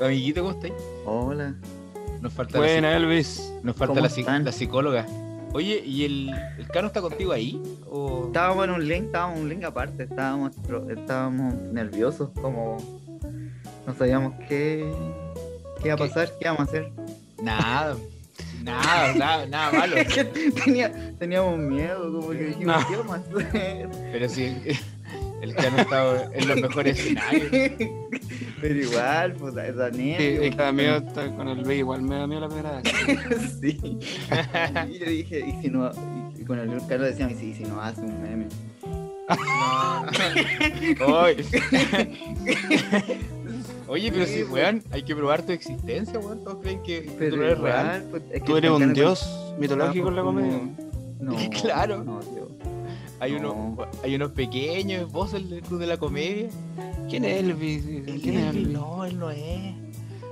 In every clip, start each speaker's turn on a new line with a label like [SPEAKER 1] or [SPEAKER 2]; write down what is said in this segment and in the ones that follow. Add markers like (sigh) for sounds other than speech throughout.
[SPEAKER 1] Amiguito, ¿cómo estáis?
[SPEAKER 2] Hola.
[SPEAKER 1] Nos falta, la,
[SPEAKER 3] Buena,
[SPEAKER 1] psi-
[SPEAKER 3] Elvis.
[SPEAKER 1] nos falta
[SPEAKER 2] ¿Cómo
[SPEAKER 1] la, psi-
[SPEAKER 2] están?
[SPEAKER 1] la psicóloga. Oye, ¿y el, el Cano está contigo ahí? ¿O...
[SPEAKER 2] Estábamos en un link, estábamos en un link aparte, estábamos, tro- estábamos nerviosos, como no sabíamos qué, qué iba a
[SPEAKER 1] ¿Qué?
[SPEAKER 2] pasar, qué íbamos a hacer. (laughs)
[SPEAKER 1] Nada, nada, nada, nada
[SPEAKER 2] (laughs)
[SPEAKER 1] malo.
[SPEAKER 2] Es que tenía- teníamos miedo, como que dijimos,
[SPEAKER 3] No.
[SPEAKER 2] ¿qué vamos a
[SPEAKER 3] (laughs)
[SPEAKER 2] hacer?
[SPEAKER 1] Pero sí, (laughs) el Cano está en los mejores escenarios.
[SPEAKER 2] (laughs) Pero igual, pues esa
[SPEAKER 3] Sí,
[SPEAKER 2] nieve.
[SPEAKER 3] es que da miedo estar con el B, igual me da miedo la primera vez.
[SPEAKER 2] (laughs) Sí.
[SPEAKER 3] (laughs)
[SPEAKER 2] Y yo dije, y si no, y con el Carlos decíamos, y si, y si no hace un meme.
[SPEAKER 1] Oye. (laughs) Oye, pero si,
[SPEAKER 2] Sí, pues.
[SPEAKER 1] weón, hay que probar tu existencia, weón. Todos creen que que tú
[SPEAKER 2] Pero
[SPEAKER 1] no eres real.
[SPEAKER 2] igual, pues, es que
[SPEAKER 3] Tú eres
[SPEAKER 2] el
[SPEAKER 3] un
[SPEAKER 2] Carlos-
[SPEAKER 3] dios mitológico en la
[SPEAKER 2] como-
[SPEAKER 3] comedia.
[SPEAKER 2] (laughs) No,
[SPEAKER 3] (laughs)
[SPEAKER 1] Claro.
[SPEAKER 2] No, tío.
[SPEAKER 1] Hay,
[SPEAKER 2] No.
[SPEAKER 1] unos, hay unos pequeños esbozos del Club de la Comedia.
[SPEAKER 3] ¿Quién es Elvis? Dicen, ¿Quién es Elvis? No,
[SPEAKER 1] No, él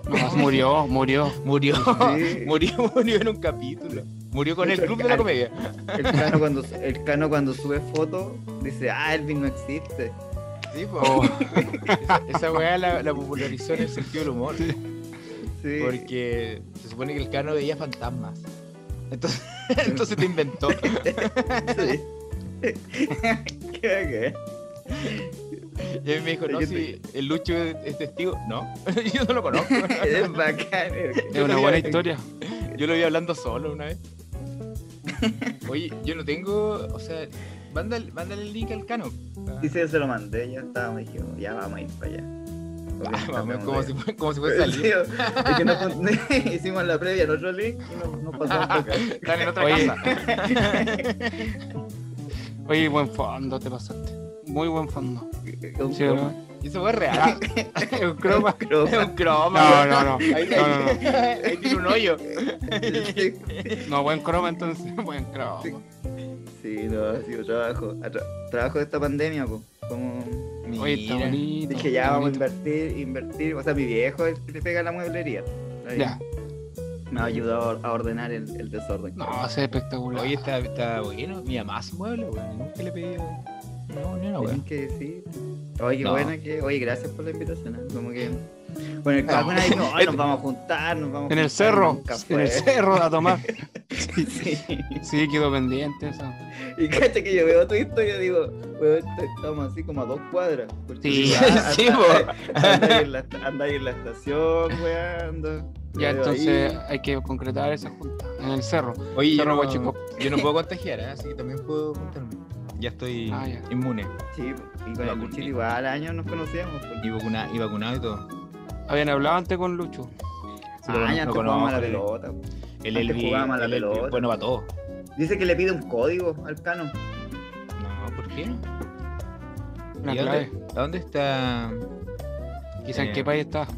[SPEAKER 1] no es.
[SPEAKER 3] murió, murió.
[SPEAKER 1] Murió,
[SPEAKER 2] Sí.
[SPEAKER 1] (laughs) murió, murió en un capítulo. Murió con el Club de la Comedia.
[SPEAKER 2] El cano cuando, el cano cuando sube foto dice, ah, Elvin no existe.
[SPEAKER 1] Sí, po. Oh.
[SPEAKER 3] (laughs)
[SPEAKER 1] (laughs) Esa weá la, la popularizó en el sentido del humor.
[SPEAKER 2] Sí.
[SPEAKER 1] Porque se supone que el Cano veía fantasmas.
[SPEAKER 3] (laughs)
[SPEAKER 1] Entonces, entonces te inventó.
[SPEAKER 2] Sí. (laughs) ¿Qué va a creer?
[SPEAKER 1] Y a mí me dijo, no, si el Lucho es es testigo. No, (laughs) yo no lo conozco.
[SPEAKER 2] Es bacán.
[SPEAKER 3] Es
[SPEAKER 2] (laughs)
[SPEAKER 3] una buena historia.
[SPEAKER 1] Yo lo vi hablando solo una vez. Oye, yo no tengo. O sea, mándale, mándale el link al Cano.
[SPEAKER 2] Dice, se lo mandé, ya estábamos, dijimos, ya vamos a ir para allá.
[SPEAKER 1] Ah, vamos,
[SPEAKER 2] Estamos
[SPEAKER 1] como
[SPEAKER 2] allá.
[SPEAKER 1] si, fue- como
[SPEAKER 2] (laughs)
[SPEAKER 1] si fuese salir.
[SPEAKER 2] Tío, es que no- (laughs) hicimos la previa en otro link y no, no pasamos por acá.
[SPEAKER 3] Están en otra
[SPEAKER 1] Oye.
[SPEAKER 3] casa. Oye, buen fondo te pasaste. Muy buen fondo.
[SPEAKER 2] Un
[SPEAKER 3] ¿Sí
[SPEAKER 2] (laughs)
[SPEAKER 3] o no?
[SPEAKER 1] Y eso fue
[SPEAKER 3] (laughs)
[SPEAKER 1] real.
[SPEAKER 3] Es un croma.
[SPEAKER 2] croma.
[SPEAKER 1] Es (laughs) un croma.
[SPEAKER 3] No,
[SPEAKER 1] weón.
[SPEAKER 3] no,
[SPEAKER 1] (laughs)
[SPEAKER 3] no.
[SPEAKER 1] Ahí,
[SPEAKER 3] No, no, no.
[SPEAKER 1] ahí- ahí tiene un hoyo.
[SPEAKER 2] Sí,
[SPEAKER 3] No, buen croma entonces. (laughs) Buen croma.
[SPEAKER 2] Sí, no, ha sido trabajo. Atra- trabajo de esta pandemia, pues. Como
[SPEAKER 3] Oye, está
[SPEAKER 1] Mira.
[SPEAKER 3] bonito.
[SPEAKER 2] Dije, ya
[SPEAKER 3] está
[SPEAKER 2] vamos a
[SPEAKER 3] bonito.
[SPEAKER 2] invertir, invertir. O sea, mi viejo es el que le pega a la mueblería. Ahí
[SPEAKER 3] Ya.
[SPEAKER 2] Me ha ayudado a or- a ordenar el, el desorden.
[SPEAKER 3] No, se espectacular.
[SPEAKER 1] Oye, está, está bueno. Mi mamá es mueble, weón. Nunca le he pedido. No, ni una
[SPEAKER 2] Tenés
[SPEAKER 1] weón.
[SPEAKER 2] que decir. Oye, qué
[SPEAKER 1] No.
[SPEAKER 2] buena que. Oye, gracias por la invitación. ¿eh? Como que. Bueno, el
[SPEAKER 3] No.
[SPEAKER 2] cabrón ahí
[SPEAKER 3] (laughs)
[SPEAKER 2] no, "Ay, nos vamos a juntar, nos vamos a
[SPEAKER 3] en el
[SPEAKER 2] juntar",
[SPEAKER 3] cerro.
[SPEAKER 2] nunca
[SPEAKER 3] En el
[SPEAKER 2] fue.
[SPEAKER 3] cerro a tomar.
[SPEAKER 2] (laughs) Sí.
[SPEAKER 3] Sí, quedó pendiente eso.
[SPEAKER 2] Y cacha que yo veo tu historia y digo, weón, te- estamos así como a dos cuadras. Porque
[SPEAKER 3] Sí,
[SPEAKER 2] anda-
[SPEAKER 1] sí,
[SPEAKER 2] anda- Anda ahí en la, anda ahí en la estación, weón. anda-
[SPEAKER 3] Ya,
[SPEAKER 2] veo ahí.
[SPEAKER 3] entonces hay que concretar esa junta. En el cerro.
[SPEAKER 1] Oye, yo
[SPEAKER 3] Cerro
[SPEAKER 1] no,
[SPEAKER 3] Huachipo.
[SPEAKER 1] yo no puedo contagiar, ¿eh? así que también puedo contarme. Ya estoy
[SPEAKER 3] Ah, ya.
[SPEAKER 1] inmune.
[SPEAKER 2] Sí, y
[SPEAKER 3] eh,
[SPEAKER 2] con
[SPEAKER 1] La
[SPEAKER 2] el Luchito
[SPEAKER 1] culpa.
[SPEAKER 2] igual al año nos conocíamos. Porque...
[SPEAKER 1] Y, vacuna- y vacunado y todo.
[SPEAKER 3] Habían hablado antes con Lucho.
[SPEAKER 1] lo-
[SPEAKER 2] Ah, ya
[SPEAKER 1] lo
[SPEAKER 2] antes
[SPEAKER 1] conozco,
[SPEAKER 2] jugábamos a la
[SPEAKER 1] el-
[SPEAKER 2] pelota.
[SPEAKER 1] El
[SPEAKER 2] Antes
[SPEAKER 1] Elvi.
[SPEAKER 2] jugábamos a la
[SPEAKER 1] el Elvi,
[SPEAKER 2] pelota.
[SPEAKER 1] Bueno, para todo.
[SPEAKER 2] Dice que le pide un código al Cano.
[SPEAKER 1] No, ¿por qué?
[SPEAKER 3] Una
[SPEAKER 1] ¿Y a
[SPEAKER 3] clave.
[SPEAKER 1] dónde- ¿A dónde está?
[SPEAKER 3] Quizá
[SPEAKER 1] Eh,
[SPEAKER 3] en qué país está.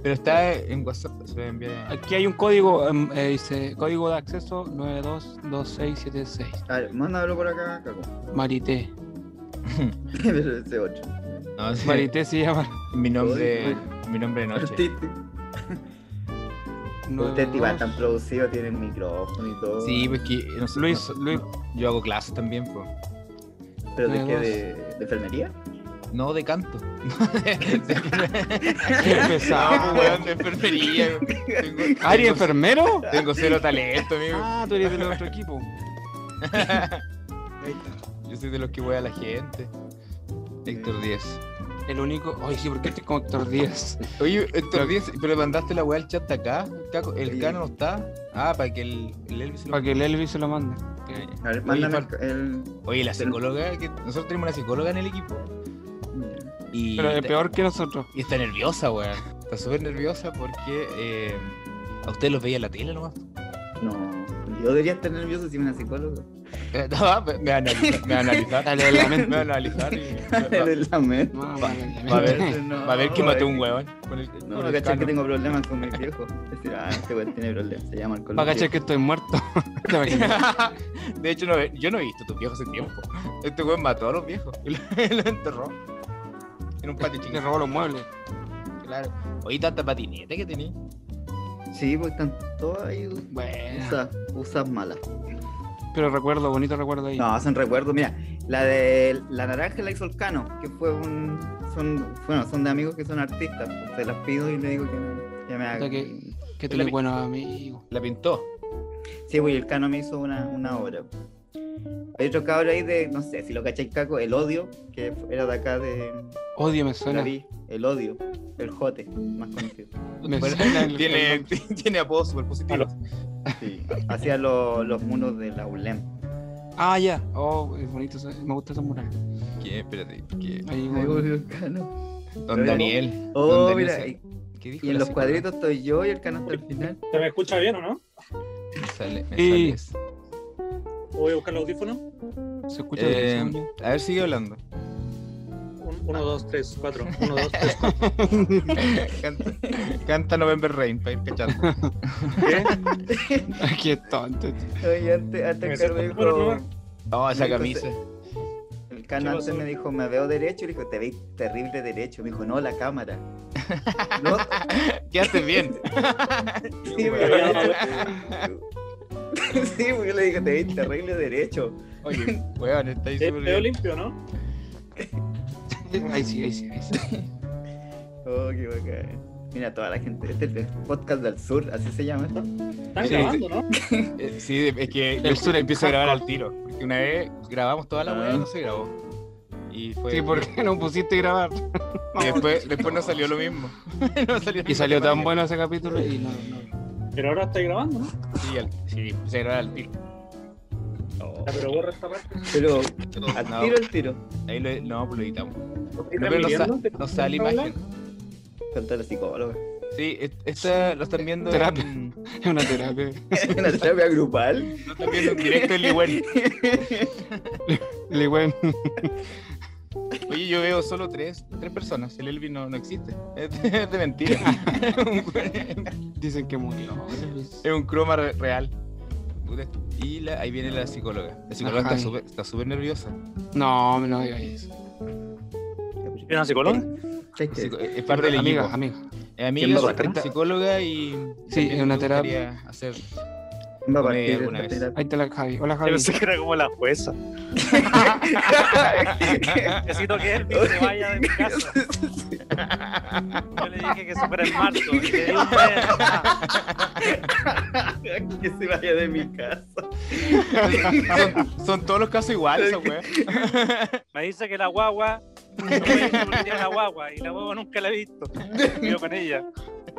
[SPEAKER 1] Pero está en WhatsApp, se envía.
[SPEAKER 3] Aquí hay un código, em, eh, dice código de acceso 922676.
[SPEAKER 2] A ver, mándalo por acá, Caco. (laughs)
[SPEAKER 3] Marité.
[SPEAKER 2] Pero ese otro.
[SPEAKER 1] No, sí,
[SPEAKER 3] Marité se llama.
[SPEAKER 1] mi nombre,
[SPEAKER 2] Uy.
[SPEAKER 1] mi nombre de noche.
[SPEAKER 2] Artista. Usted igual tan producido, tiene el micrófono y todo.
[SPEAKER 1] Sí, pues que no sé,
[SPEAKER 3] Luis,
[SPEAKER 1] no-
[SPEAKER 3] Luis.
[SPEAKER 1] yo hago clases también, pues.
[SPEAKER 2] ¿Pero de
[SPEAKER 3] Nueve
[SPEAKER 2] qué?
[SPEAKER 3] dos.
[SPEAKER 2] ¿De, de enfermería?
[SPEAKER 1] No de canto.
[SPEAKER 3] Qué
[SPEAKER 1] No,
[SPEAKER 3] pesado.
[SPEAKER 1] weón, de enfermería. Tengo,
[SPEAKER 3] ¿Ari
[SPEAKER 1] tengo-
[SPEAKER 3] ¿Ah, enfermero?
[SPEAKER 1] tengo cero talento, amigo.
[SPEAKER 3] Ah, tú eres del otro equipo.
[SPEAKER 1] Yo soy de los que voy a la gente. Eh, Héctor 10.
[SPEAKER 3] El único. Oye, sí, ¿por qué estoy con Héctor Díaz?
[SPEAKER 1] Oye, Héctor 10, pero mandaste la weá al chat de acá. Caco, El
[SPEAKER 2] Sí.
[SPEAKER 1] cano no está. Ah, para que el, el Elvis se lo
[SPEAKER 3] Para que el Elvis se lo mande.
[SPEAKER 2] A ver,
[SPEAKER 1] Oye,
[SPEAKER 2] mándame
[SPEAKER 1] Fal-
[SPEAKER 2] el.
[SPEAKER 1] Oye, la psicóloga, que nosotros tenemos una psicóloga en el equipo. Y
[SPEAKER 3] Pero es
[SPEAKER 1] está,
[SPEAKER 3] peor que nosotros.
[SPEAKER 1] y está nerviosa, weón. Está súper nerviosa porque eh, a ustedes los veía en la tele nomás.
[SPEAKER 2] No. Yo debería estar nervioso si una psicóloga.
[SPEAKER 1] Eh, no, (laughs) me- me van a analizar. Me van a analizar.
[SPEAKER 3] Dale, la mente.
[SPEAKER 1] Me van a analizar. y- va-
[SPEAKER 2] la mente.
[SPEAKER 3] Mamá,
[SPEAKER 1] va a
[SPEAKER 2] (laughs)
[SPEAKER 1] ver.
[SPEAKER 2] No,
[SPEAKER 1] Va a ver que maté un
[SPEAKER 2] güey.
[SPEAKER 1] huevón. Con el, con
[SPEAKER 2] No, no,
[SPEAKER 1] el
[SPEAKER 2] cachai que
[SPEAKER 1] cano. (laughs)
[SPEAKER 2] tengo problemas con mi viejo. Decir, ah, este güey tiene problemas. Se llama alcohol.
[SPEAKER 3] (laughs) Va a cachar que
[SPEAKER 1] (laughs)
[SPEAKER 3] estoy muerto. (laughs)
[SPEAKER 1] De hecho, no, yo no he visto a tus viejos hace tiempo. Este weón mató a los viejos. (laughs) Y lo, lo enterró. En un patio
[SPEAKER 3] Le
[SPEAKER 1] chiquito.
[SPEAKER 3] robó los muebles.
[SPEAKER 1] Claro. Oye, tanta patineta que tenés.
[SPEAKER 2] Sí, pues están todas ahí.
[SPEAKER 3] Bueno.
[SPEAKER 2] Usas, usas malas.
[SPEAKER 3] Pero recuerdo, bonito recuerdo ahí.
[SPEAKER 2] No, son recuerdos. Mira, La de La Naranja y la Exolcano, que fue un. Son, bueno, son de amigos que son artistas. pues, se las pido y le digo que me, que me haga.
[SPEAKER 3] Puta que, que tú
[SPEAKER 1] La
[SPEAKER 3] eres
[SPEAKER 1] vi-
[SPEAKER 3] bueno amigo.
[SPEAKER 1] La pintó.
[SPEAKER 2] Sí, güey, el Cano me hizo una, una obra. Hay otro cabro ahí de, no sé, si lo cacháis Caco, el odio, que era de acá de
[SPEAKER 3] Odio me suena.
[SPEAKER 2] David, el odio, el jote, más conocido.
[SPEAKER 3] Me
[SPEAKER 1] Bueno,
[SPEAKER 3] suena el-
[SPEAKER 1] tiene,
[SPEAKER 3] el nombre.
[SPEAKER 1] (laughs) tiene apodos super positivos.
[SPEAKER 2] Sí. (laughs) Hacía lo- los muros de la ULEM.
[SPEAKER 3] Ah, ya. Oh, es bonito. ese- Me gusta ese mural.
[SPEAKER 1] ¿Qué? Espérate. ¿qué?
[SPEAKER 3] Ahí,
[SPEAKER 2] Ay,
[SPEAKER 3] bueno.
[SPEAKER 2] odio el Cano.
[SPEAKER 1] Don Daniel.
[SPEAKER 2] Oh,
[SPEAKER 1] Don Daniel
[SPEAKER 2] mira,
[SPEAKER 1] se-
[SPEAKER 2] y,
[SPEAKER 1] ¿Qué dijo
[SPEAKER 2] y en
[SPEAKER 1] la
[SPEAKER 2] los
[SPEAKER 1] psicóloga?
[SPEAKER 2] cuadritos estoy yo y el Cano hasta el final.
[SPEAKER 4] ¿Se me escucha bien o no?
[SPEAKER 1] Me sale- me
[SPEAKER 3] Sí.
[SPEAKER 1] sale
[SPEAKER 4] Voy a buscar el audífono.
[SPEAKER 3] Se escucha
[SPEAKER 1] eso.
[SPEAKER 3] bien,
[SPEAKER 1] Eh,
[SPEAKER 3] según yo.
[SPEAKER 1] a ver, sigue hablando.
[SPEAKER 4] Un- Uno, dos, tres, cuatro. Ah. (laughs) Uno, dos, tres, cuatro.
[SPEAKER 1] Canta, canta November Rain para ir cachando.
[SPEAKER 3] Ay, (laughs) Qué tonto.
[SPEAKER 2] Oye, antes, antes
[SPEAKER 4] Me
[SPEAKER 2] el Cano
[SPEAKER 4] siento
[SPEAKER 2] dijo-
[SPEAKER 4] bueno, bueno.
[SPEAKER 1] No, esa
[SPEAKER 2] Entonces-
[SPEAKER 1] camisa.
[SPEAKER 2] El
[SPEAKER 4] ¿Qué
[SPEAKER 2] Cano antes
[SPEAKER 4] pasó?
[SPEAKER 2] me dijo, me veo derecho, y le dijo, te veis terrible derecho. Me dijo, no, la cámara. (laughs) no,
[SPEAKER 1] (laughs) ¿Qué haces bien?
[SPEAKER 2] sí, me
[SPEAKER 4] Pero ya
[SPEAKER 2] veo
[SPEAKER 4] no,
[SPEAKER 2] derecho. (laughs) Sí, porque yo le dije, te veis terrible derecho.
[SPEAKER 3] (laughs)
[SPEAKER 1] Oye, weón, está ahí
[SPEAKER 4] Te
[SPEAKER 1] súper
[SPEAKER 4] veo
[SPEAKER 1] bien.
[SPEAKER 4] limpio, ¿no?
[SPEAKER 3] Ahí sí, ahí sí, ahí sí.
[SPEAKER 2] Oh, qué bacán. Mira toda la gente. Este es el podcast del sur, así se llama esto.
[SPEAKER 4] Están
[SPEAKER 1] Sí,
[SPEAKER 4] grabando, ¿no?
[SPEAKER 1] Eh, Sí, es que
[SPEAKER 3] El
[SPEAKER 1] yo
[SPEAKER 3] sur es
[SPEAKER 1] empiezo a
[SPEAKER 3] caco.
[SPEAKER 1] grabar al tiro. Porque una vez grabamos toda la weá y no se grabó. Y fue.
[SPEAKER 3] Sí, ¿por qué no pusiste grabar?
[SPEAKER 1] (laughs) y
[SPEAKER 3] (laughs)
[SPEAKER 1] después, después no salió lo mismo. (laughs) No salió
[SPEAKER 3] Y salió tan
[SPEAKER 1] bueno.
[SPEAKER 3] bueno ese capítulo y no, no.
[SPEAKER 4] Pero ahora está grabando, ¿no?
[SPEAKER 1] Sí, al- sí, empecé a grabar al tiro.
[SPEAKER 4] Ya, pero borra esta parte.
[SPEAKER 2] Pero al
[SPEAKER 1] No,
[SPEAKER 2] tiro, al tiro.
[SPEAKER 1] ahí lo, no, pues lo editamos. No,
[SPEAKER 4] ¿Estás
[SPEAKER 1] pero no, sa-
[SPEAKER 4] transmitiendo?
[SPEAKER 1] no sale imagen.
[SPEAKER 2] Falta la psicóloga. (laughs)
[SPEAKER 1] Sí, es- esta lo están viendo.
[SPEAKER 3] Terapia. (laughs)
[SPEAKER 1] En,
[SPEAKER 3] Es una terapia.
[SPEAKER 2] Una terapia grupal.
[SPEAKER 1] lo están viendo en
[SPEAKER 3] (laughs)
[SPEAKER 1] directo en Ligüen.
[SPEAKER 3] Le bueno.
[SPEAKER 1] Oye, yo veo solo tres, tres personas. El Elvin no, no existe. (laughs) Es de, es de mentira.
[SPEAKER 3] Dicen que murió.
[SPEAKER 1] es un croma re- real. Puta, Y la- ahí viene la psicóloga. La psicóloga
[SPEAKER 3] Ajá.
[SPEAKER 1] está súper- está súper nerviosa.
[SPEAKER 3] No, no digas eso.
[SPEAKER 4] ¿Tiene una psicóloga?
[SPEAKER 1] Psico- Es parte del
[SPEAKER 3] amiga,
[SPEAKER 1] equipo.
[SPEAKER 3] amiga.
[SPEAKER 1] Es
[SPEAKER 4] ¿Quién
[SPEAKER 1] amiga,
[SPEAKER 4] lo
[SPEAKER 1] es
[SPEAKER 4] saca?
[SPEAKER 1] psicóloga y. también
[SPEAKER 3] es una
[SPEAKER 1] me
[SPEAKER 3] terapia.
[SPEAKER 1] gustaría Hacer...
[SPEAKER 2] Va
[SPEAKER 1] Una idea
[SPEAKER 2] a partir
[SPEAKER 1] alguna
[SPEAKER 2] esta
[SPEAKER 1] vez.
[SPEAKER 2] terapia.
[SPEAKER 3] Ahí está la Javi. Hola
[SPEAKER 4] Yo
[SPEAKER 3] Javi.
[SPEAKER 4] pensé que era como la jueza. (laughs) Necesito que él se vaya (laughs) de mi casa. Yo le dije que se fuera en marzo. Y le di un mes.
[SPEAKER 2] (laughs) que se vaya de mi casa.
[SPEAKER 1] son, son todos los casos iguales, esa
[SPEAKER 4] (laughs)
[SPEAKER 1] weá.
[SPEAKER 4] Me dice que la guagua no puede ir porque tiene la guagua y la guagua nunca la he visto. Vivo con ella.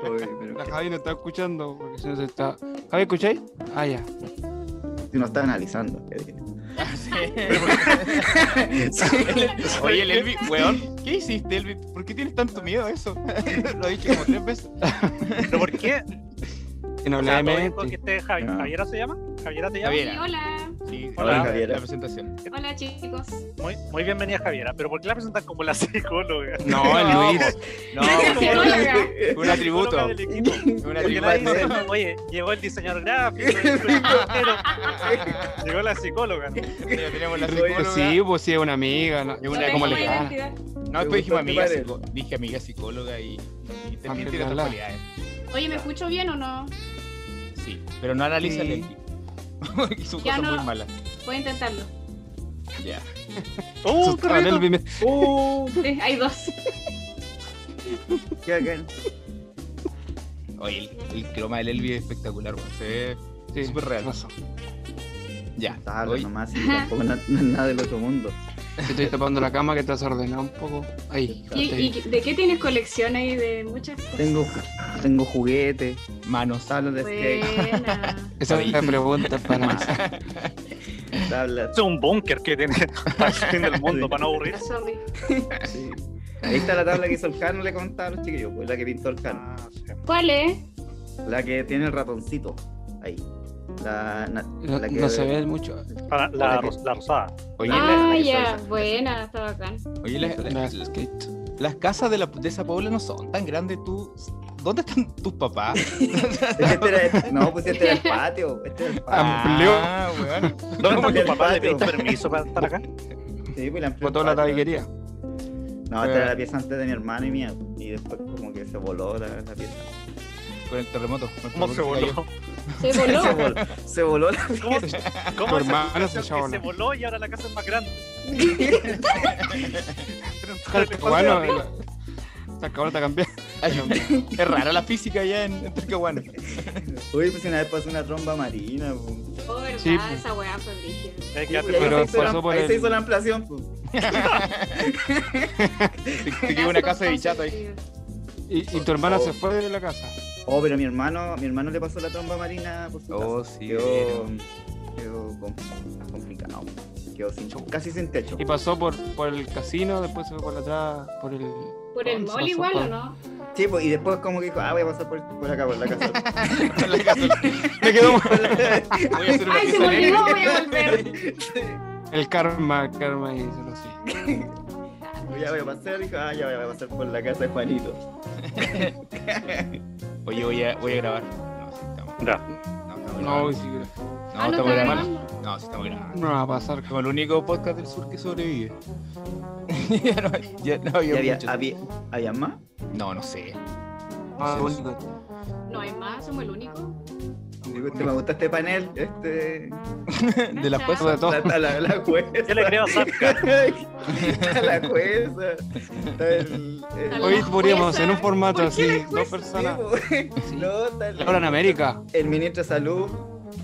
[SPEAKER 2] Oye, pero
[SPEAKER 3] La Javi no está escuchando porque si no se está. Javi, ¿escucháis? Ah, ya.
[SPEAKER 2] si no está analizando. qué bien.
[SPEAKER 1] Oye, el Elvi, weón, ¿qué hiciste, Elvi? ¿Por qué tienes tanto miedo a eso? (laughs) Lo he dicho como tres veces.
[SPEAKER 4] ¿Pero por qué?
[SPEAKER 3] Que no
[SPEAKER 4] O
[SPEAKER 3] le
[SPEAKER 4] sea, todo dijo que
[SPEAKER 3] mente.
[SPEAKER 4] este Javi-
[SPEAKER 2] No.
[SPEAKER 4] ¿Javiera se llama? ¿Javiera te llama?
[SPEAKER 1] Javiera.
[SPEAKER 5] Sí, hola,
[SPEAKER 1] Sí,
[SPEAKER 4] Hola,
[SPEAKER 1] la-
[SPEAKER 2] Javiera.
[SPEAKER 1] La
[SPEAKER 4] (laughs)
[SPEAKER 1] presentación.
[SPEAKER 5] hola chicos.
[SPEAKER 4] Muy, muy bienvenida Javiera, pero ¿por qué la presentan como la (laughs) psicóloga?
[SPEAKER 3] No, el Luis.
[SPEAKER 1] No,
[SPEAKER 5] Gracias,
[SPEAKER 1] po,
[SPEAKER 2] (laughs)
[SPEAKER 5] psicóloga.
[SPEAKER 1] un atributo.
[SPEAKER 4] Psicóloga del equipo.
[SPEAKER 1] Un
[SPEAKER 4] Porque
[SPEAKER 1] atributo.
[SPEAKER 4] la dicen, oye, llegó el diseñador gráfico, llegó el reportero, llegó la psicóloga. ¿no?
[SPEAKER 1] (laughs) Mira, Tenemos la
[SPEAKER 3] Pues
[SPEAKER 1] psicóloga.
[SPEAKER 3] Sí, pues sí, es una amiga. No,
[SPEAKER 1] Es una
[SPEAKER 5] Hola,
[SPEAKER 1] como
[SPEAKER 5] ¿cómo
[SPEAKER 1] lejana.
[SPEAKER 5] pueden olvidar?
[SPEAKER 1] No, después dijimos
[SPEAKER 2] Me
[SPEAKER 1] amiga,
[SPEAKER 2] gustó tu
[SPEAKER 1] psico- dije amiga psicóloga y, y también
[SPEAKER 3] Ah,
[SPEAKER 1] tiene otras
[SPEAKER 3] la-
[SPEAKER 1] cualidades.
[SPEAKER 5] Oye, ¿me escucho bien o no?
[SPEAKER 1] Sí, pero no analiza el
[SPEAKER 3] Sí.
[SPEAKER 1] Elvi. (laughs) Su
[SPEAKER 5] Ya
[SPEAKER 1] cosa
[SPEAKER 5] no.
[SPEAKER 1] muy mala.
[SPEAKER 5] Voy a intentarlo. (laughs)
[SPEAKER 1] Ya.
[SPEAKER 4] ¡Oh, un
[SPEAKER 3] Asustaba el
[SPEAKER 4] perrito!
[SPEAKER 3] Elvi, me-
[SPEAKER 4] ¡Oh!
[SPEAKER 5] Sí, hay dos.
[SPEAKER 2] Qué bacán.
[SPEAKER 1] Oye, el, el croma del Elvi es espectacular, weón. Se ve
[SPEAKER 3] Sí,
[SPEAKER 1] súper real.
[SPEAKER 3] pasó.
[SPEAKER 1] Ya.
[SPEAKER 2] Dale
[SPEAKER 1] Oye,
[SPEAKER 2] nomás, sí, tampoco na- na- nada del otro mundo.
[SPEAKER 3] Te (laughs) estoy tapando la cama que te has ordenado un poco. Ahí.
[SPEAKER 5] ¿Y,
[SPEAKER 3] te-
[SPEAKER 5] y de qué tienes colección ahí? De muchas cosas.
[SPEAKER 2] Tengo, tengo juguetes,
[SPEAKER 1] manos.
[SPEAKER 2] tablas de
[SPEAKER 1] este.
[SPEAKER 2] skate,
[SPEAKER 5] Buena.
[SPEAKER 1] (laughs)
[SPEAKER 3] Esa es la pregunta para analizar.
[SPEAKER 2] tablas.
[SPEAKER 4] Es un búnker que tiene (laughs) al fin del mundo para no aburrirse.
[SPEAKER 5] Ah, Sorry.
[SPEAKER 2] sí. Ahí está la tabla que hizo el Cano, le comentaba a los chiquillos, pues la que pintó el Cano.
[SPEAKER 4] Ah, sí.
[SPEAKER 5] ¿Cuál es?
[SPEAKER 2] La que tiene el ratoncito. Ahí. La, na-
[SPEAKER 3] (laughs) No,
[SPEAKER 2] la que
[SPEAKER 3] no se ve mucho.
[SPEAKER 4] Para la, ros- la rosada.
[SPEAKER 1] Oye, la-
[SPEAKER 5] Ah,
[SPEAKER 2] la-
[SPEAKER 5] ya,
[SPEAKER 2] esa-
[SPEAKER 5] buena, está bacán.
[SPEAKER 1] oye, la- la-
[SPEAKER 3] Las
[SPEAKER 1] la-
[SPEAKER 3] skate.
[SPEAKER 1] las casas de, la, de esa pobla no son tan grandes. Tú, ¿Dónde están tus papás?
[SPEAKER 2] (laughs) Este era- no, pues este era el patio. Este era el patio.
[SPEAKER 3] Amplió.
[SPEAKER 1] Ah, weón.
[SPEAKER 4] ¿Dónde está
[SPEAKER 2] el
[SPEAKER 4] tu papá? ¿Le
[SPEAKER 2] patio.
[SPEAKER 4] pediste permiso para estar acá?
[SPEAKER 2] Sí, pues le amplió
[SPEAKER 3] Fue
[SPEAKER 2] el
[SPEAKER 3] toda la
[SPEAKER 2] patio.
[SPEAKER 3] tabiquería.
[SPEAKER 2] No, esta era la pieza antes de mi hermano y mía. Y después como que se voló la, la pieza.
[SPEAKER 1] Con el terremoto. con el
[SPEAKER 4] ¿Cómo se
[SPEAKER 1] terremoto que
[SPEAKER 4] voló?
[SPEAKER 1] (laughs)
[SPEAKER 2] (laughs)
[SPEAKER 5] Se
[SPEAKER 2] Se
[SPEAKER 5] voló.
[SPEAKER 2] voló, se voló la
[SPEAKER 4] ¿Cómo, cómo
[SPEAKER 3] Tu hermana
[SPEAKER 4] esa
[SPEAKER 3] se
[SPEAKER 4] sensación que
[SPEAKER 3] echaba
[SPEAKER 4] se
[SPEAKER 3] la-
[SPEAKER 4] voló y ahora la casa es más grande? (laughs)
[SPEAKER 3] Talcahuano. el- Talcahuano está cambiando.
[SPEAKER 1] Ay, hombre, es rara la física allá en, en Talcahuano.
[SPEAKER 2] Uy, pues una vez pasó una tromba marina, pues.
[SPEAKER 5] Oh, verdad,
[SPEAKER 3] Sí, pues.
[SPEAKER 5] esa weá fue brígida.
[SPEAKER 4] Es que
[SPEAKER 2] Sí,
[SPEAKER 4] antes
[SPEAKER 2] pues, ahí
[SPEAKER 3] Pero
[SPEAKER 2] se hizo la-
[SPEAKER 3] pasó por
[SPEAKER 2] ahí
[SPEAKER 3] el-
[SPEAKER 2] se hizo la ampliación, pues.
[SPEAKER 1] Te, te queda una casa de chato ahí.
[SPEAKER 3] Y, (laughs) y tu hermana se fue de la casa.
[SPEAKER 2] Oh, pero mi hermano, mi hermano le pasó la tromba marina por su
[SPEAKER 1] Oh,
[SPEAKER 2] casa.
[SPEAKER 1] sí,
[SPEAKER 2] Quedó, mm, quedó com- complicado. Quedó sin, casi sin techo.
[SPEAKER 3] Y pasó por, por el casino, después se fue por atrás, por el.
[SPEAKER 5] Por el
[SPEAKER 3] se
[SPEAKER 5] mall
[SPEAKER 3] pasó
[SPEAKER 5] igual
[SPEAKER 3] por-
[SPEAKER 5] o no?
[SPEAKER 2] Sí, pues, y después como que dijo, ah, voy a pasar por, por acá, por la casa. (laughs)
[SPEAKER 1] En (laughs) la casa. Me quedo Voy a hacer una
[SPEAKER 5] Ay, se
[SPEAKER 1] pieza
[SPEAKER 5] me
[SPEAKER 1] negra.
[SPEAKER 5] olvidó, voy a volver.
[SPEAKER 3] (laughs) El karma, karma y se lo sigue.
[SPEAKER 2] ya voy a pasar, dijo, ah, ya voy a pasar por la casa de Juanito.
[SPEAKER 1] (laughs) Oye, voy a, voy a grabar. No, sí, estamos.
[SPEAKER 4] Ya.
[SPEAKER 1] No, estamos
[SPEAKER 3] No,
[SPEAKER 1] grabando.
[SPEAKER 3] sí,
[SPEAKER 1] No,
[SPEAKER 5] Ah,
[SPEAKER 1] estamos
[SPEAKER 5] no está
[SPEAKER 1] grabando.
[SPEAKER 5] grabando.
[SPEAKER 1] No, sí, estamos grabando.
[SPEAKER 3] no va a pasar.
[SPEAKER 1] Como el único podcast del sur que sobrevive. (laughs) ya no, ya no
[SPEAKER 2] ¿Y
[SPEAKER 1] había,
[SPEAKER 2] había,
[SPEAKER 1] muchos.
[SPEAKER 2] había, había más?
[SPEAKER 1] No, no sé.
[SPEAKER 3] Ah,
[SPEAKER 1] Sí.
[SPEAKER 3] bonito.
[SPEAKER 5] No hay más, somos el único.
[SPEAKER 1] (laughs)
[SPEAKER 2] Digo, este, me gusta este panel, este...
[SPEAKER 1] De las
[SPEAKER 5] Cacha.
[SPEAKER 1] cosas.
[SPEAKER 3] Sobre
[SPEAKER 1] (laughs)
[SPEAKER 3] todo.
[SPEAKER 2] La, la, la jueza.
[SPEAKER 4] Yo le creo a Zapka.
[SPEAKER 2] (laughs) Está la jueza. Está el... el-
[SPEAKER 5] Está
[SPEAKER 3] Hoy
[SPEAKER 5] la
[SPEAKER 3] podríamos
[SPEAKER 5] jueza.
[SPEAKER 3] en un formato
[SPEAKER 5] ¿Por qué
[SPEAKER 3] así,
[SPEAKER 5] la
[SPEAKER 3] dos
[SPEAKER 5] jueza?
[SPEAKER 3] personas.
[SPEAKER 2] Sí, pues.
[SPEAKER 3] Sí.
[SPEAKER 2] No, está el-
[SPEAKER 3] Laura en América.
[SPEAKER 2] el ministro de salud.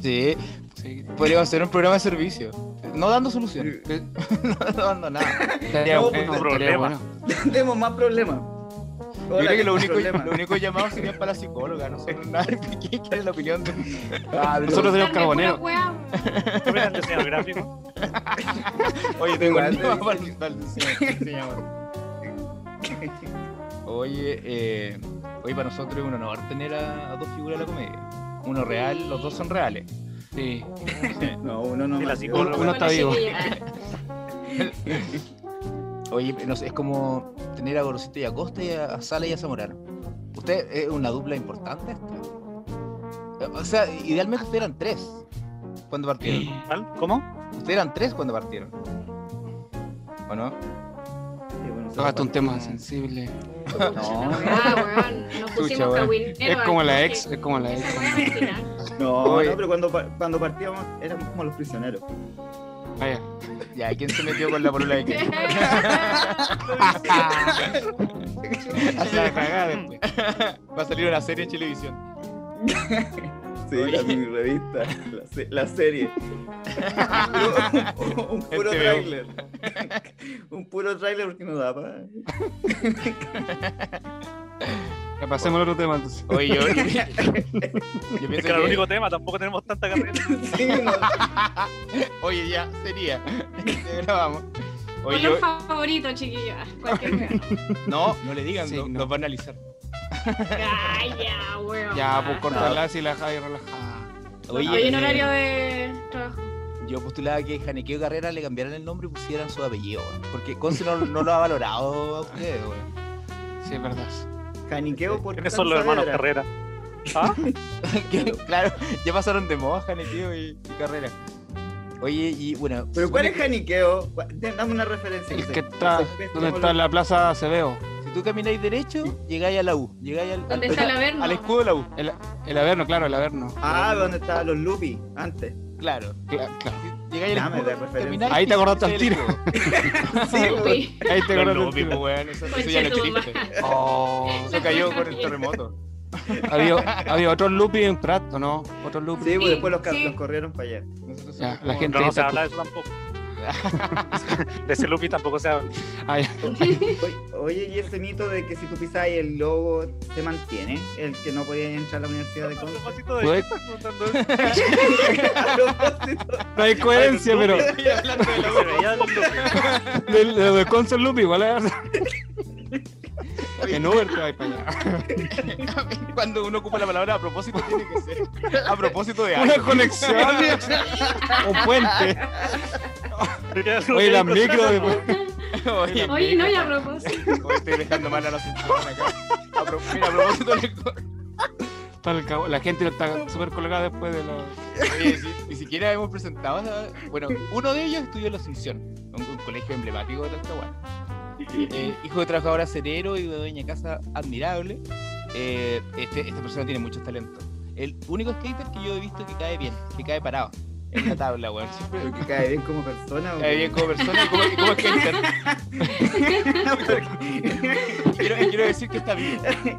[SPEAKER 1] Sí,
[SPEAKER 3] Sí.
[SPEAKER 1] podríamos hacer un programa de servicio. No dando soluciones.
[SPEAKER 3] Que-
[SPEAKER 1] (laughs) No dando nada.
[SPEAKER 3] Estaría
[SPEAKER 2] No,
[SPEAKER 3] bueno,
[SPEAKER 4] pues,
[SPEAKER 3] estaría
[SPEAKER 4] problema.
[SPEAKER 3] eh, bueno.
[SPEAKER 2] (laughs) Tenemos más problemas.
[SPEAKER 1] Yo creo que lo único,
[SPEAKER 2] Problemas.
[SPEAKER 1] lo único llamado sería para la psicóloga. No sé (laughs) nada. ¿Qué es la opinión de Ah, (laughs)
[SPEAKER 3] Nosotros tenemos
[SPEAKER 5] Darme pura
[SPEAKER 3] carbonero.
[SPEAKER 5] weá.
[SPEAKER 4] ¿Qué opinan del diseño gráfico?
[SPEAKER 1] Oye, tengo
[SPEAKER 2] Igual,
[SPEAKER 1] el tema
[SPEAKER 2] sí.
[SPEAKER 1] para el- para el señor- señor. (laughs) Oye, eh, oye, para nosotros es un honor tener a, a dos figuras de la comedia. Uno real, los dos son reales.
[SPEAKER 3] Sí.
[SPEAKER 2] No, uno no
[SPEAKER 4] Y la
[SPEAKER 2] más.
[SPEAKER 4] psicóloga.
[SPEAKER 3] Uno está vivo.
[SPEAKER 1] Oye, no sé, es como tener a Gorosito y a Costa y a, a Sala y a Zamorano. Usted es una dupla importante esta. O sea, idealmente ustedes eran tres cuando partieron.
[SPEAKER 4] ¿Tal? ¿Cómo?
[SPEAKER 1] Ustedes eran tres cuando partieron. ¿O no?
[SPEAKER 2] Sí, bueno,
[SPEAKER 3] Tocaste un tema
[SPEAKER 2] no.
[SPEAKER 3] sensible.
[SPEAKER 2] No.
[SPEAKER 5] Ah, weón. Nos
[SPEAKER 1] Chucha,
[SPEAKER 5] pusimos
[SPEAKER 1] weón.
[SPEAKER 3] Es
[SPEAKER 5] cagüineros
[SPEAKER 3] como
[SPEAKER 5] al
[SPEAKER 3] la
[SPEAKER 5] toque.
[SPEAKER 3] ex, es como la ex.
[SPEAKER 5] Esa weá al final.
[SPEAKER 2] No,
[SPEAKER 1] Oye.
[SPEAKER 2] no, pero cuando, pa- cuando partíamos éramos como los prisioneros.
[SPEAKER 3] Vaya.
[SPEAKER 1] Ya, ¿quién se metió con la polola de quién? Así
[SPEAKER 3] La
[SPEAKER 1] de
[SPEAKER 3] cagada
[SPEAKER 1] cagada
[SPEAKER 3] después.
[SPEAKER 1] después. (laughs) Va a salir una serie en televisión.
[SPEAKER 2] Sí,
[SPEAKER 1] Oye.
[SPEAKER 2] (laughs) la mini revista, la, se- la serie. un, un puro
[SPEAKER 1] NTVO.
[SPEAKER 2] trailer. (laughs) un puro trailer porque no daba. para-
[SPEAKER 3] Ya pasemos al otro tema entonces.
[SPEAKER 1] Oye, (laughs) yo, yo,
[SPEAKER 4] Es
[SPEAKER 1] pienso
[SPEAKER 4] que era el
[SPEAKER 1] que-
[SPEAKER 4] único tema, tampoco tenemos tanta carrera.
[SPEAKER 2] Sí, no.
[SPEAKER 1] Oye, ya, sería. Grabamos. Oye,
[SPEAKER 5] Ponlo
[SPEAKER 1] yo,
[SPEAKER 5] favorito, chiquillo. Ah, cualquier weá.
[SPEAKER 1] no, no le digan,
[SPEAKER 3] Sí,
[SPEAKER 1] no-
[SPEAKER 3] no.
[SPEAKER 1] nos van a analizar.
[SPEAKER 5] Ay, ya, weón.
[SPEAKER 4] Ah,
[SPEAKER 3] Ya, pues cortarla y la dejáis relajada.
[SPEAKER 1] Oye,
[SPEAKER 5] Hoy en
[SPEAKER 1] eh,
[SPEAKER 5] horario de trabajo.
[SPEAKER 1] yo postulaba que Janequeo y Carrera le cambiaran el nombre y pusieran su apellido, weón, porque Conce no, no lo ha valorado a ustedes, weón.
[SPEAKER 3] Sí, es verdad.
[SPEAKER 2] Janiqueo por
[SPEAKER 4] ¿Quiénes son los hermanos
[SPEAKER 2] Saavedra.
[SPEAKER 4] Carrera? ¿Ah?
[SPEAKER 1] (laughs) Que, claro, ya pasaron de moda Janequeo y, y Carrera. Oye, y bueno.
[SPEAKER 2] ¿Pero cuál es Janiqueo? Cu- Dame una referencia.
[SPEAKER 3] El
[SPEAKER 2] sé.
[SPEAKER 3] que está. ¿Dónde está la plaza Acevedo?
[SPEAKER 1] Si tú camináis derecho, llegáis a la U. Llegáis al,
[SPEAKER 5] ¿Dónde
[SPEAKER 1] al-
[SPEAKER 5] está el Averno?
[SPEAKER 1] al escudo de la U.
[SPEAKER 3] El, el Averno, claro, el Averno.
[SPEAKER 2] Ah, ¿dónde estaban los Lupi antes?
[SPEAKER 1] Claro.
[SPEAKER 3] Cla- claro.
[SPEAKER 1] Llegáis al
[SPEAKER 2] Dame
[SPEAKER 1] escudo,
[SPEAKER 2] la referencia.
[SPEAKER 1] camináis
[SPEAKER 3] Ahí te
[SPEAKER 1] y
[SPEAKER 3] acordaste al
[SPEAKER 1] pisas el
[SPEAKER 3] tiro.
[SPEAKER 1] escudo.
[SPEAKER 2] Sí,
[SPEAKER 5] Sí.
[SPEAKER 3] Ahí te
[SPEAKER 4] (laughs) Los pues,
[SPEAKER 3] acordaste
[SPEAKER 4] lobbies,
[SPEAKER 3] del tiro.
[SPEAKER 1] weón, eso, eso
[SPEAKER 5] Conche
[SPEAKER 1] ya no
[SPEAKER 5] tu mamá.
[SPEAKER 1] existe.
[SPEAKER 3] Oh,
[SPEAKER 1] Eso cayó con el terremoto.
[SPEAKER 3] había, había otro looping en Prat, ¿o no? Otro looping.
[SPEAKER 2] Sí, pues
[SPEAKER 5] Sí,
[SPEAKER 2] después los, ca-
[SPEAKER 5] sí.
[SPEAKER 2] los corrieron para allá.
[SPEAKER 1] Nosotros
[SPEAKER 3] Ya,
[SPEAKER 1] somos
[SPEAKER 3] la
[SPEAKER 1] como- (laughs)
[SPEAKER 3] gente-
[SPEAKER 4] No, no se habla de eso tampoco. De ese Lupi tampoco se habla.
[SPEAKER 3] Ah, ya.
[SPEAKER 2] Oye, Oye, y ese mito de que si tú pisas ahí el logo se mantiene, el que no podía entrar a la Universidad
[SPEAKER 5] (laughs)
[SPEAKER 2] de (laughs) Conce.
[SPEAKER 3] Pues-
[SPEAKER 4] Se
[SPEAKER 2] A propósito,
[SPEAKER 3] No hay coherencia, pero
[SPEAKER 1] Y hablando de la U.
[SPEAKER 4] veía los Lupi.
[SPEAKER 3] de, de, de Conce al Looping,
[SPEAKER 4] (laughs)
[SPEAKER 3] igual es. En Uber te vas para allá.
[SPEAKER 1] Cuando uno ocupa la palabra a propósito, tiene que ser a propósito (laughs) de algo.
[SPEAKER 3] (laughs) Una conexión. ¿eh? Un puente. Oye, las micro después.
[SPEAKER 1] Oye,
[SPEAKER 5] Oye, no, ya a propósito.
[SPEAKER 1] Oye, estoy dejando mal a los cinturones acá. A, pro- mira, a propósito de
[SPEAKER 3] Talca- La gente está súper colgada después de los. (laughs)
[SPEAKER 1] Oye, si- ni siquiera hemos presentado. a- Bueno, uno de ellos estudió en la Asunción, un, un colegio emblemático de Talcahuano. Eh, hijo de trabajadora cerero y de dueña de casa admirable. eh, este, esta persona tiene muchos talentos. El único skater que yo he visto que cae bien, que cae parado. en la tabla, weón. Siempre
[SPEAKER 2] Porque cae bien como persona.
[SPEAKER 1] cae Eh, bien como persona y como, y como escritor. quiero, eh, quiero decir que está
[SPEAKER 2] (laughs)
[SPEAKER 1] vivo,
[SPEAKER 2] Ay,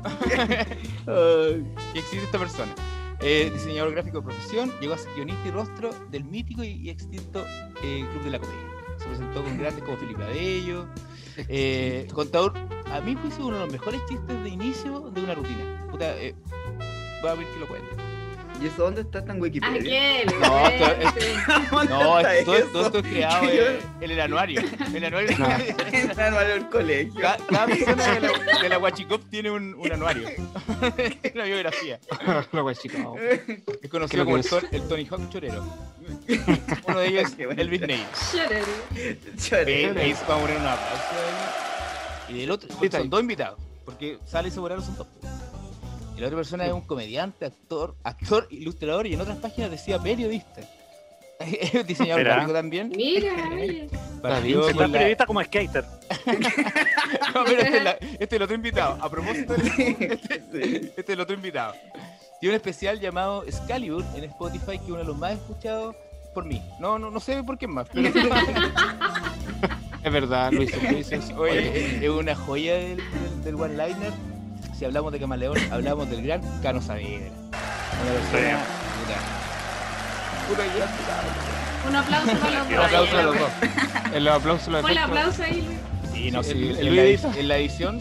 [SPEAKER 1] que existe esta persona. Eh, diseñador gráfico de profesión, llegó a ser guionista y rostro del mítico y, y extinto eh, Club de la Comedia. Se presentó con grandes como Felipe Adello. Eh, contador, a mi juicio, uno de los mejores chistes de inicio de una rutina. Puta, eh, voy a ver que lo
[SPEAKER 2] (laughs)
[SPEAKER 1] cuente.
[SPEAKER 2] (laughs) ¿Y eso dónde está tan Wikipedia?
[SPEAKER 5] Aquel.
[SPEAKER 1] No, esto-
[SPEAKER 5] vente.
[SPEAKER 2] ¿Dónde
[SPEAKER 1] No,
[SPEAKER 2] está
[SPEAKER 1] esto,
[SPEAKER 2] eso?
[SPEAKER 1] todo esto es creado
[SPEAKER 2] Que yo-
[SPEAKER 1] eh, en el anuario. En el anuario.
[SPEAKER 3] No.
[SPEAKER 2] En el manual del colegio. (laughs)
[SPEAKER 1] Cada, cada persona de la, de la Huachicop tiene un, un anuario. (laughs) una biografía.
[SPEAKER 3] Lo que chico. no.
[SPEAKER 1] Es
[SPEAKER 3] Creo
[SPEAKER 1] conocido
[SPEAKER 3] que
[SPEAKER 1] como el,
[SPEAKER 3] es.
[SPEAKER 1] Ton- el Tony Hawk chorero. Uno de ellos,
[SPEAKER 2] (laughs) Qué bueno.
[SPEAKER 1] el Big Nate.
[SPEAKER 5] Shudder.
[SPEAKER 1] Eh,
[SPEAKER 2] Chorero.
[SPEAKER 1] ahí se va a poner un aplauso ahí. Y del otro,
[SPEAKER 3] Detalle.
[SPEAKER 1] son dos invitados, porque sale y se volaron son dos. Y la otra persona es un comediante, actor, actor, ilustrador y en otras páginas decía periodista. (laughs) Es diseñador
[SPEAKER 4] Espera.
[SPEAKER 1] gráfico también.
[SPEAKER 5] Mira, oye.
[SPEAKER 1] Partió
[SPEAKER 3] bien,
[SPEAKER 1] con
[SPEAKER 4] Está
[SPEAKER 1] la-
[SPEAKER 4] periodista como skater.
[SPEAKER 1] (laughs) No, pero este, es la- este es el otro invitado. A propósito, del-
[SPEAKER 2] Sí.
[SPEAKER 1] (laughs) este es el otro invitado. Tiene un especial llamado Excalibur en Spotify, que es uno de los más escuchados por mí. No, no, no sé por qué más, pero (laughs)
[SPEAKER 3] Es verdad, Luis. ¿qué dices?
[SPEAKER 1] Oye, es- es una joya del, del, del one-liner. Si hablamos de Camaleón, hablamos del gran Cano Saavedra. Una persona. puta. Puta que ya-
[SPEAKER 5] Un aplauso para los
[SPEAKER 4] Un
[SPEAKER 5] dos.
[SPEAKER 1] Un aplauso a los dos.
[SPEAKER 3] el aplauso lo
[SPEAKER 5] Ponle
[SPEAKER 3] efecto,
[SPEAKER 5] aplauso ahí. Luis.
[SPEAKER 1] Sí, no,
[SPEAKER 3] Sí,
[SPEAKER 1] sí,
[SPEAKER 3] el-
[SPEAKER 1] en,
[SPEAKER 3] el
[SPEAKER 1] la,
[SPEAKER 3] Luis.
[SPEAKER 1] edi- en la edición,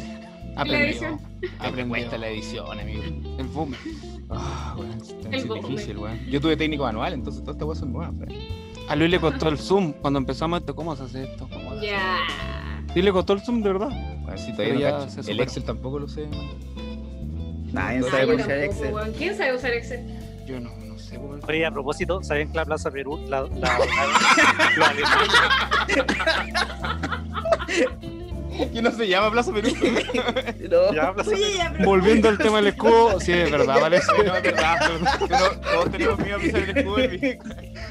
[SPEAKER 3] aprendió.
[SPEAKER 5] edición.
[SPEAKER 1] me cuesta
[SPEAKER 3] Aprendió.
[SPEAKER 1] la edición, amigo.
[SPEAKER 3] El boom.
[SPEAKER 1] Ah, weón, es tan
[SPEAKER 5] El boom.
[SPEAKER 1] difícil, weón. Yo tuve técnico manual, entonces todas estas cosas son nuevas. weón.
[SPEAKER 3] A Luis le costó el Zoom cuando empezamos esto. ¿Cómo se hace esto? ¿Cómo se hace?
[SPEAKER 5] Ya.
[SPEAKER 3] Sí, le costó el Zoom, de verdad.
[SPEAKER 1] Bueno, sí,
[SPEAKER 3] Pero
[SPEAKER 1] todavía
[SPEAKER 3] ya
[SPEAKER 1] no
[SPEAKER 3] se
[SPEAKER 1] cacho. El
[SPEAKER 3] superó.
[SPEAKER 1] Excel tampoco lo sé. (laughs)
[SPEAKER 2] Nadie
[SPEAKER 1] No
[SPEAKER 5] Ay,
[SPEAKER 2] sabe
[SPEAKER 5] yo
[SPEAKER 2] usar
[SPEAKER 5] tampoco,
[SPEAKER 2] Excel.
[SPEAKER 5] weón. ¿Quién sabe usar Excel?
[SPEAKER 3] Yo no, no sé. weón.
[SPEAKER 4] Oye, a propósito, ¿sabían que la Plaza Perú, la, la, la- los alemanes-
[SPEAKER 1] ¿Quién no se llama Plaza Perú?
[SPEAKER 2] No.
[SPEAKER 4] ya, Plaza Perú?
[SPEAKER 3] Volviendo al tema del escudo, sí, es verdad,
[SPEAKER 5] (laughs)
[SPEAKER 3] vale. sí,
[SPEAKER 1] No,
[SPEAKER 3] (laughs)
[SPEAKER 1] es verdad. pero Todos tenemos miedo a pisar el escudo. Elvis.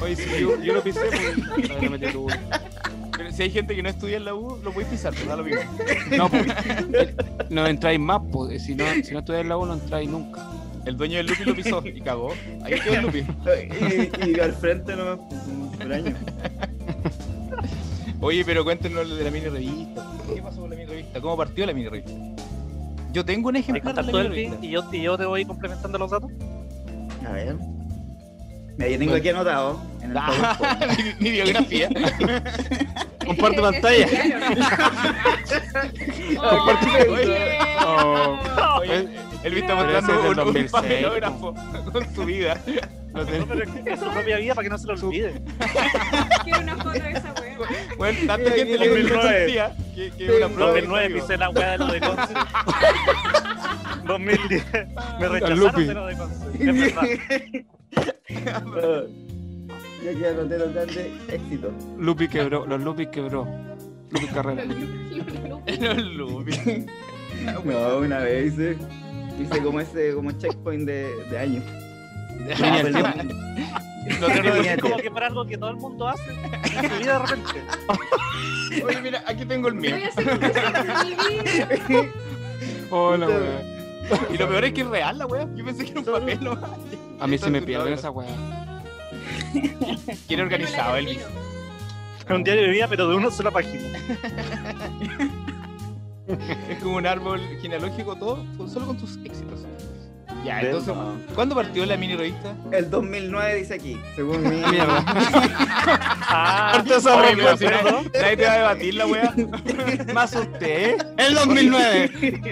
[SPEAKER 3] Oye, si yo, yo lo pisé, pues, la verdad, me tiró.
[SPEAKER 1] Pero si hay gente que no estudia en la U, lo podéis pisar, te da lo mismo.
[SPEAKER 3] No, pues, no entráis más, pues. Si no, si no estudias en la U, no entráis nunca.
[SPEAKER 1] El dueño del Lupi lo pisó y cagó. Ahí quedó el Lupi.
[SPEAKER 2] Y, y al frente nomás, pues, un extraño.
[SPEAKER 1] Oye, pero cuéntenos lo de la mini revista. ¿Qué pasó con la mini revista? ¿Cómo partió la mini revista? Yo tengo un
[SPEAKER 4] ¿Me
[SPEAKER 1] ejemplar de
[SPEAKER 4] contar
[SPEAKER 1] la
[SPEAKER 4] todo
[SPEAKER 1] mini
[SPEAKER 4] el fin
[SPEAKER 1] revista.
[SPEAKER 4] y yo, y yo te voy complementando los datos?
[SPEAKER 2] A ver. Mira, yo tengo
[SPEAKER 4] Pues-
[SPEAKER 2] aquí anotado. En el
[SPEAKER 4] Ah,
[SPEAKER 2] PowerPoint.
[SPEAKER 1] mi, mi biografía.
[SPEAKER 5] (laughs)
[SPEAKER 3] Comparte pantalla.
[SPEAKER 5] Oh,
[SPEAKER 1] Comparte pantalla.
[SPEAKER 5] yeah.
[SPEAKER 3] Oh.
[SPEAKER 1] Oye, él está
[SPEAKER 3] Pero ese es del
[SPEAKER 1] mostrando un, un
[SPEAKER 3] 2006,
[SPEAKER 1] papelógrafo con su vida.
[SPEAKER 3] No
[SPEAKER 4] No,
[SPEAKER 3] tenés-
[SPEAKER 4] pero es que es su propia vida para que no se lo olvide.
[SPEAKER 5] Quiero una foto de esa weón.
[SPEAKER 1] Bueno, tanta
[SPEAKER 2] Mira,
[SPEAKER 1] gente
[SPEAKER 2] mira,
[SPEAKER 1] le
[SPEAKER 4] mira,
[SPEAKER 1] preguntó
[SPEAKER 4] mira.
[SPEAKER 1] el día que, que una prueba.
[SPEAKER 4] 2009 pisé la weá de lo de Conce. 2010 me
[SPEAKER 3] Lupi.
[SPEAKER 4] rechazaron de lo de Conce. (laughs)
[SPEAKER 2] (laughs)
[SPEAKER 4] Es verdad.
[SPEAKER 2] Yo aquí anoté los grandes
[SPEAKER 4] (laughs)
[SPEAKER 2] éxitos.
[SPEAKER 3] Lupi quebró, los Lupi quebró. Lupi
[SPEAKER 1] (laughs)
[SPEAKER 3] Carrera.
[SPEAKER 1] Era el Lupi.
[SPEAKER 2] No, una vez hice, hice como ese como checkpoint de, de
[SPEAKER 4] (laughs)
[SPEAKER 2] año. Ah,
[SPEAKER 3] Línea del
[SPEAKER 2] perdón.
[SPEAKER 3] tiempo.
[SPEAKER 1] Nosotros
[SPEAKER 2] Línea
[SPEAKER 1] nos-
[SPEAKER 4] Es como que para algo que todo el mundo hace en su vida de repente.
[SPEAKER 1] Oye, mira, aquí tengo el mío.
[SPEAKER 5] Voy a hacer un desastre en mi vida.
[SPEAKER 3] Hola, weón.
[SPEAKER 1] Y lo peor es que es real la wea. Yo pensé que era un papel, ¿no?
[SPEAKER 3] A mí se me pierden
[SPEAKER 1] (laughs)
[SPEAKER 3] esa weá.
[SPEAKER 1] ¿Quién organizaba el
[SPEAKER 5] Yo no la
[SPEAKER 4] Es un diario de vida, pero de una sola página.
[SPEAKER 1] (laughs) Es como un árbol genealógico todo, con- solo con tus éxitos. Ya,
[SPEAKER 4] Ven,
[SPEAKER 1] entonces, ¿cuándo partió la mini revista?
[SPEAKER 2] El 2009 dice aquí, según mi.
[SPEAKER 3] Mierda.
[SPEAKER 4] Ah,
[SPEAKER 3] Corta esa
[SPEAKER 1] Oye,
[SPEAKER 3] ropa,
[SPEAKER 1] pero si
[SPEAKER 3] ¿no?
[SPEAKER 1] no, (laughs) nadie te va a debatir la
[SPEAKER 4] (laughs)
[SPEAKER 1] wea.
[SPEAKER 3] Más usted, ¿eh? El 2009.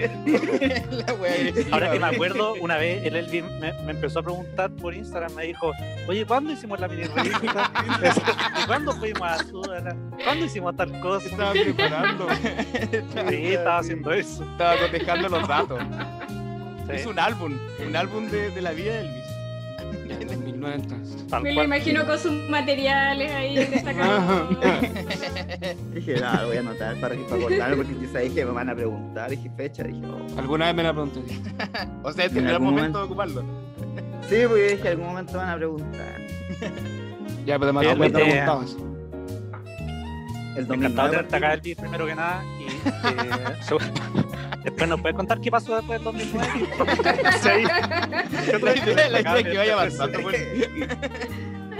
[SPEAKER 1] La wea agresiva.
[SPEAKER 4] Ahora
[SPEAKER 1] (laughs)
[SPEAKER 4] que me acuerdo, una vez el Elvin me, me empezó a preguntar por Instagram, me dijo, oye, ¿cuándo hicimos la mini revista? ¿Y cuándo fuimos a Sudana? ¿Cuándo hicimos tal
[SPEAKER 3] (laughs)
[SPEAKER 4] cosa?
[SPEAKER 3] Estaba preparando.
[SPEAKER 4] Sí, estaba haciendo eso.
[SPEAKER 1] Estaba cotejando los datos.
[SPEAKER 4] Sí,
[SPEAKER 1] Es un álbum, un álbum de, de la vida de Elvis.
[SPEAKER 3] Ya, 2009 entonces.
[SPEAKER 4] tal
[SPEAKER 5] Me lo
[SPEAKER 4] cual.
[SPEAKER 5] imagino con sus materiales ahí destacados.
[SPEAKER 2] Dije, no, lo voy a anotar para, para acordarme, porque quizás dije, me van a preguntar, dije fecha, dije, oh.
[SPEAKER 3] Alguna vez me la pregunté.
[SPEAKER 1] O sea, este
[SPEAKER 2] En
[SPEAKER 1] no era el
[SPEAKER 2] algún
[SPEAKER 1] momento de ocuparlo.
[SPEAKER 2] Sí, porque yo dije, algún momento van a preguntar.
[SPEAKER 3] Ya, pero me la
[SPEAKER 4] Realmente-
[SPEAKER 3] preguntabas.
[SPEAKER 2] El
[SPEAKER 4] Me encantaba
[SPEAKER 2] 2009.
[SPEAKER 4] tenerte acá, Elvin, primero que nada. Y eh, seg- (laughs) después nos puedes contar qué pasó después del 2009. Sí,
[SPEAKER 1] La idea es que vaya
[SPEAKER 4] Acá,
[SPEAKER 1] avanzando. pues.
[SPEAKER 2] (laughs)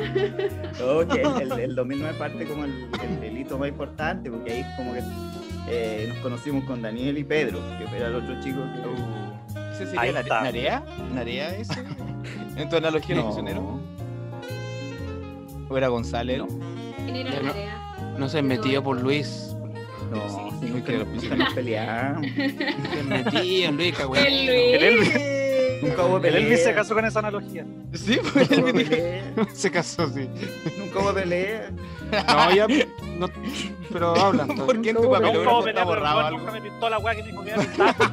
[SPEAKER 2] No, que el, el 2009 parte como el, el, el hito más importante, porque ahí como que eh, nos conocimos con Daniel y Pedro, que era el otro chico que...
[SPEAKER 1] ¿Ese
[SPEAKER 4] Ahí
[SPEAKER 1] sería Nare-
[SPEAKER 4] está.
[SPEAKER 1] Narea? ¿Narea
[SPEAKER 4] (laughs)
[SPEAKER 1] ese? ¿En tu analogía de prisionero? ¿O era González?
[SPEAKER 3] No.
[SPEAKER 5] ¿Quién era
[SPEAKER 3] Ya no.
[SPEAKER 5] Andrea?
[SPEAKER 3] No se metido por Luis.
[SPEAKER 2] No,
[SPEAKER 1] Sí,
[SPEAKER 2] sí,
[SPEAKER 1] nunca
[SPEAKER 2] nunca,
[SPEAKER 1] lo
[SPEAKER 2] nunca
[SPEAKER 1] (laughs)
[SPEAKER 2] nos peleamos.
[SPEAKER 3] No se metido, Luis, cagüey.
[SPEAKER 5] El Luis.
[SPEAKER 4] El Elvis.
[SPEAKER 2] Nunca hubo
[SPEAKER 4] El
[SPEAKER 2] pelea.
[SPEAKER 4] Elvis se casó con esa analogía.
[SPEAKER 1] Sí, pues
[SPEAKER 2] Nunca
[SPEAKER 1] él
[SPEAKER 2] hubo
[SPEAKER 1] me dijo.
[SPEAKER 2] pelea.
[SPEAKER 3] (laughs) Se casó,
[SPEAKER 1] (laughs)
[SPEAKER 3] sí.
[SPEAKER 2] Nunca hubo pelea.
[SPEAKER 3] No, ya. No, pero habla.
[SPEAKER 1] ¿Por qué en tu
[SPEAKER 2] Nunca
[SPEAKER 4] Nunca
[SPEAKER 1] papelógrafo
[SPEAKER 4] hubo
[SPEAKER 1] está
[SPEAKER 4] pelea, pero el
[SPEAKER 1] borrado
[SPEAKER 4] weón
[SPEAKER 1] algo?
[SPEAKER 4] nunca me pintó la weá que me dijo que iba a pintar.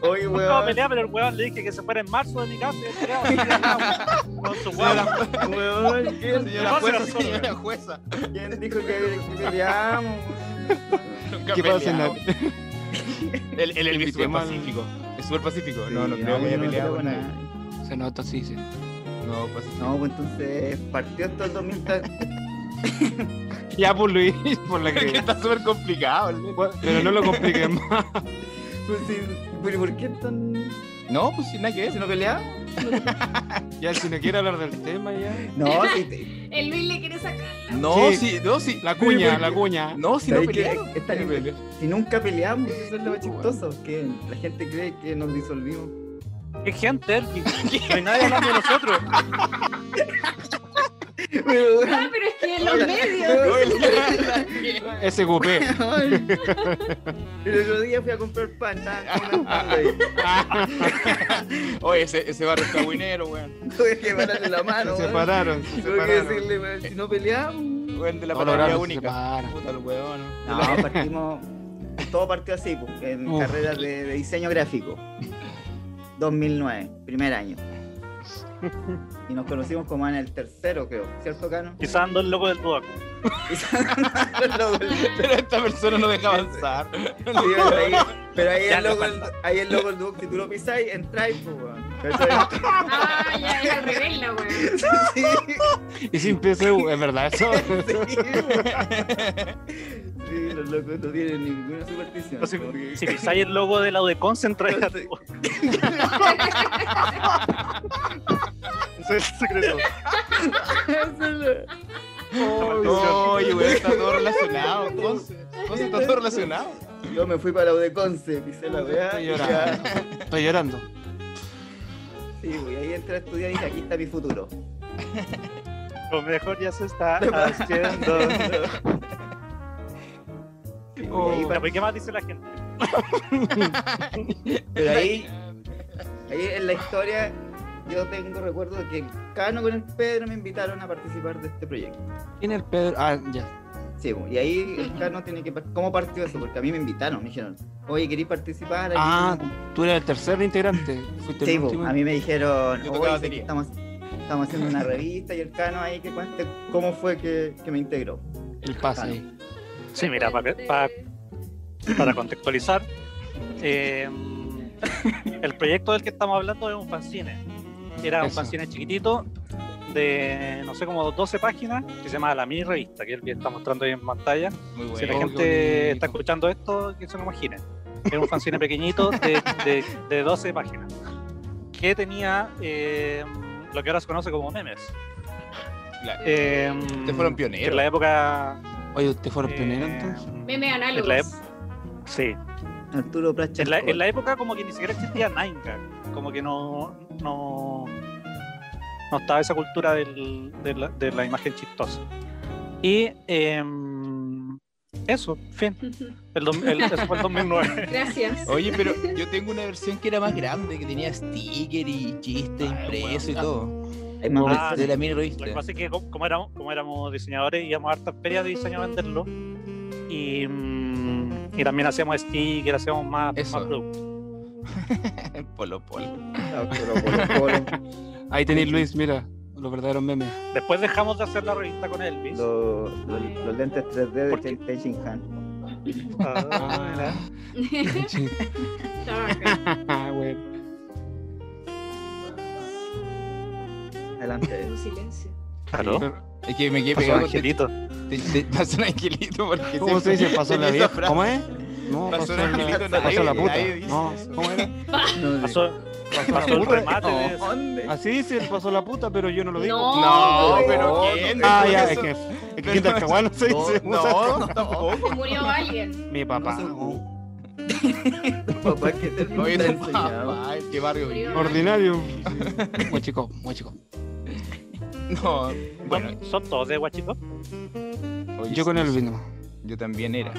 [SPEAKER 2] Oye,
[SPEAKER 4] Nunca hubo
[SPEAKER 2] weón.
[SPEAKER 4] pelea, pero el weón le dije que se fuera en marzo de mi casa y yo llegaba así, llegaba, Con su weón.
[SPEAKER 1] Señora,
[SPEAKER 2] Weón, ¿quién,
[SPEAKER 1] señora jueza,
[SPEAKER 4] Nunca hubo-
[SPEAKER 1] señora jueza.
[SPEAKER 2] quién dijo que que peleamos?
[SPEAKER 1] Nunca
[SPEAKER 3] ¿Qué pasa en la-
[SPEAKER 1] peleamos. (laughs) El, el Elvis es súper
[SPEAKER 3] Invitemos al-
[SPEAKER 1] pacífico. Es súper pacífico.
[SPEAKER 2] Sí,
[SPEAKER 1] No, no creo que
[SPEAKER 2] yo
[SPEAKER 1] haya
[SPEAKER 2] no
[SPEAKER 1] peleado
[SPEAKER 2] creo
[SPEAKER 1] con
[SPEAKER 2] nada.
[SPEAKER 1] nadie.
[SPEAKER 3] Se nota, sí, sí.
[SPEAKER 1] No, pues
[SPEAKER 2] No, pues entonces partió hasta el 2003.
[SPEAKER 3] Ya por Luis, (laughs) por la
[SPEAKER 1] que
[SPEAKER 3] que.
[SPEAKER 1] está súper complicado. el-
[SPEAKER 3] Pero no lo compliquemos. (laughs)
[SPEAKER 2] Pues sí, pero ¿por qué tan.?
[SPEAKER 1] No, pues sin nada que
[SPEAKER 2] ¿Se
[SPEAKER 1] ver.
[SPEAKER 2] no peleaba?
[SPEAKER 3] Ya, si no quiere hablar del tema, ya.
[SPEAKER 2] No, sí. te-
[SPEAKER 5] El Luis le quiere sacar.
[SPEAKER 1] No,
[SPEAKER 3] Sí.
[SPEAKER 1] sí, no, sí.
[SPEAKER 3] La cuña, la cuña.
[SPEAKER 1] No, si no
[SPEAKER 2] ¿Sabes qué?
[SPEAKER 1] pelearon.
[SPEAKER 2] Esta-
[SPEAKER 1] Sí, pelearon.
[SPEAKER 2] Si nunca peleamos, eso es lo más chistoso. Que la gente cree que nos disolvimos.
[SPEAKER 4] Qué gente, Elvis. No hay nadie hablando de nosotros.
[SPEAKER 5] Ah, pero es que en los
[SPEAKER 2] Hola.
[SPEAKER 5] medios.
[SPEAKER 3] Ese
[SPEAKER 1] (laughs)
[SPEAKER 3] cupé.
[SPEAKER 2] El otro día fui a comprar pan, estaba comentando ahí.
[SPEAKER 1] Oye, ese, ese barrio está buenero, weón.
[SPEAKER 2] Tuve que pararle la mano.
[SPEAKER 3] Se
[SPEAKER 2] weón.
[SPEAKER 3] separaron, se
[SPEAKER 2] Tuve que
[SPEAKER 3] separaron.
[SPEAKER 2] decirle, weón, si no peleamos.
[SPEAKER 1] Weón de la
[SPEAKER 3] No,
[SPEAKER 1] palabra
[SPEAKER 3] lograron, se
[SPEAKER 1] única. (laughs)
[SPEAKER 3] separaron.
[SPEAKER 1] Puta, los weón.
[SPEAKER 2] No, partimos. Todo partió así, pues, en
[SPEAKER 3] Uf.
[SPEAKER 2] carreras de, de diseño gráfico. 2009, primer año. Y nos conocimos como en el tercero, creo. ¿Cierto, Cano?
[SPEAKER 4] Quizás ando el loco del Duoc.
[SPEAKER 1] Pero esta persona no deja avanzar.
[SPEAKER 2] Sí, pero ahí, pero ahí
[SPEAKER 4] Ya
[SPEAKER 2] el
[SPEAKER 4] no
[SPEAKER 2] logo,
[SPEAKER 4] falta.
[SPEAKER 2] ahí el logo, el Duoc, si tú lo pisáis, entráis, pues, weón.
[SPEAKER 4] (laughs)
[SPEAKER 2] ¿Cachai?
[SPEAKER 5] Ah, ya era al revés la weón.
[SPEAKER 2] Sí,
[SPEAKER 3] Y sin PSU, es verdad eso.
[SPEAKER 1] (laughs)
[SPEAKER 2] sí, weón. Sí, los locos no tienen ninguna superstición.
[SPEAKER 4] No, sí,
[SPEAKER 2] como que-
[SPEAKER 4] Si pisáis el logo de la de Concentra, (laughs) Ese es el secreto.
[SPEAKER 1] (laughs) Oye, weón, está (laughs) todo relacionado. Entonces, entonces está todo relacionado.
[SPEAKER 2] (laughs) Yo me fui para Udeconce, pisé la weá.
[SPEAKER 3] Estoy
[SPEAKER 2] y
[SPEAKER 3] llorando.
[SPEAKER 2] ya.
[SPEAKER 3] Estoy llorando.
[SPEAKER 2] Sí, güey, ahí entré a estudiar y dije, aquí está mi futuro.
[SPEAKER 4] Lo mejor ya se está haciendo.
[SPEAKER 2] Sí, güey,
[SPEAKER 3] Oh.
[SPEAKER 2] ahí
[SPEAKER 4] Ya,
[SPEAKER 2] par-
[SPEAKER 4] pues, ¿Qué más dice la gente?
[SPEAKER 2] Pero ahí, ahí en la historia, yo tengo recuerdo de que el Cano con el Pedro me invitaron a participar de este proyecto.
[SPEAKER 3] ¿Quién es el Pedro? Ah, ya.
[SPEAKER 2] Sí, güey,
[SPEAKER 1] (laughs)
[SPEAKER 2] y ahí el Cano tiene que... par- ¿Cómo partió eso? Porque a mí me invitaron, me dijeron, oye, ¿queréis participar? Ahí
[SPEAKER 3] Ah,
[SPEAKER 2] como-
[SPEAKER 3] Tú eres el tercer integrante. Fuiste
[SPEAKER 2] Sí,
[SPEAKER 3] el
[SPEAKER 2] bo,
[SPEAKER 3] último.
[SPEAKER 2] a mí me dijeron,
[SPEAKER 1] Yo
[SPEAKER 2] "Oye,
[SPEAKER 1] tocaba
[SPEAKER 2] sé
[SPEAKER 1] batería".
[SPEAKER 2] que estamos, estamos haciendo una revista y el Cano ahí que cuente cómo fue que, que me integró.
[SPEAKER 3] El pase ahí.
[SPEAKER 4] Sí, mira, para, para, para contextualizar, eh, el proyecto del que estamos hablando es un fanzine. Era un
[SPEAKER 3] Eso.
[SPEAKER 4] fanzine chiquitito de, no sé, como 12 páginas, que se llama La Mini Revista, que él está mostrando ahí en pantalla.
[SPEAKER 1] Muy
[SPEAKER 4] Si la
[SPEAKER 3] Oh, qué
[SPEAKER 4] gente
[SPEAKER 3] bonito.
[SPEAKER 4] está escuchando esto, que se lo imaginen. Era un fanzine pequeñito de, de- de 12 páginas. Que tenía eh, lo que ahora se conoce como memes.
[SPEAKER 1] Claro.
[SPEAKER 4] Eh,
[SPEAKER 1] Ustedes fueron
[SPEAKER 4] que En la
[SPEAKER 1] pioneros.
[SPEAKER 4] época.
[SPEAKER 3] Oye, ¿usted fue el pionero
[SPEAKER 4] eh,
[SPEAKER 3] entonces?
[SPEAKER 5] Meme
[SPEAKER 4] En la
[SPEAKER 5] análogos.
[SPEAKER 4] Sí.
[SPEAKER 2] Arturo Prat
[SPEAKER 4] En la, en
[SPEAKER 2] Charcot.
[SPEAKER 4] la época, como que ni siquiera existía Nine Gag. Como que no. No, no estaba esa cultura del- de, la, de la imagen chistosa. Y. em, eso, fin. El, dos- el- eso fue el 2009.
[SPEAKER 5] (laughs) Gracias.
[SPEAKER 1] Oye, pero yo tengo una versión que era más grande, que tenía sticker y chiste impreso y todo.
[SPEAKER 2] Hay más
[SPEAKER 4] Ah,
[SPEAKER 2] personas.
[SPEAKER 1] De la mini
[SPEAKER 4] Lo que
[SPEAKER 1] revista.
[SPEAKER 4] pasa es que como, como éramos, como éramos diseñadores, íbamos a hartas ferias de diseño a venderlo. Y, mm, y también hacíamos stickers, hacíamos más,
[SPEAKER 1] Eso.
[SPEAKER 4] más productos.
[SPEAKER 1] (laughs) Polo polo.
[SPEAKER 2] Ah, Polo, Polo,
[SPEAKER 4] (laughs)
[SPEAKER 2] Polo.
[SPEAKER 3] Ahí tenéis Luis, mira. Los verdaderos memes.
[SPEAKER 1] (laughs)
[SPEAKER 4] Después dejamos de hacer la revista con Elvis.
[SPEAKER 2] Los- los- los lentes 3D de
[SPEAKER 4] ¿Por qué?
[SPEAKER 2] Chen- Chen Shin Han.
[SPEAKER 4] Ah, era.
[SPEAKER 3] Sí.
[SPEAKER 5] (laughs) Estaba acá.
[SPEAKER 3] Ah, güey.
[SPEAKER 2] Adelante.
[SPEAKER 5] Un silencio.
[SPEAKER 4] Claro.
[SPEAKER 1] Es que me quedé
[SPEAKER 4] Pasó
[SPEAKER 1] pegado.
[SPEAKER 4] Angelito.
[SPEAKER 1] Te- te- Pasó un angelito porque
[SPEAKER 3] ¿Cómo se dice?
[SPEAKER 1] siempre
[SPEAKER 3] Pasó la
[SPEAKER 1] tenía
[SPEAKER 3] vida.
[SPEAKER 1] esa frase.
[SPEAKER 3] ¿Cómo es? No,
[SPEAKER 1] Pasó
[SPEAKER 3] pasó
[SPEAKER 1] el angelito,
[SPEAKER 3] la,
[SPEAKER 1] nadie-
[SPEAKER 3] pasó la puta.
[SPEAKER 1] nadie dice
[SPEAKER 3] No,
[SPEAKER 1] eso.
[SPEAKER 3] ¿cómo era?
[SPEAKER 2] No,
[SPEAKER 4] Pasó, Pasó el remate de eso.
[SPEAKER 2] ¿Dónde?
[SPEAKER 3] Así dice, él pasó la puta, pero yo no lo digo.
[SPEAKER 5] No,
[SPEAKER 2] No,
[SPEAKER 5] pero
[SPEAKER 2] pero
[SPEAKER 1] ¿quién?
[SPEAKER 3] ah,
[SPEAKER 1] pero
[SPEAKER 3] ya,
[SPEAKER 1] eso-
[SPEAKER 3] es que, es que
[SPEAKER 1] pero
[SPEAKER 3] quinta
[SPEAKER 1] eso-
[SPEAKER 3] Caguán no se
[SPEAKER 1] No,
[SPEAKER 3] dice.
[SPEAKER 1] no, no, tampoco.
[SPEAKER 5] murió alguien.
[SPEAKER 3] Mi papá.
[SPEAKER 4] (laughs)
[SPEAKER 2] Papá, ¿qué te
[SPEAKER 1] No,
[SPEAKER 2] te
[SPEAKER 1] no,
[SPEAKER 2] ha enseñado?
[SPEAKER 1] papá, ¿en qué barrio viví?
[SPEAKER 3] Ordinario. Muy chico, muy chico.
[SPEAKER 1] No, bueno,
[SPEAKER 4] Son- Son todos de Huachito.
[SPEAKER 1] oye,
[SPEAKER 3] Yo con él vino.
[SPEAKER 1] Yo también era.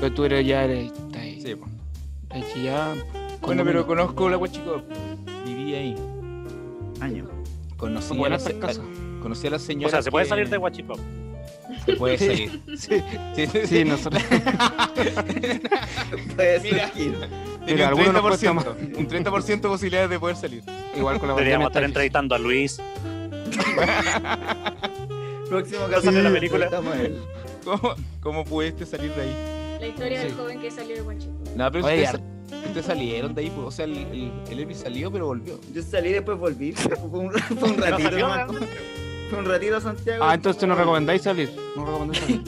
[SPEAKER 3] Pero tú eres ya eres. está ahí,
[SPEAKER 1] Sí, po.
[SPEAKER 3] está ahí ya.
[SPEAKER 1] Bueno, pero
[SPEAKER 3] Cuando menos.
[SPEAKER 1] conozco la Huachico. Viví ahí.
[SPEAKER 2] Año.
[SPEAKER 1] Conocí a la,
[SPEAKER 3] son buenas las casas.
[SPEAKER 1] conocí a la señora.
[SPEAKER 4] O sea, se puede
[SPEAKER 1] que-
[SPEAKER 4] salir de Huachito.
[SPEAKER 1] Se puede salir.
[SPEAKER 3] Sí,
[SPEAKER 1] Sí, (laughs) sí,
[SPEAKER 3] sí, nosotros.
[SPEAKER 1] (laughs)
[SPEAKER 2] Puede
[SPEAKER 1] Mira.
[SPEAKER 2] surgir.
[SPEAKER 1] Tenía un
[SPEAKER 3] algunos nos cuesta
[SPEAKER 1] 30%. Un 30% de posibilidades de poder salir.
[SPEAKER 3] Igual con la
[SPEAKER 4] Deberíamos estar
[SPEAKER 3] pandemia está
[SPEAKER 4] entrevistando a Luis.
[SPEAKER 2] Próximo
[SPEAKER 4] sale la
[SPEAKER 2] capítulo,
[SPEAKER 4] película.
[SPEAKER 2] estamos en-
[SPEAKER 1] ¿Cómo, cómo pudiste salir de ahí?
[SPEAKER 5] La historia
[SPEAKER 3] Sí.
[SPEAKER 5] del joven que salió de Guanchico.
[SPEAKER 1] No, Ah, pero
[SPEAKER 3] Oye,
[SPEAKER 1] ustedes, ustedes salieron de ahí. pues, O sea, el, el, el Elvis salió, pero volvió.
[SPEAKER 2] Yo salí después volví. (laughs) Fue un, fue un
[SPEAKER 4] No
[SPEAKER 2] ratito
[SPEAKER 4] salió,
[SPEAKER 2] nomás.
[SPEAKER 4] ¿no?
[SPEAKER 2] Fue un ratito Santiago.
[SPEAKER 3] difícil. Ah, entonces nos recomendáis salir. Nos recomendáis salir.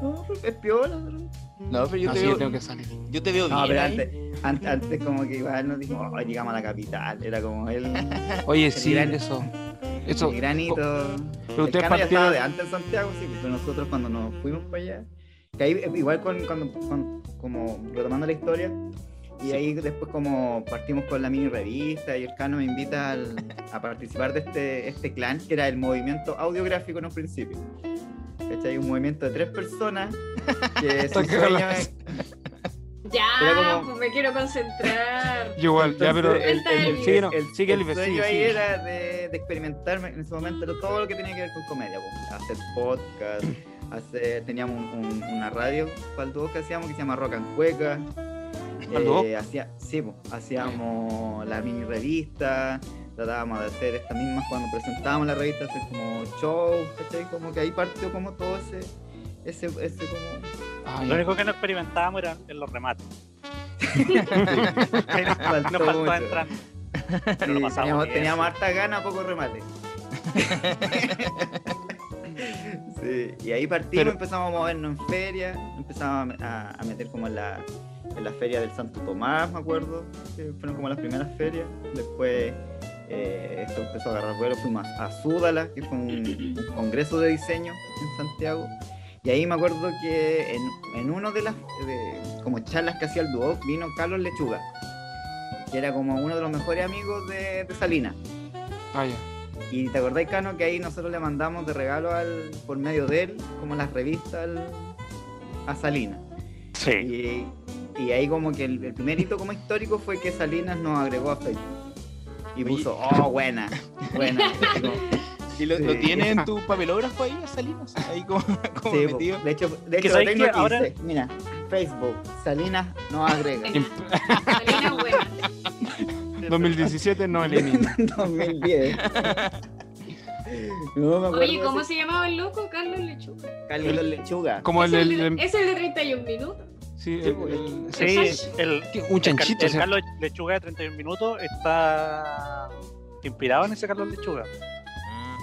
[SPEAKER 2] No, pues, es piola. bro.
[SPEAKER 1] No, pero (laughs) Ah, yo, te,
[SPEAKER 3] No, Ah, sí,
[SPEAKER 1] veo,
[SPEAKER 3] yo tengo que salir.
[SPEAKER 1] yo te veo
[SPEAKER 2] No,
[SPEAKER 1] bien.
[SPEAKER 2] pero
[SPEAKER 1] ahí.
[SPEAKER 2] antes, antes, antes como que igual nos dijimos, oh, llegamos a la capital. Era como el, el
[SPEAKER 3] Oye, sí,
[SPEAKER 2] gran-
[SPEAKER 3] eso. Eso.
[SPEAKER 2] granito.
[SPEAKER 3] Pero
[SPEAKER 2] El
[SPEAKER 3] ustedes
[SPEAKER 2] Cano ya estaba
[SPEAKER 3] partieron.
[SPEAKER 2] de antes en Santiago, sí, pero nosotros cuando nos fuimos para allá, que ahí eh, igual con, cuando, con- como retomando la historia, y ahí después como partimos con la mini revista y el Cano me invita al- a participar de este, este clan, que era el movimiento audiográfico en un principio. ¿Cachai? Un movimiento de tres personas que su sueño es- Era
[SPEAKER 5] Ya,
[SPEAKER 2] como-
[SPEAKER 5] pues me quiero concentrar.
[SPEAKER 3] Yo Igual, ya, pero.
[SPEAKER 2] Entonces,
[SPEAKER 5] el- el-
[SPEAKER 3] sigue, no,
[SPEAKER 2] el-
[SPEAKER 3] sigue,
[SPEAKER 2] el
[SPEAKER 3] Elvis,
[SPEAKER 2] sueño
[SPEAKER 3] sigue,
[SPEAKER 2] ahí
[SPEAKER 3] sigue.
[SPEAKER 2] era de, de experimentarme en ese momento era todo lo que tenía que ver con comedia, po. hacer
[SPEAKER 3] (clears throat)
[SPEAKER 2] podcast, hacer, teníamos un- un- una radio para el dúo que hacíamos que se llama Rock and Cueca.
[SPEAKER 3] ¿Pal Dúo?
[SPEAKER 2] Eh, hacía- sí, po, hacíamos la mini revista, tratábamos de hacer estas mismas cuando presentábamos la revista, hacer como shows, ¿cachai? Como que ahí partió como todo ese, ese, ese
[SPEAKER 3] (laughs)
[SPEAKER 2] como
[SPEAKER 3] Ay,
[SPEAKER 4] Lo único que no experimentábamos era en los remates.
[SPEAKER 2] Faltó
[SPEAKER 4] Nos faltó
[SPEAKER 2] mucho.
[SPEAKER 4] entrar.
[SPEAKER 2] Ah, Sí, (laughs)
[SPEAKER 4] lo pasamos
[SPEAKER 2] teníamos,
[SPEAKER 4] bien,
[SPEAKER 2] teníamos
[SPEAKER 4] sí.
[SPEAKER 2] harta gana, poco remate.
[SPEAKER 4] (laughs)
[SPEAKER 2] Sí, y ahí partimos,
[SPEAKER 3] Pero-
[SPEAKER 2] empezamos a movernos en feria, empezamos a, a- a meter como en la, en la feria del Santo Tomás, me acuerdo, que fueron como las primeras ferias. Después eh, esto empezó a agarrar vuelo, fuimos a Súdala, que fue un, un congreso de diseño en Santiago. Y ahí me acuerdo que en, en uno de las de- como charlas que hacía el dúo vino Carlos Lechuga, que era como uno de los mejores amigos de, de Salinas.
[SPEAKER 3] ah, ya.
[SPEAKER 2] Y te acordás, Cano, que ahí nosotros le mandamos de regalo al, por medio de él, como las revistas al- a Salinas.
[SPEAKER 4] Sí.
[SPEAKER 2] Y, y ahí como que el, el primer hito como histórico fue que Salinas nos agregó a Facebook.
[SPEAKER 1] Oye.
[SPEAKER 2] Y puso, oh, buena, buena.
[SPEAKER 4] (laughs)
[SPEAKER 2] Como-
[SPEAKER 1] ¿Y lo,
[SPEAKER 2] Sí.
[SPEAKER 1] lo tienes (laughs) en tu papelógrafo ahí, Salinas? Ahí como, (laughs) como
[SPEAKER 2] Sí, po.
[SPEAKER 1] metido.
[SPEAKER 2] de hecho, de
[SPEAKER 4] Que
[SPEAKER 2] hecho
[SPEAKER 4] sabéis
[SPEAKER 2] tengo
[SPEAKER 4] que
[SPEAKER 2] aquí,
[SPEAKER 4] ahora-
[SPEAKER 2] dice, mira, Facebook, Salinas nos
[SPEAKER 4] (laughs)
[SPEAKER 2] agrega.
[SPEAKER 5] Salina buena.
[SPEAKER 3] 2017 no elimina.
[SPEAKER 4] (laughs)
[SPEAKER 2] 2010. No, me acuerdo
[SPEAKER 5] Oye, ¿cómo
[SPEAKER 2] de
[SPEAKER 5] se llamaba el loco? Carlos Lechuga.
[SPEAKER 2] ese- Carlitos Lechuga.
[SPEAKER 3] Como el
[SPEAKER 5] es, el
[SPEAKER 3] del.
[SPEAKER 5] de,
[SPEAKER 3] del-
[SPEAKER 5] es el de 31 minutos.
[SPEAKER 3] Sí,
[SPEAKER 2] Sí,
[SPEAKER 3] el-
[SPEAKER 2] po,
[SPEAKER 3] el-
[SPEAKER 4] Sí, el,
[SPEAKER 3] que- un
[SPEAKER 4] el,
[SPEAKER 3] chanchito.
[SPEAKER 4] el
[SPEAKER 3] o sea,
[SPEAKER 4] Carlos Lechuga de 31 minutos está inspirado en ese Carlos Lechuga.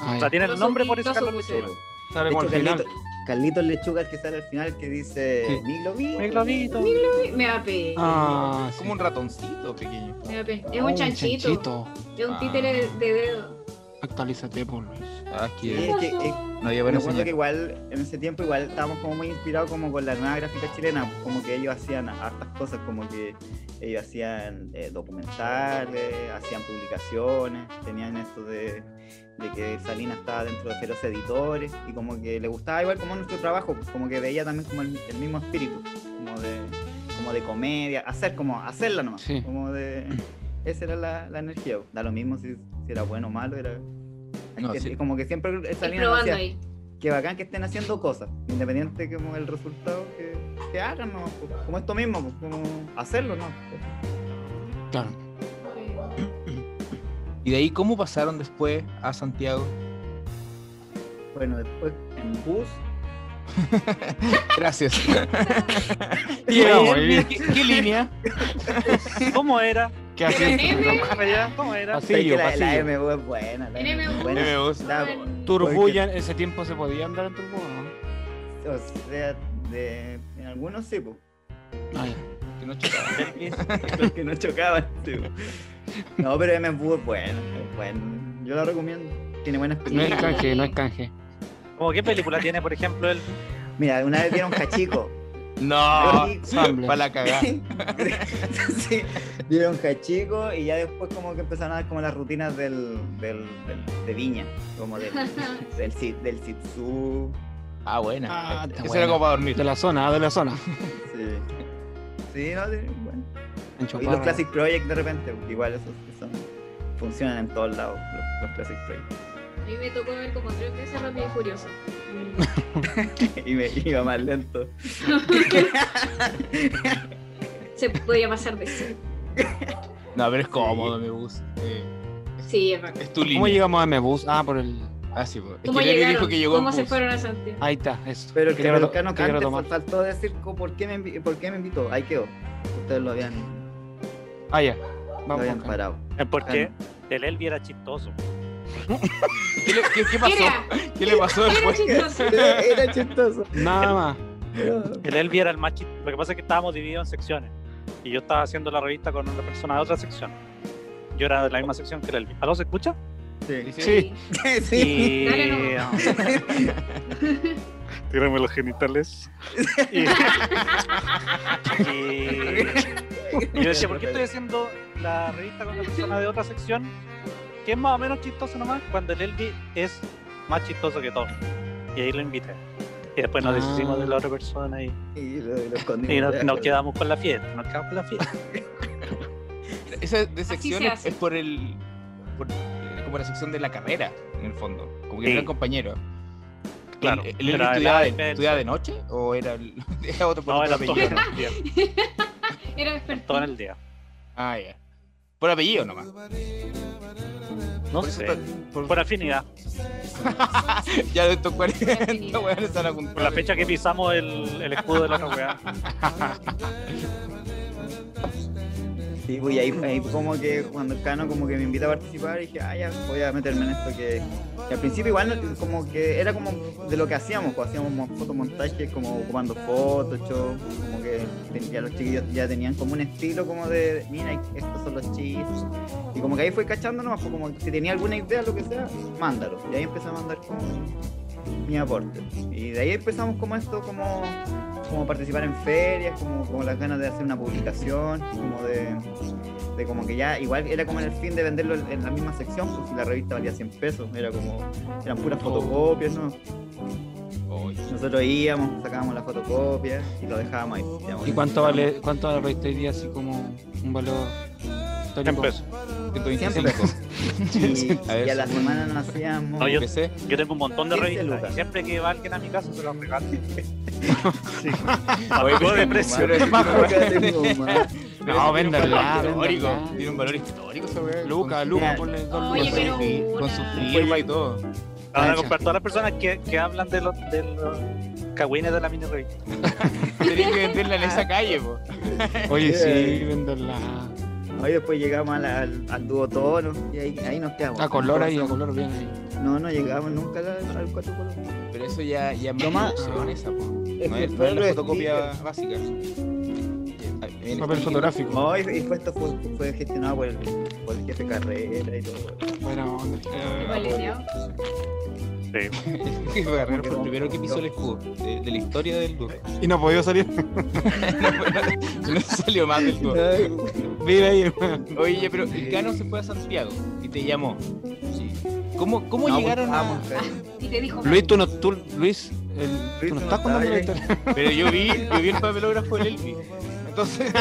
[SPEAKER 3] ah,
[SPEAKER 4] O
[SPEAKER 3] ya.
[SPEAKER 4] sea, tiene el
[SPEAKER 5] Lo
[SPEAKER 4] nombre
[SPEAKER 5] supuse,
[SPEAKER 4] por ese
[SPEAKER 5] lo
[SPEAKER 4] Carlos
[SPEAKER 5] supuse.
[SPEAKER 4] Lechuga.
[SPEAKER 3] Sale
[SPEAKER 2] De
[SPEAKER 3] como al
[SPEAKER 2] hecho,
[SPEAKER 3] final.
[SPEAKER 2] Carlitos, Carlitos Lechuga es que sale al final que dice
[SPEAKER 3] Sí.
[SPEAKER 2] mi globito.
[SPEAKER 4] Mi globito.
[SPEAKER 5] Uy, Me da pena.
[SPEAKER 3] Ah, sí.
[SPEAKER 1] Como un ratoncito pequeño.
[SPEAKER 5] Me da pena. Es
[SPEAKER 3] Ah,
[SPEAKER 5] un chanchito. Es un títere de, de dedo.
[SPEAKER 3] Actualízate, por Luis.
[SPEAKER 1] Ah, es
[SPEAKER 2] Sí,
[SPEAKER 1] que
[SPEAKER 2] es que- es-
[SPEAKER 1] no había
[SPEAKER 2] me
[SPEAKER 1] buena
[SPEAKER 2] acuerdo que
[SPEAKER 1] señal.
[SPEAKER 2] igual en ese tiempo igual estábamos como muy inspirados como con la nueva gráfica chilena, como que ellos hacían hartas cosas, como que ellos hacían eh, documentales, hacían publicaciones, tenían esto de, de que Salina estaba dentro de feroz editores y como que le gustaba igual como nuestro trabajo, como que veía también como el, el mismo espíritu, como de, como de comedia, hacer como hacerla nomás,
[SPEAKER 3] Sí.
[SPEAKER 2] como de esa era la, la energía, da lo mismo si, si era bueno o malo, era
[SPEAKER 1] No,
[SPEAKER 2] que-
[SPEAKER 1] sí.
[SPEAKER 2] como que siempre
[SPEAKER 5] Y
[SPEAKER 2] Salina
[SPEAKER 5] probando
[SPEAKER 2] hacía
[SPEAKER 5] ahí.
[SPEAKER 2] que bacán que estén haciendo cosas, independiente como el resultado que, que hagan, ¿no? como esto mismo, pues, como hacerlo, ¿no?
[SPEAKER 3] Claro.
[SPEAKER 1] ¿Y de ahí cómo pasaron después a Santiago?
[SPEAKER 2] Bueno, después en bus,
[SPEAKER 1] (laughs) Gracias.
[SPEAKER 3] Llegamos
[SPEAKER 4] Oye,
[SPEAKER 3] ahí.
[SPEAKER 4] ¿qué, qué línea? ¿Cómo era?
[SPEAKER 3] ¿Qué haces?
[SPEAKER 5] NM.
[SPEAKER 4] ¿Cómo era?
[SPEAKER 2] sé que
[SPEAKER 3] Pasillo,
[SPEAKER 2] la, la
[SPEAKER 3] pasillo.
[SPEAKER 2] MU es buena, la
[SPEAKER 5] NMU.
[SPEAKER 2] MU es buena. La-
[SPEAKER 3] Turbulla, en ese tiempo se podía andar en turbo, ¿no?
[SPEAKER 2] o sea, de, en algunos sí, pues.
[SPEAKER 3] Ah, ya.
[SPEAKER 1] que no chocaba.
[SPEAKER 4] Belkis,
[SPEAKER 2] los que no chocaban. sí, pues. po. No, pero MSU es bueno, es bueno. Yo lo recomiendo. Tiene buena
[SPEAKER 3] No es
[SPEAKER 2] experiencia.
[SPEAKER 3] canje, no es canje.
[SPEAKER 4] ¿Cómo qué película tiene, por ejemplo, el
[SPEAKER 2] Mira, una vez vieron Cachico. Ah,
[SPEAKER 1] No,
[SPEAKER 3] Ah, Samble.
[SPEAKER 1] para la cagada.
[SPEAKER 2] (laughs) sí, vieron Cachico y ya después como que empezaron a dar como las rutinas del, del, del- de Viña, como del, del, si- del Sitsu.
[SPEAKER 1] Ah, buena.
[SPEAKER 3] Ah, está
[SPEAKER 1] Eso
[SPEAKER 3] buena.
[SPEAKER 1] era como para dormir.
[SPEAKER 3] De la zona, de la zona.
[SPEAKER 2] Sí. Sí, no, sí, bueno.
[SPEAKER 3] Pancho
[SPEAKER 2] Y los
[SPEAKER 3] Parra.
[SPEAKER 2] Classic Project de repente, porque igual esos que son, funcionan en todos lados, los, los Classic Project. (laughs)
[SPEAKER 5] A mí me tocó ver como tres veces Rápido y Furioso.
[SPEAKER 2] Y me iba más lento.
[SPEAKER 5] Se podía pasar de sí.
[SPEAKER 1] No, pero es cómodo, me gusta. Eh,
[SPEAKER 5] Sí, es bacán.
[SPEAKER 1] es tu
[SPEAKER 3] ¿Cómo
[SPEAKER 1] línea.
[SPEAKER 3] llegamos a M-Bus? Ah, por el.
[SPEAKER 1] Ah, sí, pues. Es
[SPEAKER 5] ¿Cómo
[SPEAKER 1] que Nelly
[SPEAKER 5] llegaron?
[SPEAKER 1] dijo que llegó en
[SPEAKER 5] ¿Cómo se
[SPEAKER 1] bus.
[SPEAKER 5] fueron a Santiago?
[SPEAKER 3] Ahí está, eso.
[SPEAKER 2] Pero el
[SPEAKER 3] Quería reto-
[SPEAKER 2] Carlos
[SPEAKER 3] quería
[SPEAKER 2] antes
[SPEAKER 3] retomar.
[SPEAKER 2] faltó decir co- por qué, me invi- por qué me invitó. Ahí quedó. Ustedes lo habían,
[SPEAKER 3] Ah, ya.
[SPEAKER 2] lo
[SPEAKER 3] Vamos.
[SPEAKER 2] habían
[SPEAKER 3] acá.
[SPEAKER 2] parado. (laughs)
[SPEAKER 4] porque el Elvi era chistoso?
[SPEAKER 1] ¿Qué, le- qué- qué pasó?
[SPEAKER 5] Era,
[SPEAKER 1] ¿Qué le pasó
[SPEAKER 5] era
[SPEAKER 1] después?
[SPEAKER 5] chistoso.
[SPEAKER 2] Era, era chistoso.
[SPEAKER 3] Nada más.
[SPEAKER 4] El Elvi era el más chistoso. Lo que pasa es que estábamos divididos en secciones. Y yo estaba haciendo la revista con una persona de otra sección. Yo era de la misma sección que el Elvi. ¿Aló se escucha?
[SPEAKER 2] Sí.
[SPEAKER 3] Sí.
[SPEAKER 2] (laughs) sí.
[SPEAKER 5] Dale
[SPEAKER 4] Y... (laughs) Tírame los genitales. Y... y- y yo decía, ¿por qué estoy haciendo la revista con una persona de otra sección? Que es más o menos chistoso nomás, cuando el Elvi es más chistoso que todo. Y ahí lo invité. Y después nos
[SPEAKER 3] Ah.
[SPEAKER 4] deshicimos de la otra persona y,
[SPEAKER 2] Y lo, lo escondimos.
[SPEAKER 4] y nos, nos quedamos con la fiesta. Nos quedamos con
[SPEAKER 1] (laughs)
[SPEAKER 4] la fiesta.
[SPEAKER 1] Esa de sección
[SPEAKER 5] se
[SPEAKER 1] es,
[SPEAKER 5] hace.
[SPEAKER 1] es por el. por- es como la sección de la carrera, en el fondo. Como que
[SPEAKER 4] Sí.
[SPEAKER 1] eran compañeros.
[SPEAKER 4] Claro,
[SPEAKER 1] ¿El, el,
[SPEAKER 4] pero además
[SPEAKER 1] estudiaba, de,
[SPEAKER 4] depende del
[SPEAKER 1] estudiaba de noche o era, el- (laughs) era otro por
[SPEAKER 4] No,
[SPEAKER 1] otro
[SPEAKER 4] era todo en (laughs)
[SPEAKER 1] apellido?
[SPEAKER 4] el día.
[SPEAKER 5] Era
[SPEAKER 4] Todo en
[SPEAKER 5] despertado.
[SPEAKER 4] el día.
[SPEAKER 1] Ah, ya. Por apellido nomás.
[SPEAKER 4] No
[SPEAKER 1] Por eso
[SPEAKER 4] sé.
[SPEAKER 1] está- por-
[SPEAKER 4] Por afinidad.
[SPEAKER 1] ya de (laughs) estos 40 weones están a
[SPEAKER 4] Por la fecha que pisamos el, el escudo de la otra weá.
[SPEAKER 2] Sí, pues, y ahí, ahí como que cuando el Cano como que me invita a participar, dije, ah, ya voy a meterme en esto que... que al principio igual no- como que era como de lo que hacíamos, pues hacíamos mo- fotomontajes como ocupando fotos, como que ten- ya los chiquillos ya tenían como un estilo como de, mira, estos son los chistes. Y como que ahí fue cachando nomás, fue como que si tenía alguna idea, lo que sea, mándalo. Y ahí empecé a mandar como mi aporte. Y de ahí empezamos como esto, como, como participar en ferias, como, como las ganas de hacer una publicación, como de, de como que ya, igual era como en el fin de venderlo en, en la misma sección, pues si la revista valía 100 pesos, era como, eran puras
[SPEAKER 4] Oh.
[SPEAKER 2] fotocopias, ¿no? Nosotros íbamos, sacábamos las fotocopias y lo dejábamos ahí. digamos,
[SPEAKER 3] ¿Y
[SPEAKER 2] lo
[SPEAKER 3] cuánto
[SPEAKER 2] dejábamos.
[SPEAKER 3] vale cuánto vale la revista hoy día así como un valor histórico?
[SPEAKER 4] 100 pesos.
[SPEAKER 1] 125.
[SPEAKER 2] Y,
[SPEAKER 1] A ver,
[SPEAKER 2] y a la
[SPEAKER 1] sí.
[SPEAKER 2] semana nos hacíamos...
[SPEAKER 4] No, yo-
[SPEAKER 1] Empecé.
[SPEAKER 4] Yo tengo un montón de
[SPEAKER 2] 15
[SPEAKER 4] revistas.
[SPEAKER 2] lucas.
[SPEAKER 4] Y siempre que va alguien a mi casa se los regalo.
[SPEAKER 1] Oye,
[SPEAKER 4] Bajó de
[SPEAKER 1] pero-
[SPEAKER 4] precio.
[SPEAKER 1] pero-
[SPEAKER 3] No,
[SPEAKER 1] tiene un
[SPEAKER 3] véndala,
[SPEAKER 1] valor
[SPEAKER 3] véndala.
[SPEAKER 1] histórico, Tiene un valor histórico esa weá.
[SPEAKER 3] Luca,
[SPEAKER 1] Con-
[SPEAKER 3] Luca, ponle dos
[SPEAKER 1] con
[SPEAKER 5] Oye,
[SPEAKER 3] lucas.
[SPEAKER 5] pero
[SPEAKER 1] su fi-
[SPEAKER 5] una-
[SPEAKER 1] Con su firma y
[SPEAKER 4] (laughs)
[SPEAKER 1] todo.
[SPEAKER 4] La van a comprar todas las personas que, que hablan de los, de los cagüines de la mini revista.
[SPEAKER 1] Tenés que venderla en esa calle, po.
[SPEAKER 3] Oye, sí,
[SPEAKER 2] Yeah.
[SPEAKER 3] véndela.
[SPEAKER 2] Ahí después pues llegamos al, al, al duotono y ahí, ahí nos quedamos.
[SPEAKER 3] A color ahí, a color bien ahí.
[SPEAKER 2] No, no llegamos nunca al, al cuatro color.
[SPEAKER 1] Pero eso ya ya me
[SPEAKER 2] Lo más-
[SPEAKER 1] ilusiona esa, po. No
[SPEAKER 2] que
[SPEAKER 1] es, no
[SPEAKER 2] fue
[SPEAKER 1] es la
[SPEAKER 2] lo de
[SPEAKER 1] fotocopia
[SPEAKER 2] sticker.
[SPEAKER 1] básica. este Papel
[SPEAKER 3] Papel fotográfico.
[SPEAKER 2] No, y, y fue esto fue, fue gestionado por el, por el jefe de carrera y
[SPEAKER 1] Pues
[SPEAKER 2] todo.
[SPEAKER 3] Buena onda.
[SPEAKER 5] Valenciao.
[SPEAKER 1] Guerrero fue el primero que pisó el escudo eh, de, de la historia del (laughs) dúo.
[SPEAKER 3] Y no podía salir. (laughs)
[SPEAKER 1] no, no salió más del dúo.
[SPEAKER 3] Vive ahí,
[SPEAKER 1] Oye, pero el Cano se fue a Santiago y te llamó. ¿Cómo, cómo
[SPEAKER 2] No, pues,
[SPEAKER 1] llegaron a.?
[SPEAKER 2] estábamos enfermos.
[SPEAKER 5] Y te dijo,
[SPEAKER 3] Luis, tú no, tú, Luis, el-
[SPEAKER 2] Luis,
[SPEAKER 3] tú
[SPEAKER 2] no
[SPEAKER 3] no estás
[SPEAKER 2] estaba
[SPEAKER 3] contando la
[SPEAKER 2] ahí.
[SPEAKER 3] historia.
[SPEAKER 1] (laughs) Pero yo vi, yo vi el papelógrafo del Elvi.
[SPEAKER 2] (laughs)
[SPEAKER 1] Entonces,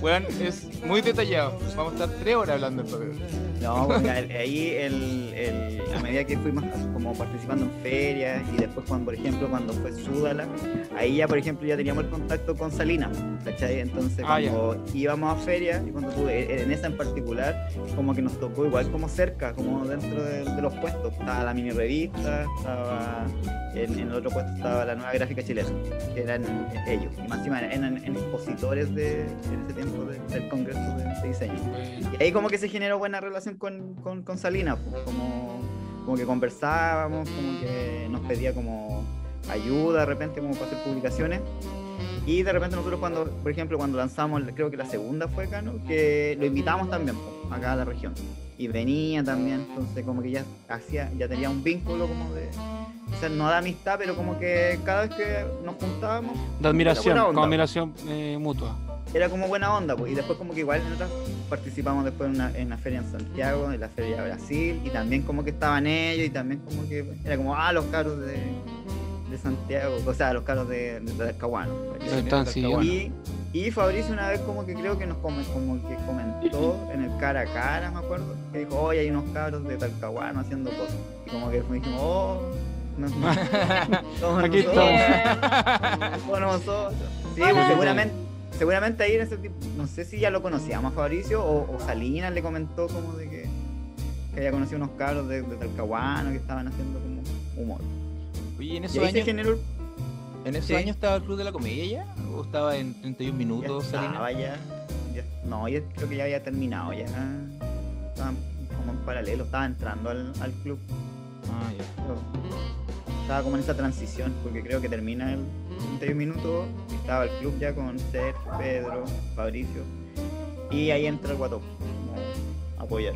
[SPEAKER 1] weón, es muy detallado. Vamos a estar tres horas hablando del papelógrafo.
[SPEAKER 2] No, bueno, el- ahí el, el- a medida que fuimos como participando en ferias y después cuando, por ejemplo, cuando fue Súdala, ahí ya, por ejemplo, ya teníamos el contacto con Salinas, ¿cachai? Entonces,
[SPEAKER 3] Ah, ya.
[SPEAKER 2] cuando íbamos a ferias y cuando tuve, e, en esa en particular, como que nos tocó igual como cerca, como dentro de, de los puestos. Estaba la mini revista, estaba... En, en el otro puesto estaba la nueva gráfica chilena, que eran ellos. Y más encima eran, eran expositores de, en ese tiempo de- del Congreso de- de Diseño. Y ahí como que se generó buena relación con, con, con Salina, pues, como, como que conversábamos, como que nos pedía como ayuda de repente como para hacer publicaciones. Y de repente nosotros cuando, por ejemplo, cuando lanzamos, creo que la segunda fue acá, ¿no? Que lo invitamos también, po, acá a la región. Y venía también, entonces como que ya hacía, ya tenía un vínculo como de, o sea, no de amistad, pero como que cada vez que nos juntábamos
[SPEAKER 3] De admiración,
[SPEAKER 2] buena
[SPEAKER 3] con
[SPEAKER 2] onda.
[SPEAKER 3] admiración eh, mutua.
[SPEAKER 2] era como buena onda, pues. y después como que igual nosotros participamos después en una, en una feria en Santiago, en la feria de Brasil, y también como que estaban ellos, y también como que era como, ah, los caros de, de Santiago, o sea, los caros de, de, Talcahuano.
[SPEAKER 3] Lo están siguiendo.
[SPEAKER 2] Y, y Fabricio una vez como que creo que nos come- como que comentó en el cara a cara, me acuerdo, que dijo, oye, hay unos cabros de Talcahuano haciendo cosas. Y como que fuimos dijimos, oh, no, no, somos
[SPEAKER 3] Aquí
[SPEAKER 2] nosotros,
[SPEAKER 5] Bien.
[SPEAKER 2] somos nosotros. Sí,
[SPEAKER 5] Hola.
[SPEAKER 2] pues seguramente, seguramente ahí en ese tipo, no sé si ya lo conocíamos a Fabricio o, o Salinas le comentó como de que, que había conocido unos cabros de, de Talcahuano que estaban haciendo como humor.
[SPEAKER 1] Oye, en
[SPEAKER 2] Y
[SPEAKER 1] esos
[SPEAKER 2] ahí se
[SPEAKER 1] años,
[SPEAKER 2] generó el-
[SPEAKER 1] ¿en esos
[SPEAKER 2] sí.
[SPEAKER 1] años estaba el Club de la Comedia ya? ¿O estaba en 31
[SPEAKER 2] Ya
[SPEAKER 1] minutos, Salinas?
[SPEAKER 2] estaba ya, ya- No, yo creo que ya había terminado ya. Estaban como en paralelo, estaba entrando al, al club.
[SPEAKER 1] Ah, ya.
[SPEAKER 2] pero Estaba como en esa transición, porque creo que termina el 31 minutos. y Estaba el club ya con Ser, Pedro, Fabricio. Y ahí entra el guatón, como a apoyar.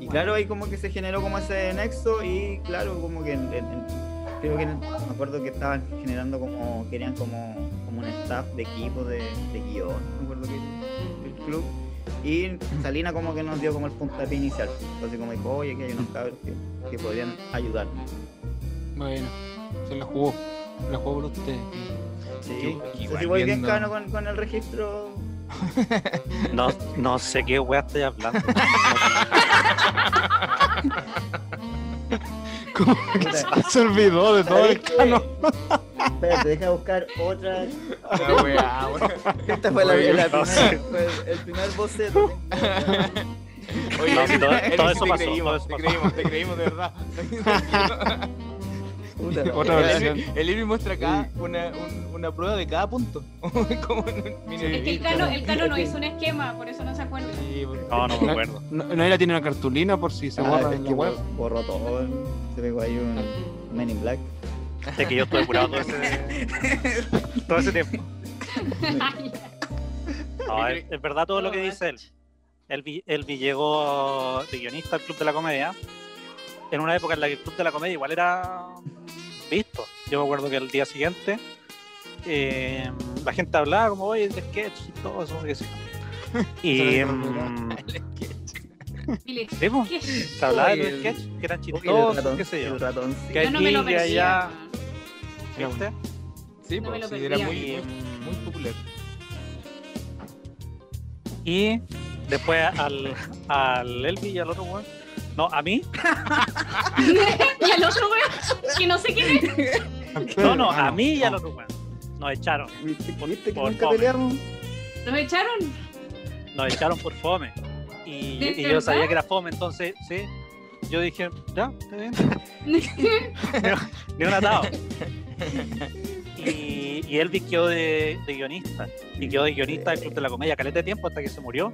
[SPEAKER 2] Y claro, ahí como que se generó como ese nexo y claro, como que en- en- en- creo que en- me acuerdo que estaban generando como, querían como, como un staff de equipo, de, de guión, me acuerdo que el club. Y Salina como que nos dio como el puntapié inicial. Entonces como dijo, oye, que hay unos cabros que, que podrían ayudar.
[SPEAKER 3] Bueno, se la jugó. Se la jugó por usted.
[SPEAKER 2] Sí,
[SPEAKER 1] Yo-
[SPEAKER 2] no sé
[SPEAKER 1] igual
[SPEAKER 2] si voy bien
[SPEAKER 1] viendo-
[SPEAKER 2] cano con, con el registro.
[SPEAKER 4] No, no sé qué weá estoy hablando.
[SPEAKER 3] ¿Cómo que se, (laughs) se olvidó de todo el cano?
[SPEAKER 2] Espérate, deja buscar otra.
[SPEAKER 1] Ah, weá, weá.
[SPEAKER 2] Esta fue la,
[SPEAKER 1] Oye,
[SPEAKER 2] la
[SPEAKER 4] no
[SPEAKER 2] primera, fue el, el primer boceto.
[SPEAKER 1] Oye,
[SPEAKER 4] No,
[SPEAKER 1] Eric,
[SPEAKER 4] todo-
[SPEAKER 1] Eric,
[SPEAKER 4] todo
[SPEAKER 1] sí
[SPEAKER 4] eso
[SPEAKER 1] te
[SPEAKER 4] pasó, todo
[SPEAKER 1] creímos,
[SPEAKER 4] eso
[SPEAKER 1] te
[SPEAKER 4] pasó.
[SPEAKER 1] creímos, te creímos, de
[SPEAKER 4] (laughs)
[SPEAKER 1] verdad.
[SPEAKER 2] Puta la
[SPEAKER 3] Otra
[SPEAKER 2] wea.
[SPEAKER 1] El
[SPEAKER 3] versión.
[SPEAKER 1] Eri- El Eri muestra acá una, un- una prueba de cada punto. (laughs) Como en un mini
[SPEAKER 5] (laughs) Es que el
[SPEAKER 1] revista.
[SPEAKER 5] cano, el cano no hizo un esquema, por eso no se acuerda.
[SPEAKER 1] Sí, porque-
[SPEAKER 4] No, no me acuerdo.
[SPEAKER 3] No, no, ella tiene una cartulina por si se
[SPEAKER 2] Ah,
[SPEAKER 3] borra
[SPEAKER 2] es
[SPEAKER 3] en la
[SPEAKER 2] que
[SPEAKER 3] web.
[SPEAKER 2] bor- Borró todo. Se pegó ahí un Men in Black.
[SPEAKER 4] Es que yo estuve curado todo ese, todo ese tiempo.
[SPEAKER 5] (laughs)
[SPEAKER 4] No, es, es verdad todo lo que dice él. Él, vi- él vi- llegó de guionista al Club de la Comedia en una época en la que el Club de la Comedia igual era mm, visto. Yo me acuerdo que el día siguiente eh, la gente hablaba como, oye, el sketch y todo eso,
[SPEAKER 2] (laughs)
[SPEAKER 4] qué sé yo". Y
[SPEAKER 1] Eso no es
[SPEAKER 4] mm,
[SPEAKER 5] Y le-
[SPEAKER 4] sí, pues,
[SPEAKER 5] ¿Qué?
[SPEAKER 4] se hablaba de
[SPEAKER 2] Oye,
[SPEAKER 4] los sketch que eran
[SPEAKER 2] Uy, el
[SPEAKER 4] chistosos,
[SPEAKER 2] ratón-
[SPEAKER 4] qué sé yo.
[SPEAKER 2] el ratoncito.
[SPEAKER 4] Que-
[SPEAKER 5] Yo no me lo
[SPEAKER 4] Aquí,
[SPEAKER 5] merecía.
[SPEAKER 4] allá. ¿Viste?
[SPEAKER 1] Sí,
[SPEAKER 5] No me
[SPEAKER 1] pues,
[SPEAKER 5] lo
[SPEAKER 1] sí, era
[SPEAKER 5] perdía.
[SPEAKER 1] muy, muy, muy popular.
[SPEAKER 4] Y después al, al Elvi y al otro weón. No, a mí.
[SPEAKER 5] (laughs) Y al otro weón, que no sé quién es.
[SPEAKER 4] No, no,
[SPEAKER 2] ah,
[SPEAKER 4] a mí y al otro weón. Nos echaron.
[SPEAKER 2] ¿Viste,
[SPEAKER 4] Por-
[SPEAKER 2] viste que
[SPEAKER 4] por
[SPEAKER 2] nunca
[SPEAKER 4] fome.
[SPEAKER 2] peleamos?
[SPEAKER 5] Nos echaron.
[SPEAKER 4] Nos echaron por fome. Y,
[SPEAKER 5] ¿De
[SPEAKER 4] y yo
[SPEAKER 5] verdad?
[SPEAKER 4] sabía que era fome, entonces, sí. Yo dije, ya, está bien. Ni un (laughs) atado. Y, y Elvis quedó de, de guionista. Y quedó de guionista del Club de la Comedia caleta de tiempo hasta que se murió.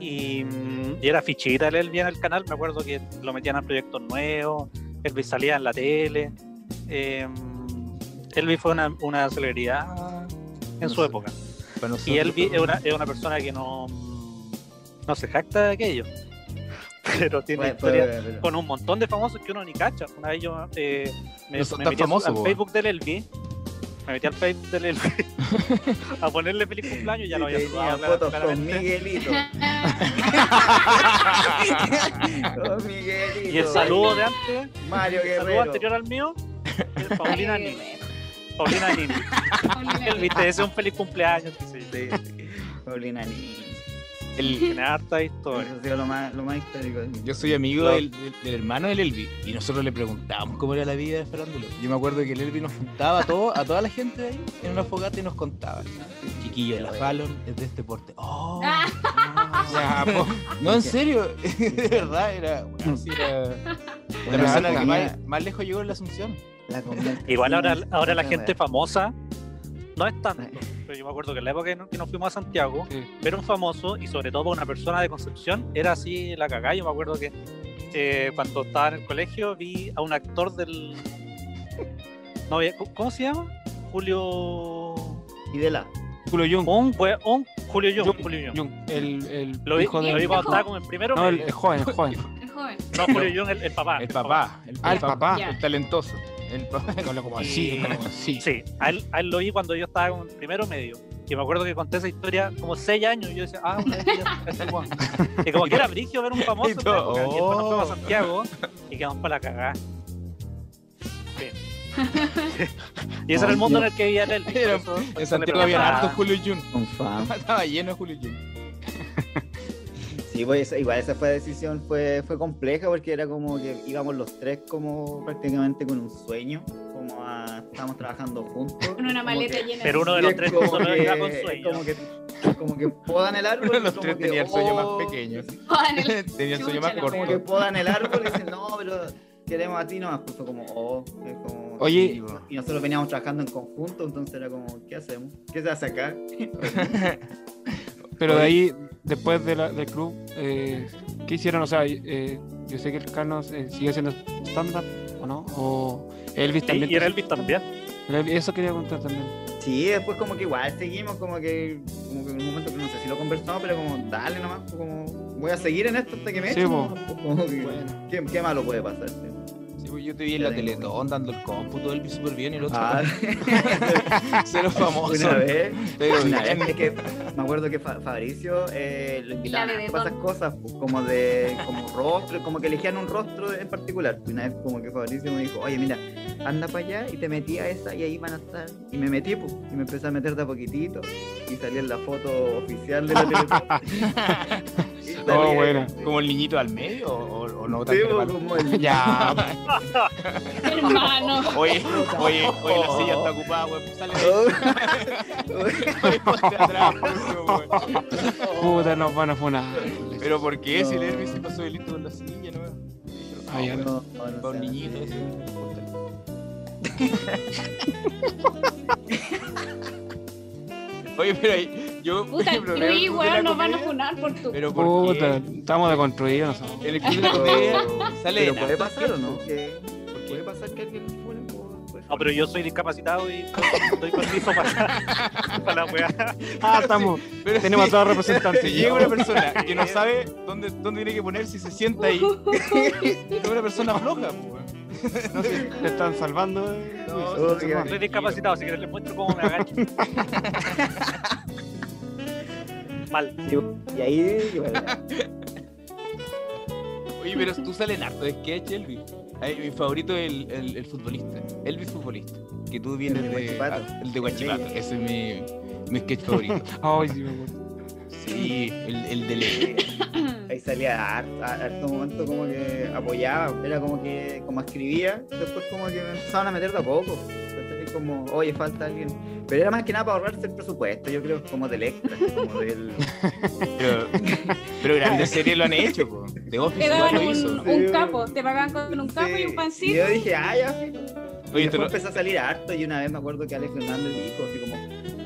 [SPEAKER 4] Y, mm, y era fichita el Elvis en el canal. Me acuerdo que lo metían a proyectos nuevos. Elvis salía en la tele. Eh, Elvis fue una, una celebridad en su época.
[SPEAKER 1] Para nosotros-
[SPEAKER 4] Y Elvis es una, es una persona que no, no se jacta de aquello. (laughs) Pero tiene
[SPEAKER 2] Fue- fue-
[SPEAKER 4] historia
[SPEAKER 2] pero-
[SPEAKER 4] con un montón de famosos que uno ni cacha. Una vez yo eh, me,
[SPEAKER 1] No son
[SPEAKER 4] me
[SPEAKER 1] tan
[SPEAKER 4] metí a su-
[SPEAKER 1] famosos,
[SPEAKER 4] al
[SPEAKER 1] po.
[SPEAKER 4] Facebook del Elvi. Me metí al Facebook del
[SPEAKER 1] (laughs)
[SPEAKER 4] Elvi a ponerle feliz cumpleaños. Ya lo había
[SPEAKER 2] tenía
[SPEAKER 4] saludado clar-
[SPEAKER 2] fotos con
[SPEAKER 4] claramente. (laughs)
[SPEAKER 2] Miguelito. con Miguelito.
[SPEAKER 4] Y el saludo de antes,
[SPEAKER 2] Mario eh,
[SPEAKER 4] el saludo
[SPEAKER 2] Guerrero.
[SPEAKER 4] anterior al mío,
[SPEAKER 2] (laughs)
[SPEAKER 4] es (laughs) Paulina Nini. Paulina Nini. (laughs) Elvi, te deseo un feliz cumpleaños. Dice,
[SPEAKER 2] Sí, sí. Paulina Nini.
[SPEAKER 1] el-
[SPEAKER 4] tiene harta historia.
[SPEAKER 2] Eso ha sido lo más, lo más histórico.
[SPEAKER 1] yo soy amigo
[SPEAKER 4] Lo-
[SPEAKER 1] del, del- del hermano del Elvi y nosotros le preguntábamos cómo era la vida de Farándula. Yo me acuerdo que el Elvi nos juntaba a, todo, a toda la gente de ahí en una fogata y nos contaba. Chiquillo, la Fallon es de este porte. ¡Oh!
[SPEAKER 5] Ah.
[SPEAKER 1] ah, ya, po.
[SPEAKER 3] pues,
[SPEAKER 1] No, en serio, (laughs) de verdad, era, bueno, sí, era la
[SPEAKER 2] Bueno,
[SPEAKER 1] persona
[SPEAKER 2] la
[SPEAKER 1] que
[SPEAKER 2] comida-
[SPEAKER 1] más, más lejos llegó en la Asunción.
[SPEAKER 2] la comida-
[SPEAKER 4] Igual ahora,
[SPEAKER 2] sí,
[SPEAKER 4] ahora la
[SPEAKER 2] esa
[SPEAKER 4] gente
[SPEAKER 2] wea.
[SPEAKER 4] famosa no es tanto. Pero yo me acuerdo que en la época que no- que nos fuimos a Santiago,
[SPEAKER 3] Sí.
[SPEAKER 4] ver un famoso y sobre todo para una persona de Concepción era así la cagada. Yo me acuerdo que eh, cuando estaba en el colegio vi a un actor del. No, había- ¿Cómo se llama? Julio.
[SPEAKER 2] Y de la.
[SPEAKER 3] Julio Jung.
[SPEAKER 4] Un, we- un Julio Jung. Julio Jung.
[SPEAKER 3] Jung, el, el
[SPEAKER 4] Lo, vi-
[SPEAKER 3] hijo
[SPEAKER 4] lo
[SPEAKER 3] de.
[SPEAKER 4] vi cuando
[SPEAKER 5] Hijo.
[SPEAKER 4] estaba como en primero.
[SPEAKER 3] No, el,
[SPEAKER 4] medio.
[SPEAKER 3] el joven, el joven.
[SPEAKER 5] (laughs) El joven.
[SPEAKER 4] No, Julio Jung, el, el papá.
[SPEAKER 1] El papá. El,
[SPEAKER 3] Ah, el papá.
[SPEAKER 5] Ya.
[SPEAKER 1] El talentoso. El papá. Habla como así,
[SPEAKER 4] Y-
[SPEAKER 1] como así.
[SPEAKER 4] Sí, a él, a él lo vi cuando yo estaba como en primero medio. Y me acuerdo que conté esa historia como seis años. Y yo decía, ah, una vez que (laughs) ya- ese weón. Y como que era brigio ver un
[SPEAKER 1] (laughs) Y
[SPEAKER 4] famoso. en la
[SPEAKER 1] todo,
[SPEAKER 4] época. Y después nos fuimos
[SPEAKER 1] oh.
[SPEAKER 4] a Santiago y quedamos para la cagada.
[SPEAKER 1] (laughs)
[SPEAKER 4] Sí. y ese era el mundo en el que vivía él.
[SPEAKER 1] Oh, Era- En Santiago había harto Julio Jun.
[SPEAKER 2] Con fan.
[SPEAKER 1] Estaba lleno de Julio Jun.
[SPEAKER 2] Sí, pues esa- igual esa fue decisión, fue, fue compleja porque era como que íbamos los tres como prácticamente con un sueño, como a- estábamos trabajando juntos.
[SPEAKER 5] Con una
[SPEAKER 2] como
[SPEAKER 5] maleta
[SPEAKER 2] que-
[SPEAKER 5] llena
[SPEAKER 4] Pero uno de
[SPEAKER 2] y
[SPEAKER 4] los
[SPEAKER 2] es
[SPEAKER 4] tres
[SPEAKER 2] como
[SPEAKER 4] solo
[SPEAKER 2] que-
[SPEAKER 4] iba con
[SPEAKER 2] es
[SPEAKER 4] sueño.
[SPEAKER 2] Como que, como que podan el árbol.
[SPEAKER 1] Uno de
[SPEAKER 2] y
[SPEAKER 1] los
[SPEAKER 2] como
[SPEAKER 1] tres
[SPEAKER 2] que,
[SPEAKER 1] tenía el sueño más
[SPEAKER 2] oh,
[SPEAKER 1] pequeño.
[SPEAKER 5] (laughs) Juan, el-
[SPEAKER 1] (laughs) Tenía el sueño más
[SPEAKER 5] Chucha, la
[SPEAKER 2] Como que
[SPEAKER 1] corto.
[SPEAKER 2] podan el árbol y dicen, no, pero queremos a ti nomás. Pues fue como, oh, es como.
[SPEAKER 3] Oye.
[SPEAKER 2] Y nosotros veníamos trabajando en conjunto, entonces era como, ¿qué hacemos? ¿Qué se hace acá?
[SPEAKER 3] Pero de ahí, después de la- del club, eh, ¿qué hicieron? O sea, eh, yo sé que el Carlos eh, sigue siendo stand-up, ¿o no? O Elvis también.
[SPEAKER 4] Y era Elvis también.
[SPEAKER 3] Elvis- Eso quería contar también.
[SPEAKER 2] Sí, después como que igual seguimos, como que, como que en un momento que no sé si lo conversamos, pero como dale nomás, pues como voy a seguir en esto hasta que me
[SPEAKER 3] Sí,
[SPEAKER 2] echen,
[SPEAKER 3] po.
[SPEAKER 2] ¿no? Pues como que,
[SPEAKER 3] Bueno.
[SPEAKER 2] ¿qué, qué malo puede pasar? sí.
[SPEAKER 1] Sí, pues yo te vi en la
[SPEAKER 2] Ya tengo.
[SPEAKER 1] Teletón dando el cómputo del súper bien y el otro. (laughs)
[SPEAKER 2] Ah,
[SPEAKER 1] Cero famoso.
[SPEAKER 2] (laughs) una vez,
[SPEAKER 1] Pero
[SPEAKER 2] una
[SPEAKER 1] bien.
[SPEAKER 2] vez, es que me acuerdo que Fa- Fabricio eh, lo invitaban
[SPEAKER 5] La
[SPEAKER 2] a
[SPEAKER 5] de
[SPEAKER 2] hacer esas cosas, pues, como de como rostro, como que elegían un rostro en particular. Y Una vez como que Fabricio me dijo, oye mira, anda para allá y te metí a esa y ahí van a estar. Y me metí, pues, y me empecé a meter de a poquitito y salí en la foto oficial de
[SPEAKER 3] (laughs)
[SPEAKER 2] la televisión.
[SPEAKER 3] Oh, bueno.
[SPEAKER 1] ¿Como el niñito al medio o, o- o no tan
[SPEAKER 2] Sí,
[SPEAKER 1] trepado?
[SPEAKER 2] pues, como el- (laughs)
[SPEAKER 3] (laughs) Ya,
[SPEAKER 1] (laughs)
[SPEAKER 5] hermano.
[SPEAKER 1] Oye,
[SPEAKER 2] pues.
[SPEAKER 1] oye, oye, la silla
[SPEAKER 2] Oh.
[SPEAKER 1] está ocupada, weón. Sale de ahí, weón, ponte atrás, weón, weón.
[SPEAKER 3] puta, nos van a funar.
[SPEAKER 1] Pero ¿por qué? Si el
[SPEAKER 2] No.
[SPEAKER 1] Elvis se pasó de listo con la silla, ¿no?
[SPEAKER 3] Ah, ya.
[SPEAKER 2] No, no, no
[SPEAKER 1] Para un
[SPEAKER 2] sea
[SPEAKER 1] niñito,
[SPEAKER 2] así.
[SPEAKER 1] eso.
[SPEAKER 2] (laughs)
[SPEAKER 1] Oye, pero ahí, (laughs) yo.
[SPEAKER 5] Puta,
[SPEAKER 1] el
[SPEAKER 5] el
[SPEAKER 1] programa
[SPEAKER 5] Crui,
[SPEAKER 1] Club de la
[SPEAKER 5] weón, nos van a
[SPEAKER 1] Comedia,
[SPEAKER 5] funar por tu.
[SPEAKER 1] Pero ¿por qué?
[SPEAKER 3] Puta, estamos deconstruidos nosotros.
[SPEAKER 1] En el club de la
[SPEAKER 3] (laughs)
[SPEAKER 2] Pero- eh,
[SPEAKER 1] comedia sale
[SPEAKER 2] pero
[SPEAKER 1] de
[SPEAKER 2] puede
[SPEAKER 1] nada.
[SPEAKER 2] pasar o no? Que- ¿Puede pasar que alguien fuera pues, por-
[SPEAKER 4] No, pero yo soy discapacitado y doy permiso para, (laughs) para la weá.
[SPEAKER 3] Ah, estamos.
[SPEAKER 1] Pero
[SPEAKER 3] Tenemos a
[SPEAKER 1] sí,
[SPEAKER 3] todos los
[SPEAKER 1] si
[SPEAKER 3] representantes.
[SPEAKER 1] llega una persona que no sabe dónde, dónde tiene que ponerse y se sienta
[SPEAKER 5] (laughs)
[SPEAKER 1] ahí. Es una persona floja, pues, weón.
[SPEAKER 3] No sé, te están salvando. eh,
[SPEAKER 1] No,
[SPEAKER 3] Luis,
[SPEAKER 1] sí,
[SPEAKER 3] te
[SPEAKER 2] sí,
[SPEAKER 3] están salvando.
[SPEAKER 4] Soy discapacitado, si quieres les muestro cómo me agacho. Mal.
[SPEAKER 2] Y ahí, y bueno,
[SPEAKER 1] Oye, pero tú sales en harto de sketch, Elvis. Ay, mi favorito es el, el, el futbolista. Elvis futbolista. Que tú vienes
[SPEAKER 2] El de
[SPEAKER 1] de.
[SPEAKER 2] Guachipato.
[SPEAKER 1] ah, El de Guachipato. Ese es mi, mi sketch favorito.
[SPEAKER 3] Ay, sí, me acuerdo.
[SPEAKER 1] Sí, el, el de Leo.
[SPEAKER 2] eh, ahí salía harto, harto momento como que apoyaba, era como que como escribía, después como que me empezaban a meter de a poco. ¿cachai? Como, oye, falta alguien. Pero era más que nada para ahorrarse el presupuesto, yo creo, como del extra, como del.
[SPEAKER 1] Pero, pero grandes series lo han hecho, po. The Office
[SPEAKER 5] Te
[SPEAKER 1] igual
[SPEAKER 5] daban
[SPEAKER 1] lo
[SPEAKER 5] un,
[SPEAKER 1] hizo.
[SPEAKER 2] Sí,
[SPEAKER 5] un
[SPEAKER 2] weón.
[SPEAKER 5] capo, te pagaban (laughs) con un capo y
[SPEAKER 2] Sí.
[SPEAKER 5] un
[SPEAKER 2] Y
[SPEAKER 5] pancito.
[SPEAKER 2] yo dije, ah, ya, filo". Y
[SPEAKER 1] Oye, te
[SPEAKER 2] después
[SPEAKER 1] lo-
[SPEAKER 2] empezó a salir harto y una vez me acuerdo que Alex Fernández dijo así como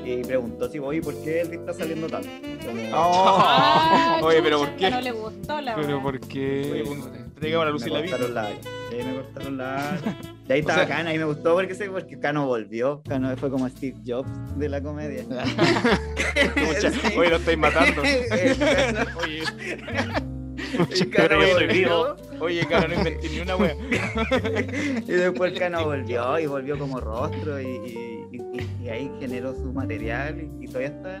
[SPEAKER 2] y preguntó si voy por qué él está saliendo tanto. Como,
[SPEAKER 5] Ah,
[SPEAKER 1] Oye, pero
[SPEAKER 5] chucha,
[SPEAKER 1] ¿por qué?
[SPEAKER 5] No le gustó
[SPEAKER 3] (laughs)
[SPEAKER 5] la
[SPEAKER 3] Pero
[SPEAKER 5] weá.
[SPEAKER 3] ¿por
[SPEAKER 1] Oye,
[SPEAKER 3] qué?
[SPEAKER 1] un- Traigamos la luz
[SPEAKER 2] me
[SPEAKER 1] y la vida.
[SPEAKER 2] cortaron la Sí, me
[SPEAKER 1] (laughs)
[SPEAKER 2] cortaron la Y ahí
[SPEAKER 1] O
[SPEAKER 2] estaba
[SPEAKER 1] sea-
[SPEAKER 2] Cano, ahí me gustó porque, se- porque Cano volvió. Cano fue como Steve Jobs de la comedia.
[SPEAKER 1] (laughs) Pucha,
[SPEAKER 2] Sí.
[SPEAKER 1] Oye, lo estáis
[SPEAKER 2] (laughs)
[SPEAKER 1] matando.
[SPEAKER 2] El
[SPEAKER 1] Oye,
[SPEAKER 2] Cano- el
[SPEAKER 1] pero
[SPEAKER 2] Cano
[SPEAKER 1] yo soy
[SPEAKER 2] volvió.
[SPEAKER 1] oye, cara, no inventé ni una wea.
[SPEAKER 2] Y después el Cano volvió y volvió como rostro y, y- y- y ahí generó su material y, y todavía está.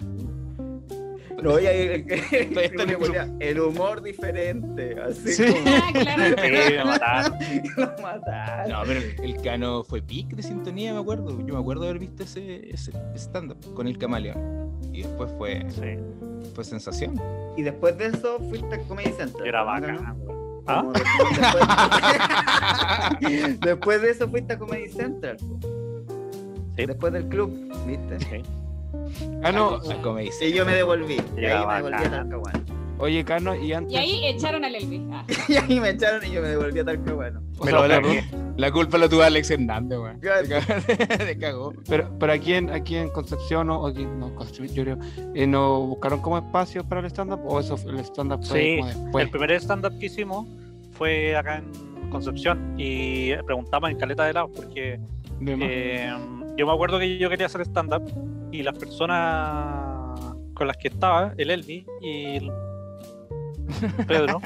[SPEAKER 2] No, y ahí
[SPEAKER 1] (laughs)
[SPEAKER 2] el,
[SPEAKER 1] Todavía está en el
[SPEAKER 2] ponía, el humor diferente. Así
[SPEAKER 3] Sí.
[SPEAKER 2] como
[SPEAKER 5] Ah, claro.
[SPEAKER 4] Sí, me mataron.
[SPEAKER 2] (laughs) lo (laughs) mataron.
[SPEAKER 1] No, pero el Cano fue pic de sintonía, me acuerdo. Yo me acuerdo haber visto ese, ese stand-up con el camaleón. Y después fue,
[SPEAKER 4] Sí,
[SPEAKER 1] fue sensación.
[SPEAKER 2] Y después de eso fuiste a Comedy Central.
[SPEAKER 4] yo era
[SPEAKER 2] ¿no?
[SPEAKER 4] vaca. ¿Ah?
[SPEAKER 2] Como después- Después, (laughs) después de eso fuiste a Comedy Central. po.
[SPEAKER 4] Sí.
[SPEAKER 2] Después del club, ¿viste?
[SPEAKER 3] Cano,
[SPEAKER 1] Al Comedy
[SPEAKER 2] Y yo me devolví. Y ahí me
[SPEAKER 4] Llegaba
[SPEAKER 2] devolví a
[SPEAKER 4] acá.
[SPEAKER 2] Talcahuano.
[SPEAKER 3] oye, Cano, y antes.
[SPEAKER 5] Y ahí echaron al Elvis. Ah,
[SPEAKER 2] (laughs) Y ahí me echaron y yo me devolví a (laughs) Talcahuano.
[SPEAKER 3] o
[SPEAKER 1] Pero
[SPEAKER 3] sea,
[SPEAKER 1] la,
[SPEAKER 3] perdón,
[SPEAKER 1] la culpa la tuvo Alex Hernández, weón. (laughs)
[SPEAKER 2] Ya.
[SPEAKER 1] Te cagó- Te cagó.
[SPEAKER 3] Pero, pero aquí, en, aquí en Concepción, o o aquí, no, Concepción, yo creo, eh, ¿no buscaron como espacios para el stand-up? ¿O eso fue- el stand-up fue
[SPEAKER 4] Sí,
[SPEAKER 3] como después?
[SPEAKER 4] El primer stand-up que hicimos fue acá en Concepción y preguntamos en Caleta de Lado porque
[SPEAKER 3] De más.
[SPEAKER 4] eh, yo me acuerdo que yo quería hacer stand-up y las personas con las que estaba, el Elvi y el Pedro,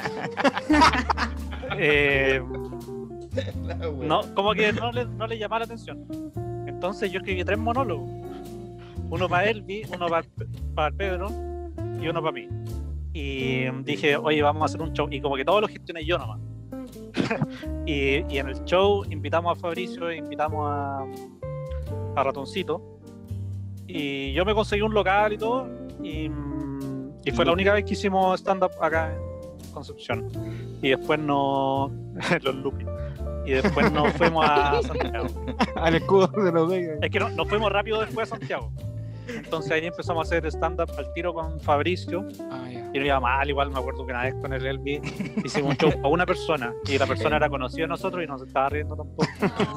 [SPEAKER 4] eh, no, como que no le, no le llamaba la atención. Entonces yo escribí tres monólogos. Uno para Elvi, uno para, para el Pedro y uno para mí. Y dije, oye, vamos a hacer un show. Y como que todo lo gestioné yo nomás. (laughs) y, y en el show invitamos a Fabricio, invitamos a, a Ratoncito. Y yo me conseguí un local y todo. Y, mm, y fue la única vez que hicimos stand-up acá en Concepción. Y después no. (laughs) los loops. Y después nos fuimos a Santiago.
[SPEAKER 3] (laughs) Al escudo de los Vegas.
[SPEAKER 4] Es que no, nos fuimos rápido después a Santiago. Entonces ahí empezamos a hacer stand-up al tiro con Fabricio.
[SPEAKER 3] Ah, ya.
[SPEAKER 4] Y no iba mal, igual me acuerdo que una vez con el Elvi
[SPEAKER 3] (laughs)
[SPEAKER 4] hicimos un show a una persona. Y la persona era conocida de nosotros y no se estaba riendo tampoco.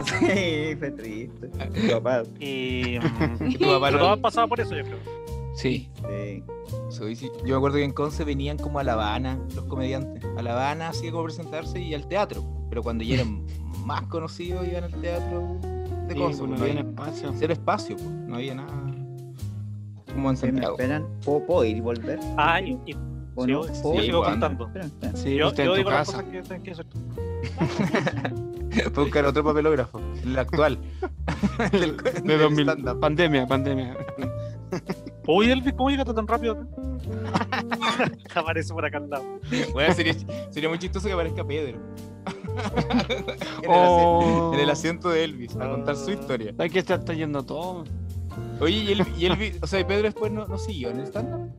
[SPEAKER 2] Sí, fue triste. Capaz.
[SPEAKER 4] Y.
[SPEAKER 3] (laughs)
[SPEAKER 4] mm, Pero todos han pasado por eso, yo creo.
[SPEAKER 3] Sí.
[SPEAKER 2] Sí.
[SPEAKER 1] Soy- sí, Yo me acuerdo que en Conce venían como a La Habana, los comediantes. A La Habana así como a presentarse y al teatro. Pero cuando ya
[SPEAKER 3] (laughs)
[SPEAKER 1] eran más conocidos iban al teatro de
[SPEAKER 3] Sí,
[SPEAKER 1] Conce.
[SPEAKER 3] pues, no
[SPEAKER 1] pues, no
[SPEAKER 3] había
[SPEAKER 1] había-
[SPEAKER 3] espacio.
[SPEAKER 1] cero espacio, pues, no había nada. Como en
[SPEAKER 2] Sí, ¿Me
[SPEAKER 1] Santiago.
[SPEAKER 2] esperan? ¿Puedo, puedo ir y volver?
[SPEAKER 4] Ah, y, y-
[SPEAKER 2] ¿O
[SPEAKER 4] sí,
[SPEAKER 2] no?
[SPEAKER 4] sí,
[SPEAKER 2] ¿Puedo
[SPEAKER 4] yo
[SPEAKER 1] sí,
[SPEAKER 2] ir?
[SPEAKER 4] sigo
[SPEAKER 1] bueno.
[SPEAKER 4] contando.
[SPEAKER 2] Espera, espera.
[SPEAKER 3] Sí,
[SPEAKER 4] Yo,
[SPEAKER 3] usted
[SPEAKER 4] yo
[SPEAKER 3] en tu
[SPEAKER 4] digo las
[SPEAKER 3] casa.
[SPEAKER 4] cosas que tienen que hacer.
[SPEAKER 1] Puedo buscar otro papelógrafo, el actual. Del-
[SPEAKER 3] De
[SPEAKER 1] del
[SPEAKER 3] 2000.
[SPEAKER 1] stand-up. (laughs)
[SPEAKER 3] Pandemia, pandemia.
[SPEAKER 4] Uy, Elvis, ¿cómo llegaste tan rápido acá? (laughs) Aparece por acá al lado.
[SPEAKER 1] Bueno, sería, sería muy chistoso que aparezca (laughs) Pedro. en, el asiento-
[SPEAKER 3] Oh,
[SPEAKER 1] en el asiento de Elvis, a contar su historia.
[SPEAKER 3] Hay que estar trayendo todo.
[SPEAKER 1] Oye, y Elvis, y Elvis- o sea, y Pedro después no, no siguió en el stand-up.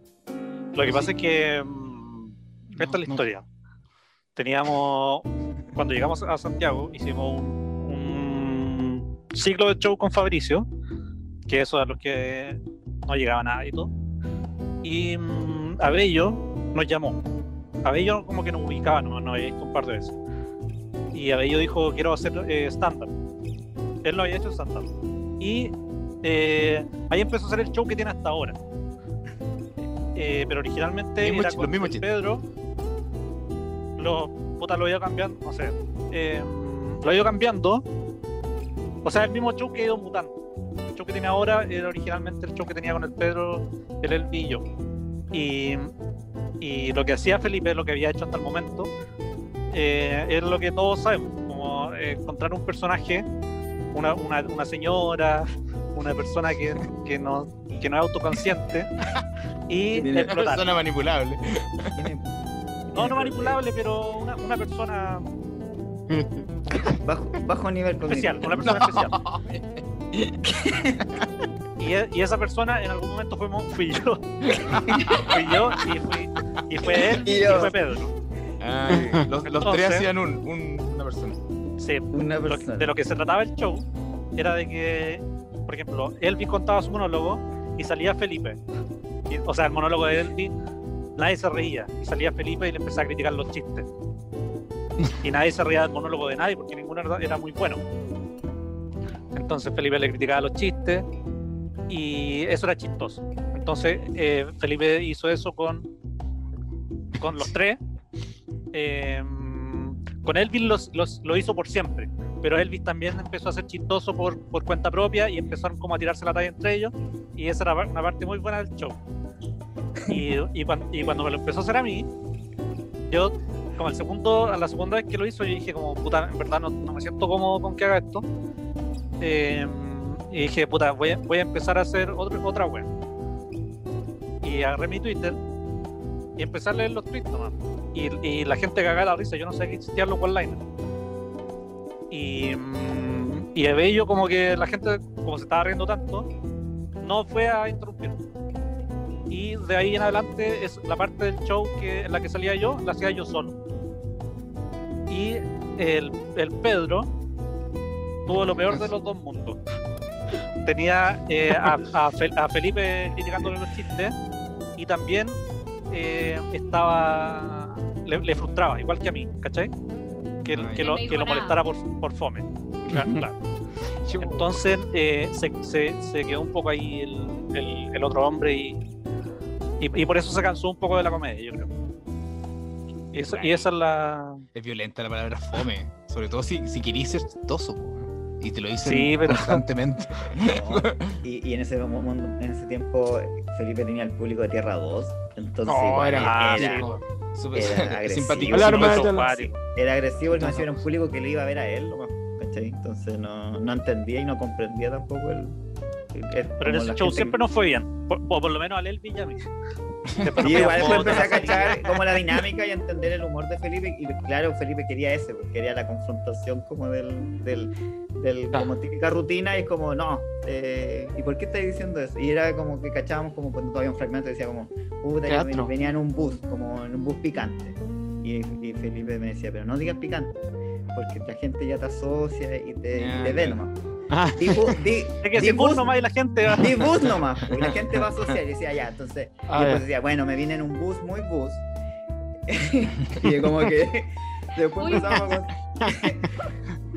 [SPEAKER 4] Lo que pasa es que. mm,
[SPEAKER 3] No,
[SPEAKER 4] Esta es la
[SPEAKER 3] no.
[SPEAKER 4] historia. Teníamos. Cuando llegamos a Santiago, hicimos un, un ciclo de show con Fabricio, que eso a los que no llegaba nada y todo. Y mm, Abello nos llamó. Abello, como que nos ubicaba, no, no había visto un par de veces. Y Abello dijo: Quiero hacer eh, stand-up. Él no había hecho stand-up. Y eh, ahí empezó a hacer el show que tiene hasta ahora. Eh, pero originalmente
[SPEAKER 1] Mismo
[SPEAKER 4] era
[SPEAKER 1] chi-
[SPEAKER 4] con
[SPEAKER 1] los mismos
[SPEAKER 4] el
[SPEAKER 1] chistes.
[SPEAKER 4] Pedro. Lo, puta, lo he ido cambiando, no sé. Eh, lo he ido cambiando. O sea, el mismo show que he ido mutando. El show que tiene ahora era originalmente el show que tenía con el Pedro, el Elvi y yo. Y, y lo que hacía Felipe, lo que había hecho hasta el momento, eh, es lo que todos sabemos, como eh, encontrar un personaje, una, una, una señora, una persona que, que, no, que no
[SPEAKER 2] (laughs)
[SPEAKER 4] es autoconsciente y
[SPEAKER 2] Tiene-
[SPEAKER 1] Una
[SPEAKER 4] explotar.
[SPEAKER 1] persona manipulable.
[SPEAKER 2] Tiene-
[SPEAKER 4] No, no manipulable, pero una, una persona
[SPEAKER 2] Bajo, bajo nivel cognitivo.
[SPEAKER 4] especial,
[SPEAKER 2] (laughs)
[SPEAKER 4] una persona especial. Y, e- y esa persona en algún momento fuimos, fui yo. (laughs) fui yo y, fui- y fue él
[SPEAKER 2] Y
[SPEAKER 4] y,
[SPEAKER 2] yo.
[SPEAKER 4] fue Pedro.
[SPEAKER 1] Ay, Ah, los los tres
[SPEAKER 4] Entonces-
[SPEAKER 1] hacían un, un- una persona.
[SPEAKER 4] Sí,
[SPEAKER 2] Una
[SPEAKER 4] lo-
[SPEAKER 2] persona.
[SPEAKER 4] de lo que se trataba el show era de que, por ejemplo, Elvis contaba su monólogo y salía Felipe. Y- o sea, el monólogo de Elvis, nadie se reía. Y salía Felipe y le empezaba a criticar los chistes. Y nadie se reía del monólogo de nadie porque ninguno era- era muy bueno. Entonces Felipe le criticaba los chistes y eso era chistoso. Entonces eh, Felipe hizo eso con, con los
[SPEAKER 2] (laughs)
[SPEAKER 4] tres. Eh, con Elvis los, los- lo hizo por siempre, pero Elvis también empezó a ser chistoso por, por cuenta propia y empezaron como a tirarse la talla entre ellos y esa era una parte muy buena del show. Y, y cuan- y cuando me lo empezó a hacer a mí, yo como el segundo, a la segunda vez que lo hizo, yo dije como, puta, en verdad no, no me siento cómodo con que haga esto. Eh, y dije, puta, voy a, voy a empezar a hacer otro- otra web. Y agarré mi Twitter y empecé a leer los tweets nomás. Y, y la gente cagaba la risa, yo no sé qué existían los one Y, mm, y de ello como que la gente, como se estaba riendo tanto, no fue a interrumpir. Y de ahí en adelante es la parte del show que, en la que salía yo, la hacía yo solo. Y el, el Pedro tuvo lo peor de los dos mundos. Tenía eh, a, a Fe- a Felipe criticándole los chistes y también eh, estaba. Le, le frustraba, igual que a mí, ¿cachai? Que,
[SPEAKER 1] Ay.
[SPEAKER 4] que lo,
[SPEAKER 5] No
[SPEAKER 4] que lo
[SPEAKER 5] dijo nada.
[SPEAKER 4] molestara por, por fome. Claro, claro. Entonces eh, se, se- se quedó un poco ahí el, el- el otro hombre y, y, y por eso se cansó un poco de la comedia, yo creo. Y esa, y esa es la.
[SPEAKER 1] Es violenta la palabra fome. Sobre todo si, si querís ser chistoso. po. Y te lo dicen
[SPEAKER 4] Sí,
[SPEAKER 2] (laughs)
[SPEAKER 4] pero-
[SPEAKER 1] constantemente.
[SPEAKER 2] Y, y en, ese, mo- mo- en ese tiempo Felipe tenía el público de Tierra 2. Entonces
[SPEAKER 3] No,
[SPEAKER 2] igual
[SPEAKER 4] Ah,
[SPEAKER 3] era,
[SPEAKER 2] era,
[SPEAKER 3] chico.
[SPEAKER 1] Súper (laughs)
[SPEAKER 2] Era agresivo.
[SPEAKER 1] simpático.
[SPEAKER 3] Alarma
[SPEAKER 4] Los
[SPEAKER 3] de la-
[SPEAKER 4] usuarios.
[SPEAKER 2] era agresivo el
[SPEAKER 3] Tierra
[SPEAKER 2] era un público que le iba a ver a él. nomás, ¿cachai? Entonces no, no entendía y no comprendía tampoco el... el- el-
[SPEAKER 4] Pero en
[SPEAKER 2] como
[SPEAKER 4] ese
[SPEAKER 2] la
[SPEAKER 4] show
[SPEAKER 2] gente
[SPEAKER 4] siempre
[SPEAKER 2] que-
[SPEAKER 4] no fue bien. Por- O por lo menos a Lel Villa a mí. Después
[SPEAKER 2] Y
[SPEAKER 4] nos
[SPEAKER 2] igual
[SPEAKER 4] pedía
[SPEAKER 2] después empecé a
[SPEAKER 4] fotos,
[SPEAKER 2] cachar como la dinámica y a entender el humor de Felipe. Y claro, Felipe quería ese, porque quería la confrontación como del, del, del
[SPEAKER 3] Ah.
[SPEAKER 2] como típica rutina. Y es como, no, eh, ¿y por qué estás diciendo eso? Y era como que cachábamos como cuando todavía un fragmento decía como, puta, yo ven-
[SPEAKER 3] Teatro.
[SPEAKER 2] venía en un bus, como en un bus picante. Y, y Felipe me decía, pero no digas picante, porque la gente ya te asocia y te, y
[SPEAKER 1] Ya,
[SPEAKER 2] te ve
[SPEAKER 1] claro.
[SPEAKER 2] nomás.
[SPEAKER 3] Ah.
[SPEAKER 2] Di, bu- di,
[SPEAKER 4] (laughs) Es que
[SPEAKER 2] di
[SPEAKER 4] si
[SPEAKER 2] bus,
[SPEAKER 4] vos nomás y la gente va. (laughs)
[SPEAKER 2] di bus nomás, porque la gente va a asociar. Y decía, ya, entonces... Y
[SPEAKER 3] Ah,
[SPEAKER 2] después
[SPEAKER 3] ya.
[SPEAKER 2] decía, bueno, me vine en un bus muy bus. (laughs) y yo como que (laughs) después
[SPEAKER 5] Uy.
[SPEAKER 2] empezamos con... (laughs)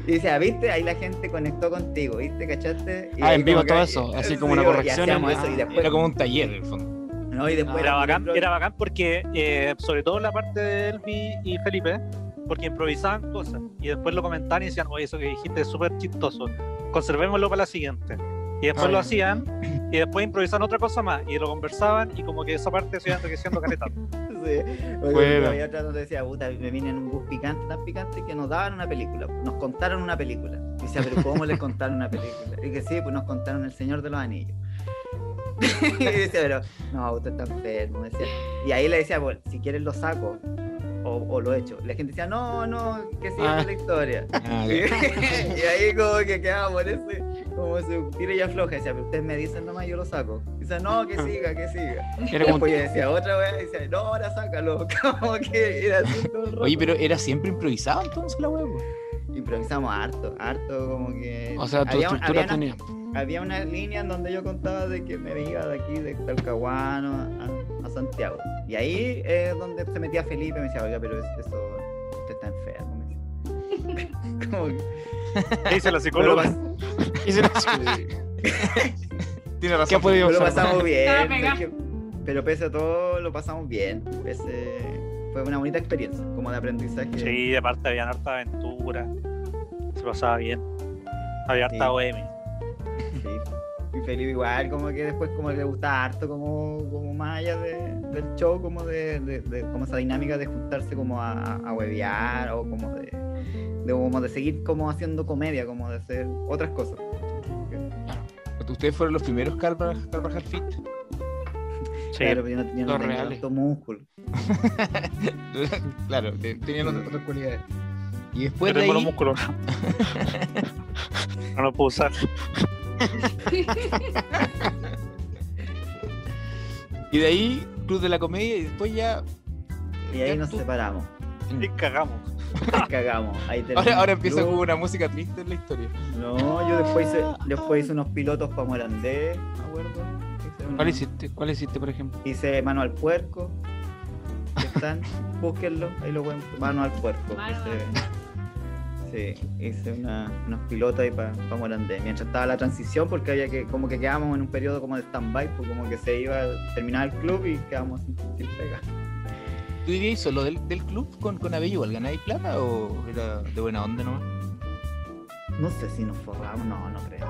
[SPEAKER 2] Y decía, viste, ahí la gente conectó contigo, ¿viste? ¿Cachaste? Y
[SPEAKER 3] Ah,
[SPEAKER 2] ahí
[SPEAKER 3] en vivo
[SPEAKER 2] como que-
[SPEAKER 3] todo eso, así
[SPEAKER 2] Sí,
[SPEAKER 3] como una
[SPEAKER 2] y
[SPEAKER 3] corrección.
[SPEAKER 2] hacíamos eso, y
[SPEAKER 3] ah,
[SPEAKER 2] después-
[SPEAKER 1] Era como un taller, en el fondo.
[SPEAKER 2] No, y después
[SPEAKER 4] Era
[SPEAKER 2] como
[SPEAKER 4] bacán,
[SPEAKER 2] otro-
[SPEAKER 4] era bacán porque, eh, sobre todo la parte de Elvi y Felipe, porque improvisaban cosas y después lo comentaban y decían, oye, eso que dijiste es súper chistoso, conservémoslo para la siguiente. Y después
[SPEAKER 3] Ah,
[SPEAKER 4] lo
[SPEAKER 3] ya.
[SPEAKER 4] hacían y después improvisaban otra cosa más y lo conversaban y como que esa parte se iba enriqueciendo caleta.
[SPEAKER 2] Sí. Oye,
[SPEAKER 3] Bueno.
[SPEAKER 2] había otra donde decía, "Ah, puta, me vine en un bus picante, tan picante que nos daban una película. Nos contaron una película. Y decía, pero ¿cómo les contaron una película? Y que sí, pues nos contaron El Señor de los Anillos. (laughs) y decía, pero no, usted está enfermo. Decía. Y ahí le decía, bueno, si quieres lo saco o, o lo echo. La gente decía, no, no, que siga
[SPEAKER 3] Ah.
[SPEAKER 2] la historia.
[SPEAKER 1] Ah,
[SPEAKER 2] (laughs) y ahí como que quedaba por ese, como su tira y afloja. Decía, pero ustedes me dicen nomás, yo lo saco. Dice, no, que siga, que siga.
[SPEAKER 3] Era como un-
[SPEAKER 2] Después yo decía otra vez, y decía, no, ahora sácalo. (laughs) Como que era así todo el rato.
[SPEAKER 1] Oye, pero era siempre improvisado entonces la huevo.
[SPEAKER 2] Improvisamos harto, harto, como que.
[SPEAKER 3] O sea, tu
[SPEAKER 2] había, un-
[SPEAKER 3] estructura
[SPEAKER 2] había una- (laughs)
[SPEAKER 3] tenía.
[SPEAKER 2] había una línea en donde yo contaba de que me iba de aquí, de Talcahuano a, a Santiago. Y ahí es donde se metía Felipe y me decía, oiga, pero es- eso, usted está enfermo. me decía. (laughs) como que.
[SPEAKER 4] ¿Qué dice la
[SPEAKER 2] pero lo,
[SPEAKER 4] psicóloga?
[SPEAKER 2] pas-
[SPEAKER 3] Y se-
[SPEAKER 1] Tiene
[SPEAKER 3] ¿Qué ha podido
[SPEAKER 2] pero lo
[SPEAKER 3] usar?
[SPEAKER 2] pasamos bien.
[SPEAKER 5] Estaba pegada.
[SPEAKER 2] porque- pero pese a todo, lo pasamos bien. Pese- fue una bonita experiencia, como de aprendizaje.
[SPEAKER 4] Sí, aparte había harta aventura, se pasaba bien. Había harta
[SPEAKER 2] Sí.
[SPEAKER 4] bohemia.
[SPEAKER 2] Sí. Y Felipe igual, como que después como que le gusta harto, como, como más allá de- del show, como de, de- de- como esa dinámica de juntarse como a, a huevear o como de, de- como de seguir como haciendo comedia, como de hacer otras cosas.
[SPEAKER 1] Ustedes fueron los primeros Carva- Carvajal Fit.
[SPEAKER 4] Sí,
[SPEAKER 2] Claro, pero yo no, yo no
[SPEAKER 3] Los
[SPEAKER 2] tenía
[SPEAKER 3] reales.
[SPEAKER 2] tanto músculo.
[SPEAKER 1] (laughs) claro, te- tenían otras, otras cualidades. Y después de
[SPEAKER 4] yo tengo los
[SPEAKER 1] ahí,
[SPEAKER 4] músculos. (laughs) no lo puedo usar.
[SPEAKER 1] y de ahí Club de la Comedia y después ya...
[SPEAKER 2] Y ahí
[SPEAKER 1] ya
[SPEAKER 2] nos
[SPEAKER 1] tú-
[SPEAKER 2] separamos,
[SPEAKER 4] Y cagamos.
[SPEAKER 2] nos cagamos. Ahí
[SPEAKER 1] Ahora, ahora
[SPEAKER 2] terminó el
[SPEAKER 1] empieza
[SPEAKER 2] club.
[SPEAKER 1] como una música triste en la historia.
[SPEAKER 2] No, yo después hice, después hice unos pilotos para Morandé, me acuerdo. Hice
[SPEAKER 3] ¿Cuál
[SPEAKER 2] unos-
[SPEAKER 3] hiciste? ¿Cuál hiciste, por ejemplo?
[SPEAKER 2] Dice mano al puerco. Ahí Están,
[SPEAKER 4] (laughs)
[SPEAKER 2] búsquenlo, ahí lo pueden. Mano al puerco.
[SPEAKER 5] Mano al
[SPEAKER 2] hice- sí, hice una, unos pilotos ahí para Morandé. Mientras estaba la transición, porque había que, como que quedábamos en un periodo como de stand-by, pues como que se iba a terminar el club y quedábamos sin, sin pega.
[SPEAKER 1] ¿Tú vivías solo del, del club con, con Abello igual? ¿Ganáis plata o era de buena onda nomás? (laughs)
[SPEAKER 2] No sé si nos forramos, no, no creo.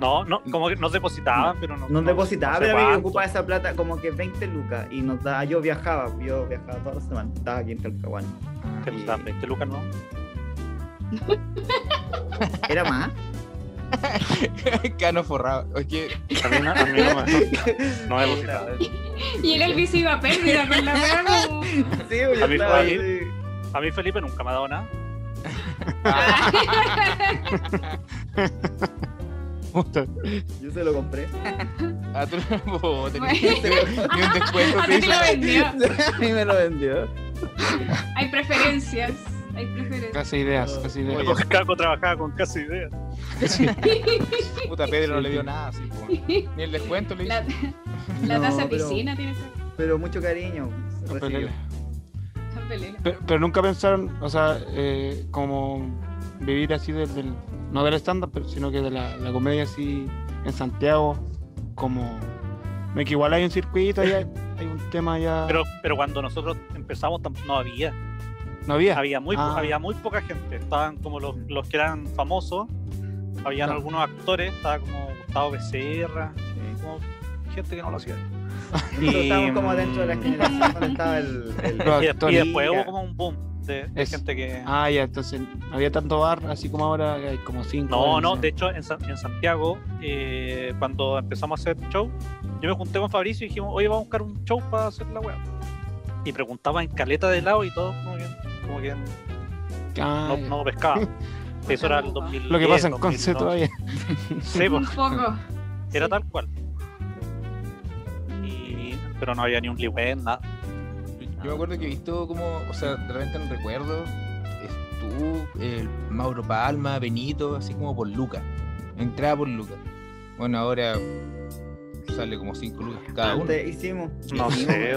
[SPEAKER 2] No,
[SPEAKER 4] No, no, como que nos depositaban, pero no.
[SPEAKER 2] nos depositaba,
[SPEAKER 4] no sé
[SPEAKER 2] pero a mí me
[SPEAKER 4] cuánto.
[SPEAKER 2] ocupaba esa plata como que 20 lucas y nos da, yo viajaba, yo viajaba todas las semanas, estaba aquí en Talcahuano.
[SPEAKER 4] Te
[SPEAKER 2] Y-
[SPEAKER 4] dan 20 lucas, ¿no?
[SPEAKER 2] Era
[SPEAKER 4] (laughs)
[SPEAKER 2] más.
[SPEAKER 1] Cano forrado. Es que
[SPEAKER 4] A mí no, a mí no me, no me depositaban.
[SPEAKER 5] Y el Elvis iba a pérdida con la wea. como-
[SPEAKER 2] Sí, yo
[SPEAKER 4] A mí
[SPEAKER 2] estaba
[SPEAKER 4] fue-
[SPEAKER 2] así.
[SPEAKER 4] A mí Felipe nunca me ha dado nada. (laughs)
[SPEAKER 3] Puta.
[SPEAKER 2] Yo se lo compré.
[SPEAKER 1] a tu (laughs) oh, tenés- ni un descuento
[SPEAKER 5] A (laughs)
[SPEAKER 1] te
[SPEAKER 5] ti
[SPEAKER 2] (laughs)
[SPEAKER 5] te
[SPEAKER 1] hizo.
[SPEAKER 5] lo vendió.
[SPEAKER 2] y me lo vendió.
[SPEAKER 5] Hay preferencias. Hay preferencias.
[SPEAKER 3] Casi ideas, casi ideas. (laughs)
[SPEAKER 4] Porque Caco trabajaba con casi idea.
[SPEAKER 1] Puta, Pedro no le dio nada, así, po. Ni el descuento le hizo.
[SPEAKER 5] La, la
[SPEAKER 2] No,
[SPEAKER 5] taza
[SPEAKER 2] pero-
[SPEAKER 5] piscina tiene esa
[SPEAKER 2] Pero mucho cariño.
[SPEAKER 3] Pero-
[SPEAKER 2] recibió.
[SPEAKER 5] esa pelea.
[SPEAKER 3] Pero, pero nunca pensaron, o sea, eh, como vivir así del, del- no del stand-up, pero- sino que de la, la comedia así en Santiago, como... no, que igual hay un circuito, hay, hay un tema ya...
[SPEAKER 4] Pero, pero cuando nosotros empezamos tam- no había.
[SPEAKER 3] no había.
[SPEAKER 4] Había muy, po-
[SPEAKER 3] Ah.
[SPEAKER 4] había muy poca gente. Estaban como los, los que eran famosos Habían
[SPEAKER 3] Claro.
[SPEAKER 4] algunos actores, estaba como Gustavo Becerra, como gente que no lo hacía.
[SPEAKER 2] Nosotros estábamos como
[SPEAKER 4] mm,
[SPEAKER 2] dentro de la
[SPEAKER 5] (laughs)
[SPEAKER 2] generación donde estaba el. el-
[SPEAKER 3] Los
[SPEAKER 4] Y, des- y
[SPEAKER 3] actores.
[SPEAKER 4] después hubo como un boom de, de
[SPEAKER 3] Es-
[SPEAKER 4] gente que.
[SPEAKER 3] Ah, ya, entonces no había tanto bar así como ahora, que hay como cinco.
[SPEAKER 4] No,
[SPEAKER 3] bares,
[SPEAKER 4] no, de hecho en, San- en Santiago, eh, cuando empezamos a hacer show, yo me junté con Fabricio y dijimos, oye, vamos a buscar un show para hacer la web. Y preguntaba en caleta de lado y todo, como que, como que
[SPEAKER 3] Ah,
[SPEAKER 4] no,
[SPEAKER 3] ya. (laughs)
[SPEAKER 4] no pescaba. Eso era el 2000.
[SPEAKER 3] Lo que pasa en Conce todavía. (laughs)
[SPEAKER 4] Sí,
[SPEAKER 5] Un
[SPEAKER 4] pues,
[SPEAKER 5] poco.
[SPEAKER 4] era
[SPEAKER 5] Sí.
[SPEAKER 4] tal cual. Y- pero no había ni un liwen, nada.
[SPEAKER 1] Yo me acuerdo que he visto como, o sea, de repente en recuerdo, es tú, el Mauro Palma, Benito, así como por Lucas. Entraba por Lucas. Bueno, ahora sale como 5 lucas cada uno.
[SPEAKER 2] Antes hicimos.
[SPEAKER 4] No
[SPEAKER 2] hicimos
[SPEAKER 4] sé.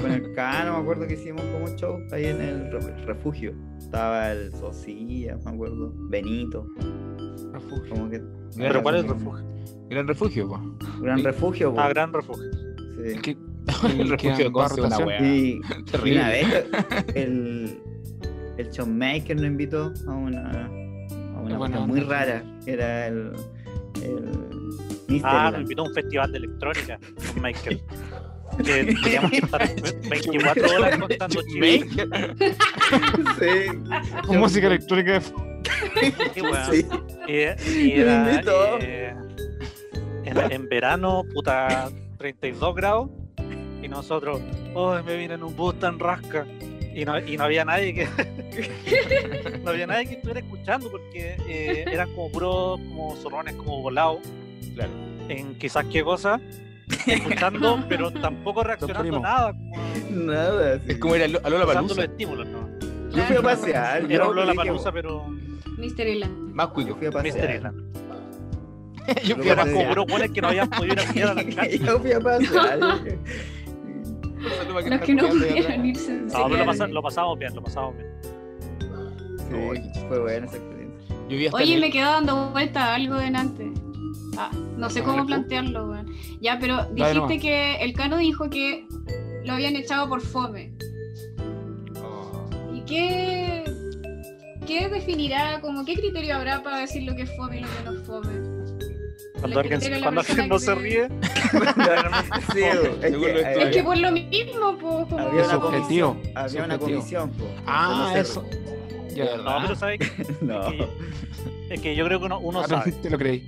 [SPEAKER 2] Con el Cano, me acuerdo que hicimos como un show ahí en el re- refugio. Estaba el Socia, me acuerdo. Benito.
[SPEAKER 3] Refugio.
[SPEAKER 2] Como que.
[SPEAKER 4] Pero
[SPEAKER 1] Gran-
[SPEAKER 4] ¿cuál es el refugio?
[SPEAKER 1] Gran refugio, po.
[SPEAKER 2] Gran refugio, po.
[SPEAKER 4] Ah, gran refugio.
[SPEAKER 2] Sí.
[SPEAKER 3] Es que,
[SPEAKER 1] El refugio de Conce, una wea.
[SPEAKER 2] Y
[SPEAKER 4] (laughs)
[SPEAKER 1] Terrible.
[SPEAKER 2] una vez el, el showmaker nos invitó a una, a una
[SPEAKER 3] Qué buena
[SPEAKER 2] cosa
[SPEAKER 3] onda.
[SPEAKER 2] muy rara. que Era el. el
[SPEAKER 4] Ah,
[SPEAKER 2] Misterland.
[SPEAKER 4] (laughs) nos invitó a un festival de electrónica
[SPEAKER 3] (laughs)
[SPEAKER 4] con Michael. Que teníamos que estar ve- 24 horas contando chistes.
[SPEAKER 2] Sí.
[SPEAKER 3] Con música electrónica de
[SPEAKER 4] Sí, weón.
[SPEAKER 2] Sí.
[SPEAKER 4] Y, y
[SPEAKER 2] Me
[SPEAKER 4] era
[SPEAKER 2] invitó.
[SPEAKER 4] eh, en, en verano, puta, 32 grados. Y nosotros, oh, me vine en un bus tan rasca. Y no, y no había nadie que. (laughs) no había nadie que estuviera escuchando porque eh, eran como puros como zorrones como volados.
[SPEAKER 1] Claro.
[SPEAKER 4] En quizás qué cosa. Escuchando, pero tampoco reaccionando
[SPEAKER 3] primos.
[SPEAKER 4] nada. como
[SPEAKER 2] Nada. sí.
[SPEAKER 1] Es como era Lola
[SPEAKER 4] usando los
[SPEAKER 1] Palusa,
[SPEAKER 4] estímulos, ¿no?
[SPEAKER 2] Yo fui a pasear.
[SPEAKER 4] Era
[SPEAKER 2] yo
[SPEAKER 4] la
[SPEAKER 2] dije,
[SPEAKER 4] palusa, pero.
[SPEAKER 5] Misterioland.
[SPEAKER 1] más
[SPEAKER 2] Yo
[SPEAKER 1] cuico.
[SPEAKER 2] fui a pasear.
[SPEAKER 4] Misterioland.
[SPEAKER 1] (laughs) Yo fui
[SPEAKER 4] Pero
[SPEAKER 1] a
[SPEAKER 2] Yo
[SPEAKER 4] eran
[SPEAKER 1] la
[SPEAKER 2] pasé-
[SPEAKER 4] como puros buenos que no habían podido ir
[SPEAKER 2] (laughs)
[SPEAKER 4] a pillar a la calle.
[SPEAKER 2] Yo fui a pasear.
[SPEAKER 4] (laughs)
[SPEAKER 5] Los que no pudieron irse. se
[SPEAKER 4] No, pero lo,
[SPEAKER 5] quedaron.
[SPEAKER 4] pasa- lo pasamos bien, lo pasamos bien.
[SPEAKER 2] Sí, fue buena esa
[SPEAKER 4] (laughs)
[SPEAKER 2] experiencia.
[SPEAKER 1] Yo vi hasta
[SPEAKER 5] Oye,
[SPEAKER 1] en
[SPEAKER 5] me quedó dando vuelta algo delante. Ah, no sé
[SPEAKER 3] Ah,
[SPEAKER 5] cómo
[SPEAKER 3] ¿tú?
[SPEAKER 5] plantearlo, weón. Ya, pero
[SPEAKER 3] Dale
[SPEAKER 5] dijiste
[SPEAKER 3] nomás.
[SPEAKER 5] que el Cano dijo que lo habían echado por fome.
[SPEAKER 1] Oh.
[SPEAKER 5] ¿Y qué, qué definirá, como qué criterio habrá para decir lo que es fome y lo que no es fome?
[SPEAKER 4] Cuando
[SPEAKER 5] La
[SPEAKER 4] alguien,
[SPEAKER 5] criterio de la
[SPEAKER 4] cuando
[SPEAKER 5] persona
[SPEAKER 4] alguien no
[SPEAKER 5] que
[SPEAKER 4] se
[SPEAKER 5] te-
[SPEAKER 4] ríe,
[SPEAKER 2] Sí, es que-
[SPEAKER 1] Según lo
[SPEAKER 2] había-
[SPEAKER 5] Es que por lo mismo, pues, como...
[SPEAKER 2] Había
[SPEAKER 3] Es
[SPEAKER 2] una
[SPEAKER 3] subjetivo,
[SPEAKER 2] comisión. Había una
[SPEAKER 3] subjetivo.
[SPEAKER 2] comisión. po. (laughs)
[SPEAKER 3] Ah,
[SPEAKER 2] Entonces,
[SPEAKER 3] eso. Ya,
[SPEAKER 4] no, pero ¿sabes? qué? (laughs)
[SPEAKER 2] No.
[SPEAKER 4] Es, que, es que yo creo que uno, uno
[SPEAKER 3] ahora
[SPEAKER 4] sabe.
[SPEAKER 3] Ah, te lo creí.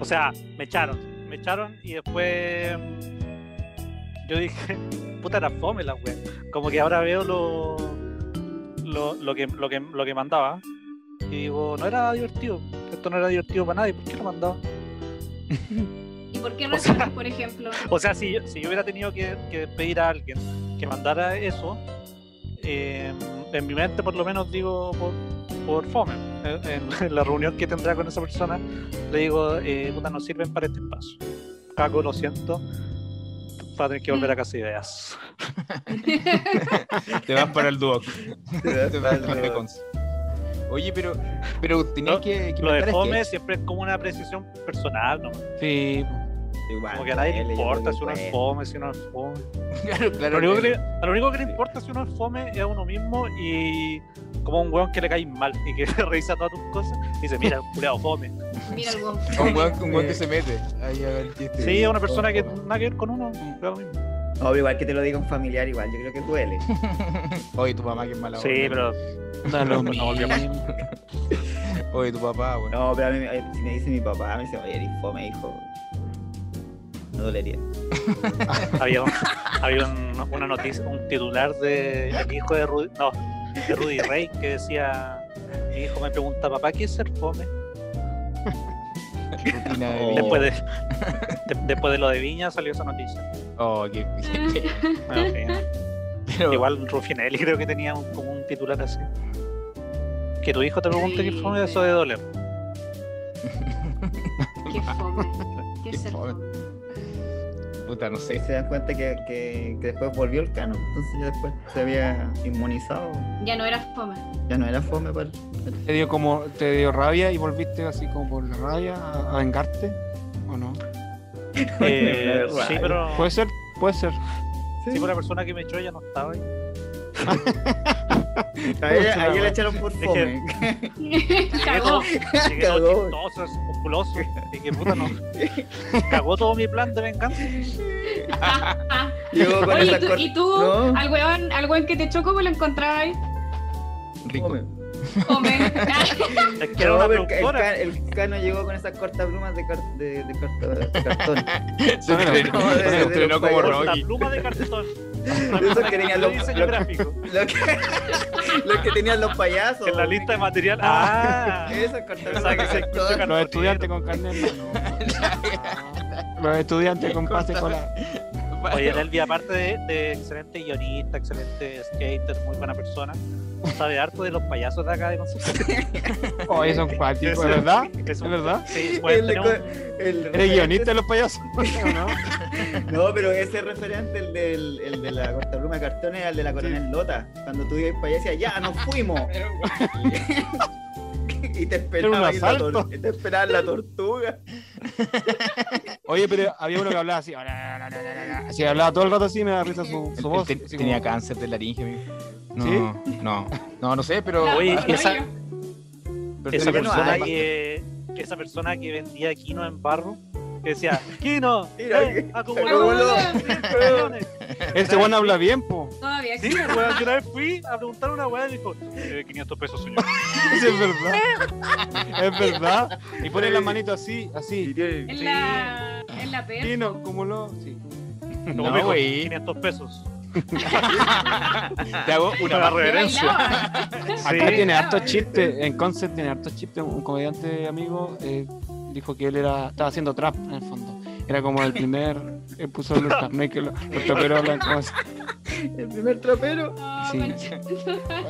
[SPEAKER 4] O sea, me echaron, me echaron y después mm, yo dije, (laughs) puta era fome la wea. Como que ahora veo lo, lo, lo que, lo, que, lo que mandaba y digo, no era divertido, esto no era divertido para nadie, ¿por qué lo mandaba?
[SPEAKER 5] ¿Y por qué
[SPEAKER 4] O sea-
[SPEAKER 5] razones, por ejemplo?
[SPEAKER 4] O sea, si, yo- si yo hubiera tenido que, que pedir a alguien que mandara eso, eh, en mi mente por lo menos digo por, por fome. Eh, En, (laughs) en la reunión que tendrá con esa persona, le digo, eh, puta, no sirven para este espacio. Caco, lo siento. Va a tener que volver a casa ideas.
[SPEAKER 1] Te vas para el
[SPEAKER 4] (laughs)
[SPEAKER 1] Duoc.
[SPEAKER 2] Te
[SPEAKER 1] Te vas
[SPEAKER 2] vas para el
[SPEAKER 1] de
[SPEAKER 2] Duoc.
[SPEAKER 1] Conce. Oye, pero, pero tenías
[SPEAKER 4] No,
[SPEAKER 1] que, este que
[SPEAKER 4] Lo de
[SPEAKER 1] inventar
[SPEAKER 4] fome
[SPEAKER 1] sketch.
[SPEAKER 4] siempre es como una apreciación personal, ¿no?
[SPEAKER 3] Sí,
[SPEAKER 2] Igual,
[SPEAKER 4] Como que a nadie le
[SPEAKER 2] duele, yo
[SPEAKER 4] importa
[SPEAKER 2] creo
[SPEAKER 4] si
[SPEAKER 2] que
[SPEAKER 4] uno es
[SPEAKER 2] fue.
[SPEAKER 4] fome, si uno es fome.
[SPEAKER 1] Claro, (laughs) claro.
[SPEAKER 4] Lo único, que,
[SPEAKER 1] claro.
[SPEAKER 4] le- a lo único que le importa si uno es fome es a uno mismo y como un weón que le cae mal y que (laughs) revisa todas tus cosas y dice, mira, culeado fome.
[SPEAKER 5] Mira el (laughs) weón.
[SPEAKER 1] Un
[SPEAKER 4] (laughs)
[SPEAKER 1] weón, un weón que se mete. Ahí a ver chiste.
[SPEAKER 4] Eh, Sí, es una
[SPEAKER 1] oh,
[SPEAKER 4] persona que nada que ver con uno. da lo mismo.
[SPEAKER 2] Obvio, igual que te lo diga un familiar, igual. Yo creo que duele.
[SPEAKER 1] Oh, Oye, tu mamá, que es mala
[SPEAKER 4] Sí,
[SPEAKER 1] onda.
[SPEAKER 4] pero
[SPEAKER 3] da (laughs) lo
[SPEAKER 4] No,
[SPEAKER 3] mismo.
[SPEAKER 1] Oye, tu papá, weón.
[SPEAKER 2] No, pero a mí, me- eh, si me dice mi papá, me dice, oye, eres fome, hijo. No dolería.
[SPEAKER 4] había, un- había un- una noticia, un titular de el hijo de Rudy, no, de Rudy Rey que decía, mi hijo me pregunta, papá, ¿qué es ser fome?
[SPEAKER 1] Rutina
[SPEAKER 4] (laughs)
[SPEAKER 1] de
[SPEAKER 2] Oh.
[SPEAKER 1] vida.
[SPEAKER 4] Después de, de- después de lo de Viña salió esa noticia.
[SPEAKER 1] Oh, qué- (laughs)
[SPEAKER 4] Bueno, en (laughs) fin.
[SPEAKER 1] pero-
[SPEAKER 4] Igual Rufinelli creo que tenía un- como un titular así. Que tu hijo te pregunte qué fome eso de doler.
[SPEAKER 5] Qué fome. Qué
[SPEAKER 1] Qué
[SPEAKER 5] ser
[SPEAKER 1] fome.
[SPEAKER 5] fome.
[SPEAKER 1] Puta, no
[SPEAKER 2] Y
[SPEAKER 1] sé.
[SPEAKER 2] se dan cuenta que, que, que después volvió el cano. Entonces ya después se había inmunizado.
[SPEAKER 5] Ya no era fome. (laughs)
[SPEAKER 2] Ya no era fome para
[SPEAKER 3] Te dio como, te dio rabia y volviste así como por la rabia a, a vengarte, ¿o no?
[SPEAKER 4] Eh, sí, pero
[SPEAKER 3] Puede ser, puede ser.
[SPEAKER 2] Pues
[SPEAKER 4] sí, pero la persona que me echó ya no estaba ahí.
[SPEAKER 2] A él, a él le echaron por
[SPEAKER 4] (laughs)
[SPEAKER 2] fome.
[SPEAKER 5] Cagó.
[SPEAKER 4] Llegué todo
[SPEAKER 2] Cagó.
[SPEAKER 4] chistoso, musculoso. Y que puta no. Cagó todo mi plan de venganza.
[SPEAKER 2] Llegó con
[SPEAKER 5] Oye,
[SPEAKER 2] esa
[SPEAKER 5] ¿y tú,
[SPEAKER 2] cor-
[SPEAKER 5] y tú
[SPEAKER 2] No.
[SPEAKER 5] al, weón, al weón que te chocó, cómo lo encontrabas ahí?
[SPEAKER 4] (laughs)
[SPEAKER 1] Rico.
[SPEAKER 2] Fome.
[SPEAKER 5] Come.
[SPEAKER 4] Es que era
[SPEAKER 2] No,
[SPEAKER 4] una
[SPEAKER 2] pero el, ca- el
[SPEAKER 4] productora.
[SPEAKER 2] ca- el cano llegó con esas cortas plumas de, car- de, de carta- de cartón.
[SPEAKER 6] Se
[SPEAKER 3] Bueno,
[SPEAKER 6] estrenó,
[SPEAKER 2] como de-
[SPEAKER 6] se
[SPEAKER 2] de
[SPEAKER 6] estrenó
[SPEAKER 2] los
[SPEAKER 6] como
[SPEAKER 4] Una
[SPEAKER 6] Rocky.
[SPEAKER 4] pluma de cartón.
[SPEAKER 2] Eso que tenían los,
[SPEAKER 4] diseño
[SPEAKER 2] lo-
[SPEAKER 4] gráfico.
[SPEAKER 2] lo que, lo que (laughs) tenían los payasos.
[SPEAKER 4] En la lista de material.
[SPEAKER 2] (laughs)
[SPEAKER 4] Ah.
[SPEAKER 2] Esa corta
[SPEAKER 4] Pensaba que
[SPEAKER 2] pluma de
[SPEAKER 4] se escuchó
[SPEAKER 2] cartón.
[SPEAKER 4] cartón.
[SPEAKER 3] Los estudiantes con carnet en mano. Los estudiantes con pase escolar.
[SPEAKER 4] Oye, Delvi, aparte de, de excelente guionista, excelente skater, muy buena persona, sabe harto de los payasos de acá de Concepción.
[SPEAKER 2] (laughs)
[SPEAKER 3] Oye, son cuáticos, ¿es verdad? ¿Es verdad?
[SPEAKER 4] Sí,
[SPEAKER 2] El
[SPEAKER 4] bueno,
[SPEAKER 2] de
[SPEAKER 4] tenemos-
[SPEAKER 2] co- el
[SPEAKER 3] ¿Eres
[SPEAKER 2] referente-
[SPEAKER 3] guionista de los payasos? ¿O no?
[SPEAKER 2] No, pero ese referente, el, del, el de la corta pluma de cartón, era el de la coronel Lota. Cuando tú ibas para allá, decías, ya, nos
[SPEAKER 5] (laughs)
[SPEAKER 2] fuimos. (laughs) y te
[SPEAKER 3] Era un
[SPEAKER 2] esperaba ahí la,
[SPEAKER 3] asalto.
[SPEAKER 2] tor- te esperaba la
[SPEAKER 3] (laughs)
[SPEAKER 2] tortuga.
[SPEAKER 3] Oye, pero había uno que hablaba así. "Hola, hola, hola, hola, hola". Así hablaba todo el rato así, me da risa su,
[SPEAKER 1] Él-
[SPEAKER 3] su
[SPEAKER 1] él
[SPEAKER 3] voz.
[SPEAKER 1] te-
[SPEAKER 3] así
[SPEAKER 1] tenía
[SPEAKER 3] como-
[SPEAKER 1] cáncer de laringe, amigo. No,
[SPEAKER 3] ¿Sí?
[SPEAKER 1] no, no, no sé, pero.
[SPEAKER 4] Oye,
[SPEAKER 5] Claro,
[SPEAKER 4] esa-
[SPEAKER 5] yo.
[SPEAKER 1] pero
[SPEAKER 4] esa,
[SPEAKER 1] tenía
[SPEAKER 2] no
[SPEAKER 4] persona
[SPEAKER 2] hay.
[SPEAKER 4] que, esa persona que vendía quinoa en barro, que decía, quinoa,
[SPEAKER 2] Mira,
[SPEAKER 4] eh,
[SPEAKER 5] Bueno,
[SPEAKER 4] acumuló
[SPEAKER 2] acumuló".
[SPEAKER 5] weón,
[SPEAKER 2] (laughs)
[SPEAKER 3] Este weón habla bien, po. (laughs)
[SPEAKER 5] Todavía
[SPEAKER 4] Sí, pues,
[SPEAKER 5] existe.
[SPEAKER 4] weón, yo una vez fui a preguntar a una weá y dijo, eh, 500 pesos, señor.
[SPEAKER 3] Sí, es verdad. Es verdad. Y pone la manito así, así.
[SPEAKER 5] En la, en la perra.
[SPEAKER 3] Pino, como lo. Sí.
[SPEAKER 4] Luego
[SPEAKER 1] No,
[SPEAKER 4] me dijo,
[SPEAKER 1] güey.
[SPEAKER 4] 500 pesos. Ah.
[SPEAKER 1] Te hago una
[SPEAKER 4] Una
[SPEAKER 1] barra.
[SPEAKER 4] reverencia.
[SPEAKER 5] Bailaba.
[SPEAKER 3] Acá
[SPEAKER 4] Sí.
[SPEAKER 3] tiene hartos chistes. En Concept tiene hartos chistes. Un comediante amigo eh, dijo que él era, estaba haciendo trap en el fondo. Era como el primer. (laughs) Él puso los trap. No es que los, los traperos hablan como así.
[SPEAKER 2] El primer trapero.
[SPEAKER 5] Ah,
[SPEAKER 3] Sí.
[SPEAKER 5] concha.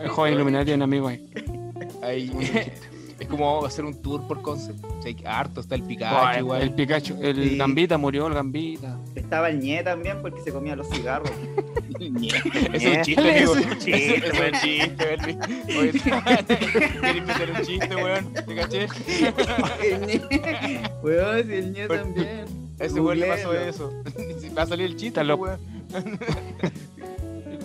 [SPEAKER 3] El joven iluminado tiene un amigo ahí.
[SPEAKER 1] Ahí. (laughs) Es como hacer un tour por concept. O sea, que harto está el
[SPEAKER 3] Ah,
[SPEAKER 1] Pikachu,
[SPEAKER 3] el,
[SPEAKER 1] igual. (laughs)
[SPEAKER 3] el Pikachu. El
[SPEAKER 2] Sí.
[SPEAKER 3] Gambita murió, el Gambita.
[SPEAKER 2] Estaba el ñe también porque se comía los cigarros. (laughs)
[SPEAKER 1] Es un
[SPEAKER 4] (laughs)
[SPEAKER 1] chiste, amigo.
[SPEAKER 3] Es un
[SPEAKER 4] chiste,
[SPEAKER 1] Es un chiste, Belvi.
[SPEAKER 3] (laughs)
[SPEAKER 1] Oye, ¿quieres inventar un chiste, weón? ¿Te caché?
[SPEAKER 2] el ñe. Weón, si el ñe también.
[SPEAKER 1] A ese weón le pasó
[SPEAKER 2] Googlealo.
[SPEAKER 1] eso. (laughs) Si Va a salir el chiste,
[SPEAKER 3] Está loco.
[SPEAKER 1] weón.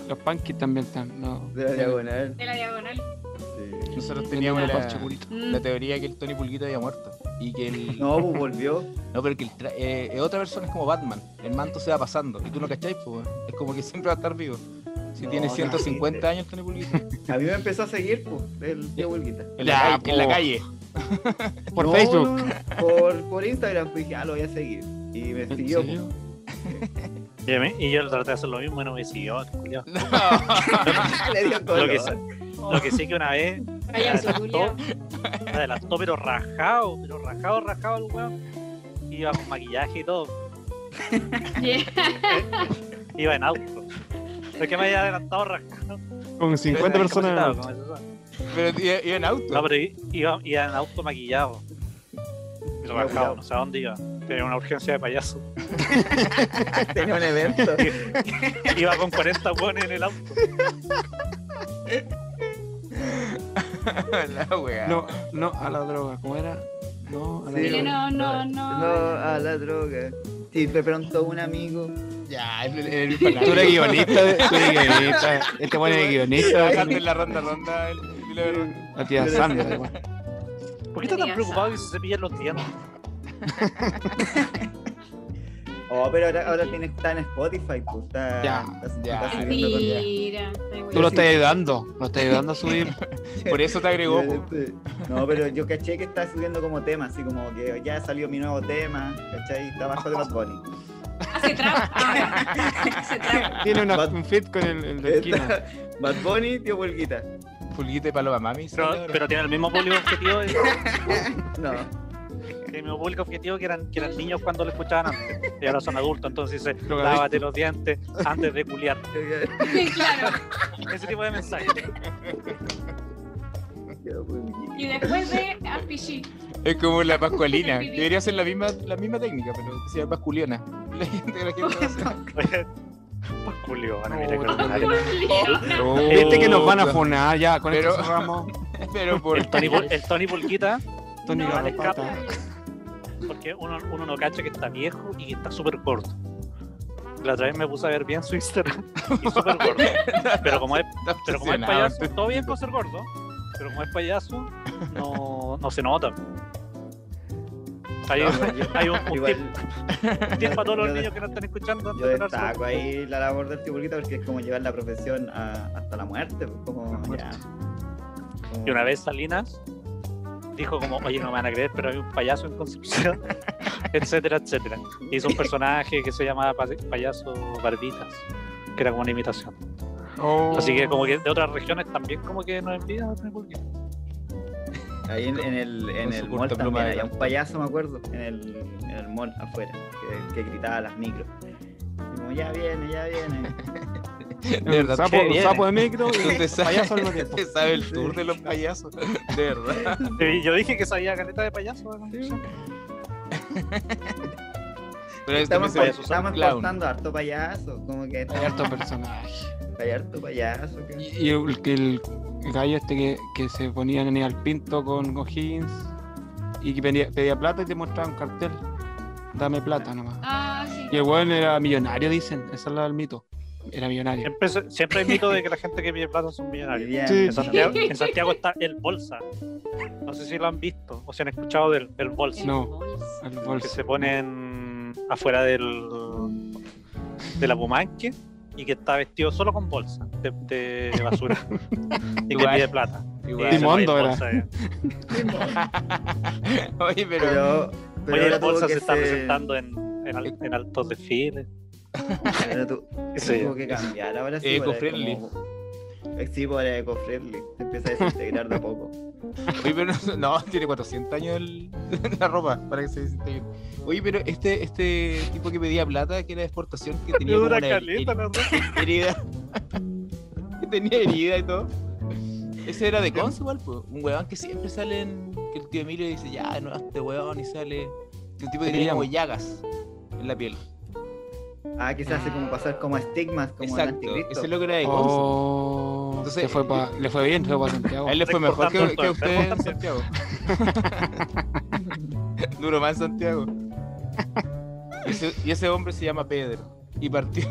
[SPEAKER 3] Los Punkies también están. No.
[SPEAKER 2] De la diagonal.
[SPEAKER 5] De la diagonal.
[SPEAKER 2] Sí.
[SPEAKER 1] Nosotros teníamos
[SPEAKER 3] Tenía
[SPEAKER 1] la,
[SPEAKER 3] una parcha curita.
[SPEAKER 5] Mm.
[SPEAKER 1] la teoría que el Tony Pulguita había muerto. Y que el. No,
[SPEAKER 2] No, pues volvió.
[SPEAKER 1] pero que el tra- eh, eh, otra persona es como Batman. El manto se va pasando. Y tú no cacháis, pues, weón. Es como que siempre va a estar vivo. Si
[SPEAKER 2] No,
[SPEAKER 1] tiene
[SPEAKER 2] no,
[SPEAKER 1] 150
[SPEAKER 2] sí.
[SPEAKER 1] años el Tony
[SPEAKER 3] (laughs)
[SPEAKER 1] Pulguita.
[SPEAKER 2] A mí me empezó a seguir, pues, el tío Bulguita.
[SPEAKER 1] En,
[SPEAKER 3] Ya,
[SPEAKER 1] la, calle, en la
[SPEAKER 3] po. (laughs)
[SPEAKER 1] calle.
[SPEAKER 3] Por
[SPEAKER 2] No,
[SPEAKER 3] Facebook.
[SPEAKER 2] no, no, por, por Instagram, pues dije, ah, lo voy a seguir. Y me
[SPEAKER 3] ¿En
[SPEAKER 2] siguió.
[SPEAKER 3] serio?
[SPEAKER 4] Y, a mí- y yo traté de hacer lo mismo y no me siguió. el culiao.
[SPEAKER 2] po. (laughs) Le dio
[SPEAKER 4] Lo que,
[SPEAKER 2] color.
[SPEAKER 4] lo que sí que una vez
[SPEAKER 5] Cállense,
[SPEAKER 4] adelantó,
[SPEAKER 5] (laughs) Julia.
[SPEAKER 4] adelantó, pero rajado, pero rajado, rajado el weón. Iba con maquillaje y todo.
[SPEAKER 5] Yeah.
[SPEAKER 4] Iba en auto. Es que me había adelantado rajado.
[SPEAKER 3] Con 50 personas. en el auto.
[SPEAKER 1] Pero iba iba en auto.
[SPEAKER 4] No, pero i- iba, iba en auto maquillado. Y Rajado, no sé a dónde iba. Tenía una urgencia de payaso. (laughs)
[SPEAKER 2] Tenía
[SPEAKER 1] (laughs)
[SPEAKER 2] un evento.
[SPEAKER 4] Iba con 40 weones en el auto.
[SPEAKER 1] la weá.
[SPEAKER 3] No, no a la droga, ¿cómo era? No, a la
[SPEAKER 2] Sí,
[SPEAKER 5] Dile
[SPEAKER 3] droga.
[SPEAKER 5] no, no,
[SPEAKER 2] No,
[SPEAKER 5] no.
[SPEAKER 2] a la droga. Si de pronto un amigo.
[SPEAKER 1] Ya, el, el, el
[SPEAKER 3] Tú eres guionista, tú eres guionista. Este bueno es guionista.
[SPEAKER 1] en la ronda, ronda. El, el, el-
[SPEAKER 3] La tía Sandra. weón.
[SPEAKER 4] ¿Por qué estás tan preocupado que se cepillan los dientes?
[SPEAKER 2] Oh, pero ahora, ahora tiene, está en Spotify, pues. Está,
[SPEAKER 3] Ya,
[SPEAKER 2] está-
[SPEAKER 1] ya.
[SPEAKER 2] está subiendo con-
[SPEAKER 5] Mentira. Ay,
[SPEAKER 3] Tú lo
[SPEAKER 5] weón.
[SPEAKER 3] estás ayudando, lo estás ayudando a subir.
[SPEAKER 1] Por eso te agregó. po.
[SPEAKER 2] No, pero yo caché que está subiendo como tema, así como que ya salió mi nuevo tema, ¿cachai? Está abajo de los Bunny.
[SPEAKER 3] (laughs)
[SPEAKER 5] Hace trap. Ah, Hace
[SPEAKER 3] (laughs)
[SPEAKER 5] trap.
[SPEAKER 3] Tiene una, un fit con el, el de esquina.
[SPEAKER 2] Está Bad Bunny, tío Bulguita.
[SPEAKER 1] Pulguita y Paloma Mami. ¿sí?
[SPEAKER 4] Pero, pero tiene el mismo público objetivo. de-
[SPEAKER 2] No.
[SPEAKER 4] el mismo público objetivo que eran, que eran niños cuando lo escuchaban antes. Y ahora son adultos, entonces dice,
[SPEAKER 3] Drogadictos.
[SPEAKER 4] lávate los dientes antes de culiar.
[SPEAKER 5] Sí, claro.
[SPEAKER 4] Ese tipo de mensaje.
[SPEAKER 2] Tío Bulguita.
[SPEAKER 5] Y después de Aspichi.
[SPEAKER 1] Es como la
[SPEAKER 2] (laughs)
[SPEAKER 1] pascualina. Debería ser la misma, la misma técnica, pero que sea pasculiona. (laughs) La gente, la gente va a hacer.
[SPEAKER 4] Oye, Pues culio, van a mirar con la nariz.
[SPEAKER 5] Julia.
[SPEAKER 4] Oh.
[SPEAKER 3] Viste que nos van a funar ya, con este
[SPEAKER 1] Pero-
[SPEAKER 3] esto cerramos.
[SPEAKER 1] Pero por.
[SPEAKER 4] el Tony, Pul- el Tony Pulquita,
[SPEAKER 3] Tony
[SPEAKER 5] No,
[SPEAKER 4] al escape.
[SPEAKER 3] Garrapata.
[SPEAKER 4] porque uno, uno no cacha que está viejo y que está súper corto. la otra vez me puse a ver bien su Instagram (laughs) y
[SPEAKER 1] (laughs)
[SPEAKER 4] súper gordo. Pero como es, pero como es payaso, todo bien con ser gordo, pero como es payaso, no, no se nota. Hay, un-
[SPEAKER 2] Igual yo-
[SPEAKER 4] hay un, un
[SPEAKER 2] Igual,
[SPEAKER 4] tip, un tip para todos los
[SPEAKER 2] yo-
[SPEAKER 4] niños que no están escuchando. antes
[SPEAKER 2] Yo
[SPEAKER 4] de darse-
[SPEAKER 2] destaco ahí la labor del tiburquito porque es como llevar la profesión a- hasta la muerte. pues, Como, ya. Como-
[SPEAKER 4] Y una vez Salinas dijo como, oye, no me van a creer, pero hay un payaso en Concepción, (laughs) etcétera, etcétera. Hizo un personaje que se llamaba pa- payaso Barbitas, que era como una imitación.
[SPEAKER 3] Oh.
[SPEAKER 4] Así que como que de otras regiones también como que nos envían. no sé por qué.
[SPEAKER 2] Ahí en, en el, en
[SPEAKER 1] con su
[SPEAKER 2] el
[SPEAKER 1] corta
[SPEAKER 2] mall
[SPEAKER 1] pluma
[SPEAKER 2] también
[SPEAKER 1] de
[SPEAKER 2] había
[SPEAKER 1] gato.
[SPEAKER 2] un payaso, me acuerdo, en el, en el mall afuera, que, que gritaba a las micros. Y Como ya viene, ya
[SPEAKER 1] (laughs)
[SPEAKER 2] viene.
[SPEAKER 1] Este De
[SPEAKER 3] Un
[SPEAKER 1] verdad,
[SPEAKER 3] Oh, sapo,
[SPEAKER 1] qué
[SPEAKER 3] un
[SPEAKER 1] bien.
[SPEAKER 3] sapo de micro y
[SPEAKER 1] Usted sabe, (laughs)
[SPEAKER 3] payaso al mismo tiempo.
[SPEAKER 1] usted sabe el tour de los
[SPEAKER 2] (laughs)
[SPEAKER 1] payasos. De verdad.
[SPEAKER 4] Sí, Yo dije que sabía caleta de payaso. ¿no?
[SPEAKER 1] Pero este me
[SPEAKER 2] Estamos,
[SPEAKER 1] se
[SPEAKER 4] payaso,
[SPEAKER 2] estamos
[SPEAKER 1] clown.
[SPEAKER 2] cortando harto payaso, como que
[SPEAKER 3] Hay
[SPEAKER 2] estamos
[SPEAKER 3] harto personaje.
[SPEAKER 2] hay harto payaso. que-
[SPEAKER 3] Y el, que el gallo este que, que se ponía en el pinto con O'Higgins y que pedía, pedía plata y te mostraba un cartel. Dame plata nomás.
[SPEAKER 5] Ah, sí.
[SPEAKER 3] Y el weón era millonario, dicen. Ese es el mito. Era millonario.
[SPEAKER 4] Siempre, se- siempre hay mito de que la gente que pide plata son
[SPEAKER 1] Ah,
[SPEAKER 4] millonarios.
[SPEAKER 2] Vivían-
[SPEAKER 3] Sí.
[SPEAKER 4] En (laughs) Santiago, en Santiago está el Bolsa. No sé si lo han visto o si han escuchado del el Bolsa.
[SPEAKER 5] El
[SPEAKER 3] No.
[SPEAKER 5] bolso.
[SPEAKER 3] Al
[SPEAKER 4] que
[SPEAKER 3] bolso.
[SPEAKER 4] se ponen afuera del de la Pumanque y que está vestido solo con bolsa de, de
[SPEAKER 1] (laughs)
[SPEAKER 4] basura y que
[SPEAKER 1] Igual.
[SPEAKER 4] pide plata.
[SPEAKER 1] (laughs) Igual.
[SPEAKER 4] Y dice,
[SPEAKER 3] Timondo
[SPEAKER 4] "Oye, el
[SPEAKER 3] era".
[SPEAKER 4] Bolsa, eh".
[SPEAKER 1] Oye, pero.
[SPEAKER 2] Pero, pero
[SPEAKER 4] Oye,
[SPEAKER 2] ahora
[SPEAKER 4] el
[SPEAKER 2] tuvo
[SPEAKER 4] bolsa
[SPEAKER 2] que
[SPEAKER 4] se está
[SPEAKER 2] ser-
[SPEAKER 4] presentando en, en, al- en altos desfiles.
[SPEAKER 2] ahora tu-
[SPEAKER 4] qué sé yo.
[SPEAKER 2] tuvo que cambiar, ahora sí.
[SPEAKER 1] Eco
[SPEAKER 2] pues, era
[SPEAKER 1] friendly.
[SPEAKER 2] como- eh, Sí, pues, era eco-friendly. Se empieza a desintegrar de a poco.
[SPEAKER 1] Oye, pero no- no, tiene 400 años el- (laughs) la ropa para que se desintegre. Oye, pero este, este tipo que pedía plata, que era de exportación,
[SPEAKER 4] (laughs)
[SPEAKER 1] que tenía como
[SPEAKER 4] Dura
[SPEAKER 1] una
[SPEAKER 4] caleta, la verdad.
[SPEAKER 1] her- herida. (laughs) que tenía herida y todo. Ese era de Cons igual, pues. Un weón que siempre sale en. que el tío Emilio dice, ya, no, este weón y sale. Que un tipo que tenía como llagas en la piel.
[SPEAKER 2] Ah, que se hace como pasar como estigmas, como el
[SPEAKER 1] Exacto.
[SPEAKER 2] anticristo.
[SPEAKER 1] Ese loco era de Cons.
[SPEAKER 3] Oh,
[SPEAKER 1] Entonces-
[SPEAKER 3] se fue
[SPEAKER 2] eh,
[SPEAKER 3] pa- le fue bien, se fue
[SPEAKER 2] (laughs)
[SPEAKER 3] para Santiago.
[SPEAKER 1] A él le fue mejor que,
[SPEAKER 4] Recortando
[SPEAKER 1] que a
[SPEAKER 4] esto,
[SPEAKER 1] usted en
[SPEAKER 4] recortando.
[SPEAKER 1] Santiago. Duro más en Santiago. (laughs) Y ese, y ese hombre se llama Pedro. Y partió.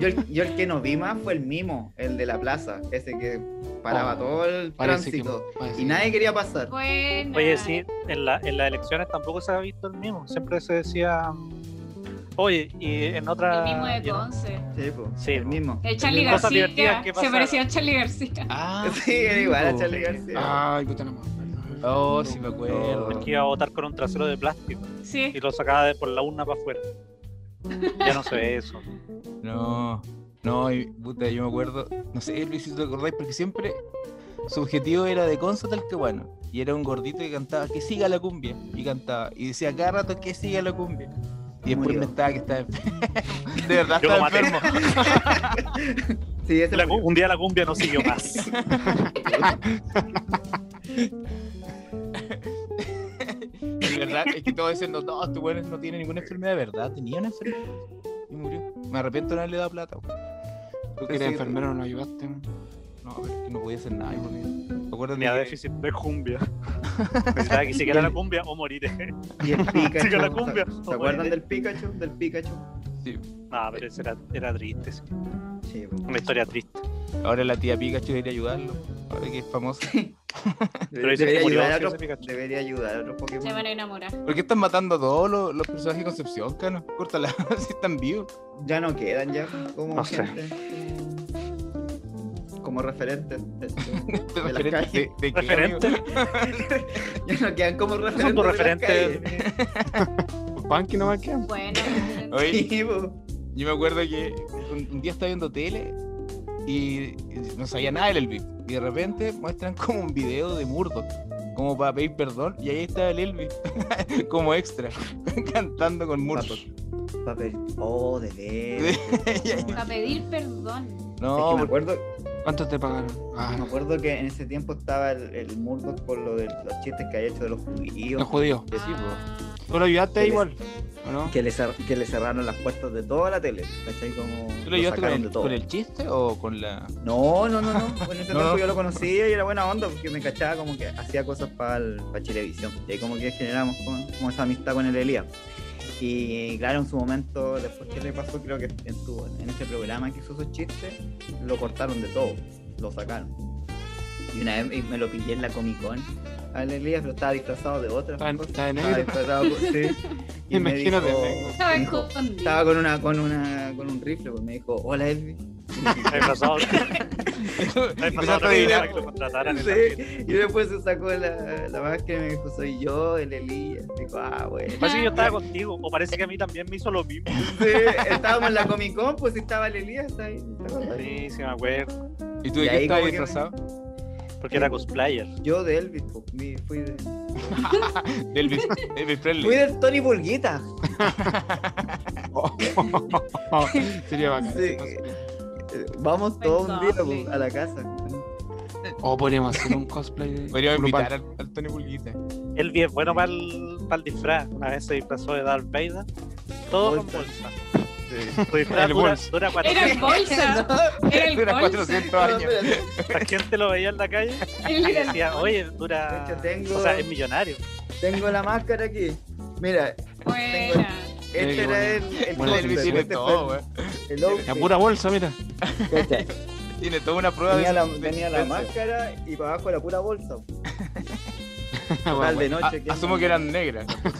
[SPEAKER 2] Yo, el- yo el que no vi más fue el mimo, el de la plaza, ese que paraba
[SPEAKER 3] Oh,
[SPEAKER 2] todo el
[SPEAKER 3] Parece que-
[SPEAKER 2] tránsito.
[SPEAKER 3] parece
[SPEAKER 2] Y nadie quería pasar.
[SPEAKER 5] Buena.
[SPEAKER 4] Oye, sí, en, la- en las elecciones tampoco se ha visto el mismo. Siempre se decía. Oye, y en
[SPEAKER 5] El mismo
[SPEAKER 4] otra.
[SPEAKER 5] de
[SPEAKER 4] y en-
[SPEAKER 5] Conce.
[SPEAKER 2] Sí, po,
[SPEAKER 4] Sí,
[SPEAKER 2] el
[SPEAKER 4] po.
[SPEAKER 2] mismo.
[SPEAKER 5] El Charlie
[SPEAKER 4] Cosas
[SPEAKER 5] García.
[SPEAKER 4] divertidas que
[SPEAKER 5] Se
[SPEAKER 4] pasaron.
[SPEAKER 5] parecía a Charlie García.
[SPEAKER 1] Ah,
[SPEAKER 2] (laughs) Sí, era igual a Charlie
[SPEAKER 4] po.
[SPEAKER 3] que-
[SPEAKER 2] García.
[SPEAKER 4] Ah.
[SPEAKER 3] Ay, puta la madre.
[SPEAKER 1] Oh, sí me acuerdo.
[SPEAKER 4] que iba a votar con un trasero de plástico
[SPEAKER 5] Sí.
[SPEAKER 4] y lo sacaba de por la urna para afuera. Ya no se ve eso.
[SPEAKER 1] No, no, y, puta, yo me acuerdo. No sé, Luis, si te acordáis, porque siempre su objetivo era de Conso Talcahuano. Y era un gordito que cantaba que siga la cumbia. Y cantaba. Y decía cada rato que siga la cumbia. Y después
[SPEAKER 2] Murió.
[SPEAKER 1] inventaba que estaba enfermo. (laughs) De verdad
[SPEAKER 4] (laughs) Yo lo
[SPEAKER 1] estaba
[SPEAKER 4] maté.
[SPEAKER 1] enfermo.
[SPEAKER 2] Sí, ese
[SPEAKER 4] Este La cu-
[SPEAKER 2] murió.
[SPEAKER 4] un día la cumbia no siguió más. Este
[SPEAKER 1] Y verdad, es que todos dicen, no, no, este weón no tiene ninguna enfermedad, de ¿verdad? Tenía una enfermedad y murió. Me arrepiento de no haberle dado plata, weón.
[SPEAKER 3] Tú que eres enfermero, no lo ayudaste. man.
[SPEAKER 1] No, pero es que no podía hacer nada, yo porque... ¿Te acuerdas
[SPEAKER 4] Tenía
[SPEAKER 1] de
[SPEAKER 4] déficit de cumbia. Necesitaba que siguiera la cumbia o moriré.
[SPEAKER 2] Y
[SPEAKER 4] (laughs)
[SPEAKER 2] el Pikachu.
[SPEAKER 4] Sigue la
[SPEAKER 2] ¿se-
[SPEAKER 4] cumbia.
[SPEAKER 2] ¿Se acuerdan del Pikachu? Del Pikachu.
[SPEAKER 1] Sí.
[SPEAKER 4] No, pero eso era, era triste. sí.
[SPEAKER 2] Sí, po.
[SPEAKER 4] Una historia triste.
[SPEAKER 1] Ahora la tía Pikachu debería ayudarlo, ahora que es famosa.
[SPEAKER 4] (laughs) Pero dicen
[SPEAKER 2] debería,
[SPEAKER 4] que murió
[SPEAKER 2] ayudar a
[SPEAKER 4] ese
[SPEAKER 2] otros,
[SPEAKER 4] Pikachu.
[SPEAKER 2] debería ayudar a otros
[SPEAKER 5] Se van
[SPEAKER 2] Pokémon.
[SPEAKER 5] a enamorar.
[SPEAKER 1] ¿Por qué están matando a todos los, los personajes de Concepción, Cano? Córtala, (laughs) si están vivos. (laughs)
[SPEAKER 2] Ya no quedan ya como
[SPEAKER 4] No sé.
[SPEAKER 2] gente. Como referentes.
[SPEAKER 4] (laughs)
[SPEAKER 2] este,
[SPEAKER 1] Este
[SPEAKER 2] De la
[SPEAKER 1] referente,
[SPEAKER 2] calle.
[SPEAKER 1] ¿De, de qué,
[SPEAKER 4] Referente.
[SPEAKER 1] amigo?
[SPEAKER 2] (laughs) ya no quedan como referentes.
[SPEAKER 4] Son tus
[SPEAKER 2] de las
[SPEAKER 4] referentes.
[SPEAKER 2] calles.
[SPEAKER 3] Pues Banqui no va a quedar.
[SPEAKER 5] Bueno.
[SPEAKER 1] Oye,
[SPEAKER 2] (laughs) Sí, po.
[SPEAKER 1] Yo me acuerdo que un, un día estaba viendo tele y no sabía nada del Elvis. Y de repente muestran como un video de Murdoch, como para pedir perdón, y ahí estaba el Elvis, (laughs) como extra, (laughs) cantando con Murdoch.
[SPEAKER 2] Papel. Oh, de
[SPEAKER 1] (laughs)
[SPEAKER 2] veras.
[SPEAKER 5] Para pedir perdón.
[SPEAKER 2] Es que
[SPEAKER 1] No,
[SPEAKER 2] me
[SPEAKER 1] porque-
[SPEAKER 2] acuerdo,
[SPEAKER 3] ¿Cuánto te pagaron? Ah,
[SPEAKER 2] me acuerdo que en ese tiempo estaba el, el Murdoch por lo de los chistes que había hecho de los judíos.
[SPEAKER 3] los judíos.
[SPEAKER 1] sí, po.
[SPEAKER 3] Tú lo ayudaste
[SPEAKER 2] Sí.
[SPEAKER 3] igual,
[SPEAKER 2] (laughs)
[SPEAKER 3] ¿o no?
[SPEAKER 2] Que le, cer- que le cerraron las puertas de toda la tele. ¿Cachai? Como
[SPEAKER 1] ¿Tú
[SPEAKER 2] lo
[SPEAKER 1] lo ayudaste con
[SPEAKER 2] sacaron
[SPEAKER 1] el,
[SPEAKER 2] de todo.
[SPEAKER 1] con el chiste o con la.?
[SPEAKER 2] No, no, no,
[SPEAKER 3] (laughs)
[SPEAKER 2] no. En ese
[SPEAKER 1] No,
[SPEAKER 2] tiempo
[SPEAKER 1] no.
[SPEAKER 2] yo lo conocía y era buena onda porque me cachaba como que hacía cosas para Chilevisión. Y ahí como que generamos como, como esa amistad con el Elías. Y claro, en su momento, después que le pasó, creo que en, tu- en este programa que hizo esos chistes, lo cortaron de todo, lo sacaron. Y una vez me lo pillé en la Comic Con, a Elías, pero estaba disfrazado de otra.
[SPEAKER 3] Estaba en-
[SPEAKER 2] cosa.
[SPEAKER 3] estaba de
[SPEAKER 2] Estaba disfrazado,
[SPEAKER 3] negro.
[SPEAKER 2] por- sí.
[SPEAKER 3] (laughs)
[SPEAKER 2] Y me
[SPEAKER 3] Imagino
[SPEAKER 2] dijo-
[SPEAKER 3] de negro.
[SPEAKER 5] Estaba
[SPEAKER 2] me dijo-
[SPEAKER 5] escondido.
[SPEAKER 2] estaba con una, con una, con un rifle, pues me dijo, hola Edwin.
[SPEAKER 4] Reemplazado.
[SPEAKER 1] Empezaste a adivinar.
[SPEAKER 4] Así
[SPEAKER 2] Sí, y después se sacó la, la máscara y me dijo, soy yo, el Elías. Dijo, ah, bueno.
[SPEAKER 3] (laughs)
[SPEAKER 4] que yo estaba contigo, o parece que a mí también me hizo lo mismo.
[SPEAKER 2] Sí, estábamos en la Comic Con, pues y estaba el Elías ahí. ¿te acordás?
[SPEAKER 4] Sí, sí, me acuerdo.
[SPEAKER 1] ¿Y tú
[SPEAKER 2] Y
[SPEAKER 1] de qué
[SPEAKER 2] ahí
[SPEAKER 1] estabas
[SPEAKER 2] como que me-
[SPEAKER 1] disfrazado?
[SPEAKER 4] Porque era cosplayer.
[SPEAKER 2] Yo de Elvis, pues, mi- fui, de,
[SPEAKER 1] De
[SPEAKER 2] (laughs)
[SPEAKER 1] Elvis, Elvis
[SPEAKER 2] fui
[SPEAKER 1] Presley.
[SPEAKER 2] del Tony Pulguita.
[SPEAKER 1] Oh,
[SPEAKER 3] Sería bacán.
[SPEAKER 2] Sí. Eh, Vamos todos un día pues,
[SPEAKER 5] Pensable.
[SPEAKER 2] a la casa.
[SPEAKER 3] O podríamos hacer un cosplay de.
[SPEAKER 1] Podríamos
[SPEAKER 3] grupal.
[SPEAKER 1] invitar al, al Tony Pulguita.
[SPEAKER 4] Él bien bueno para el, para el disfraz. Una vez se disfrazó de Darth Vader. Todo con bolsa. Su disfraz
[SPEAKER 3] El
[SPEAKER 4] dura,
[SPEAKER 3] bolso.
[SPEAKER 4] dura
[SPEAKER 5] Era en
[SPEAKER 2] (laughs)
[SPEAKER 4] 400.
[SPEAKER 5] bolsa. Era el
[SPEAKER 1] Dura
[SPEAKER 5] bolsa.
[SPEAKER 1] 400
[SPEAKER 2] No,
[SPEAKER 1] años.
[SPEAKER 2] espérate.
[SPEAKER 4] La gente lo veía en la calle (laughs)
[SPEAKER 5] Él
[SPEAKER 4] y
[SPEAKER 5] (laughs) era el
[SPEAKER 4] decía, oye, dura.
[SPEAKER 2] De hecho, tengo-
[SPEAKER 4] O sea, es millonario.
[SPEAKER 2] Tengo la máscara aquí. Mira,
[SPEAKER 5] Buena.
[SPEAKER 2] este
[SPEAKER 3] qué
[SPEAKER 2] era
[SPEAKER 3] bueno.
[SPEAKER 2] el, el
[SPEAKER 3] Bueno,
[SPEAKER 1] Bueno,
[SPEAKER 2] outfit,
[SPEAKER 1] Elvis tiene
[SPEAKER 2] este fue
[SPEAKER 1] todo,
[SPEAKER 2] el-
[SPEAKER 1] weón.
[SPEAKER 2] el outfit.
[SPEAKER 3] La pura bolsa, mira.
[SPEAKER 2] Cacha,
[SPEAKER 1] Tiene toda una prueba
[SPEAKER 2] Tenía
[SPEAKER 3] (laughs)
[SPEAKER 1] de.
[SPEAKER 2] la,
[SPEAKER 1] de
[SPEAKER 2] tenía la
[SPEAKER 1] existencia.
[SPEAKER 2] máscara y para abajo la pura bolsa.
[SPEAKER 3] Ah, Bueno,
[SPEAKER 2] Total, de
[SPEAKER 3] bueno.
[SPEAKER 2] noche.
[SPEAKER 1] A- Ah, Asumo que eran negras.
[SPEAKER 2] (laughs)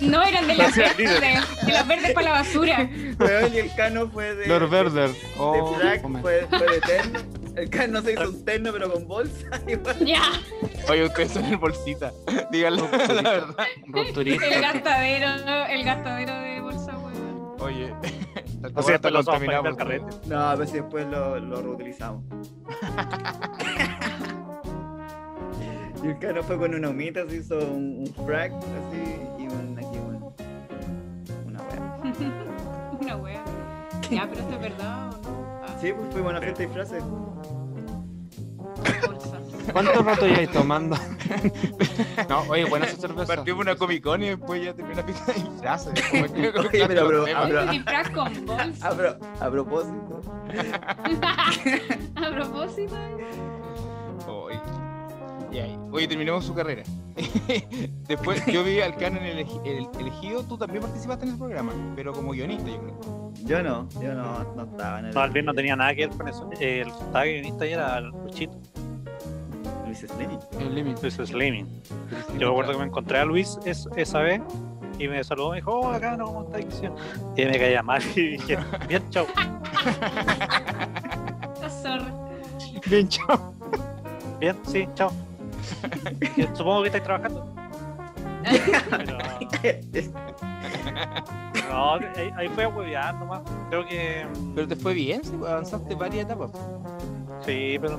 [SPEAKER 5] No eran de las verdes, de las verdes para la
[SPEAKER 4] (laughs)
[SPEAKER 5] basura.
[SPEAKER 2] Weón, y el cano fue de.
[SPEAKER 3] Lord
[SPEAKER 2] de-
[SPEAKER 3] Verder. Oh,
[SPEAKER 2] de frac,
[SPEAKER 3] comer.
[SPEAKER 2] fue, fue de terno. El cano se hizo un terno, pero con bolsa. Igual.
[SPEAKER 5] Ya,
[SPEAKER 1] Oye, ustedes son el bolsita. (laughs) Díganlo la verdad.
[SPEAKER 3] Rupturista.
[SPEAKER 5] el gastadero, el gastadero de bolsa, weón.
[SPEAKER 4] (laughs)
[SPEAKER 1] Oye.
[SPEAKER 4] O sea, te los vamos a limpiar carrete.
[SPEAKER 2] No, a ver si después lo, lo reutilizamos. y el cano fue con una humita, se hizo un, un frac así y un aquí un, una wea.
[SPEAKER 5] Una wea. Ya, pero esto es verdad. ¿o no? Ah,
[SPEAKER 2] Sí, pues fuimos a una fiesta de disfraces.
[SPEAKER 4] (laughs)
[SPEAKER 5] bolsa.
[SPEAKER 3] ¿Cuánto rato ya estáis tomando? (laughs) no, oye, buena esa cerveza.
[SPEAKER 1] Partió por una Comic Con y después ya terminó la pista de disfraces. Como que-
[SPEAKER 2] (laughs) Oye, pero, pero,
[SPEAKER 1] tema.
[SPEAKER 2] pero-
[SPEAKER 5] Un disfraz con
[SPEAKER 4] Ah.
[SPEAKER 2] A,
[SPEAKER 5] bolsa.
[SPEAKER 2] pro- Ah, a propósito,
[SPEAKER 5] (laughs) A propósito,
[SPEAKER 1] Oye. Y ahí- Oye, terminemos su carrera. (laughs) Después yo vi al Cano en el, el- elegido, tú también participaste en el programa, pero como guionista, yo creo.
[SPEAKER 2] yo no, yo no, no estaba en el.
[SPEAKER 4] No, al bien no tenía nada que ver con eso. El que estaba guionista ahí era Luchito,
[SPEAKER 2] Luis Slimmy.
[SPEAKER 3] El límite.
[SPEAKER 4] Luis Slimming. Yo me acuerdo que me encontré a Luis es- esa vez y me saludó, me dijo, oh, acá no, ¿cómo estás? ¿Qué sé yo? Y me caía mal (laughs) y dije, bien, chao.
[SPEAKER 5] la
[SPEAKER 4] (laughs)
[SPEAKER 5] zorra.
[SPEAKER 3] Bien, chao.
[SPEAKER 4] Bien, sí, chao. Y Supongo que estáis trabajando. Pero, no, ahí, ahí fue a huevear nomás. Creo que. mm,
[SPEAKER 1] Pero te fue bien, sí, avanzaste varias etapas.
[SPEAKER 4] Sí, pero.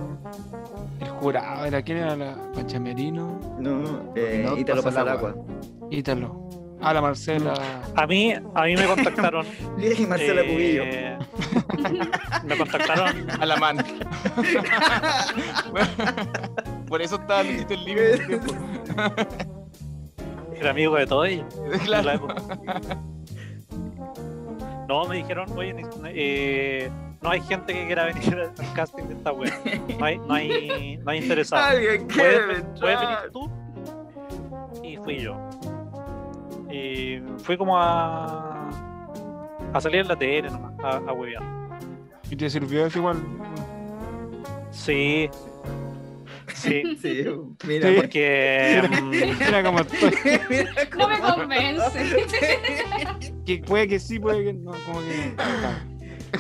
[SPEAKER 3] El jurado era quién era la Pachamerino,
[SPEAKER 2] (laughs) No, eh,
[SPEAKER 1] No
[SPEAKER 2] y te lo
[SPEAKER 1] pasa
[SPEAKER 2] pasa
[SPEAKER 1] el
[SPEAKER 2] al
[SPEAKER 1] agua.
[SPEAKER 2] agua.
[SPEAKER 3] Ítalo. Ah, la Marcela.
[SPEAKER 4] A mí, a mí me contactaron.
[SPEAKER 2] Y (laughs) Marcela
[SPEAKER 4] eh,
[SPEAKER 2] Cubillo.
[SPEAKER 4] Me contactaron.
[SPEAKER 1] A la mano. (laughs) Por eso estaba Luchito en libre. en ese tiempo.
[SPEAKER 4] Era amigo de todo ello. en
[SPEAKER 1] (laughs)
[SPEAKER 4] la
[SPEAKER 1] Claro.
[SPEAKER 4] época. No, me dijeron, oye, ne- ne- eh, no hay gente que quiera venir al casting de esta web. No hay, no hay, no hay interesado.
[SPEAKER 2] Alguien
[SPEAKER 4] ¿Puedes,
[SPEAKER 2] quiere
[SPEAKER 4] ven- puedes
[SPEAKER 2] entrar.
[SPEAKER 4] venir tú? Y fui yo. Y fui como a, a salir en la tele nomás, a, a huevear.
[SPEAKER 3] Y te sirvió eso igual.
[SPEAKER 4] Sí. Sí,
[SPEAKER 2] Sí, mira,
[SPEAKER 3] Sí.
[SPEAKER 4] porque. (laughs) mm,
[SPEAKER 3] Mira cómo estoy.
[SPEAKER 4] (laughs)
[SPEAKER 2] mira
[SPEAKER 5] No
[SPEAKER 2] cómo-
[SPEAKER 5] me convence.
[SPEAKER 3] Que puede que sí, puede que no. Como que.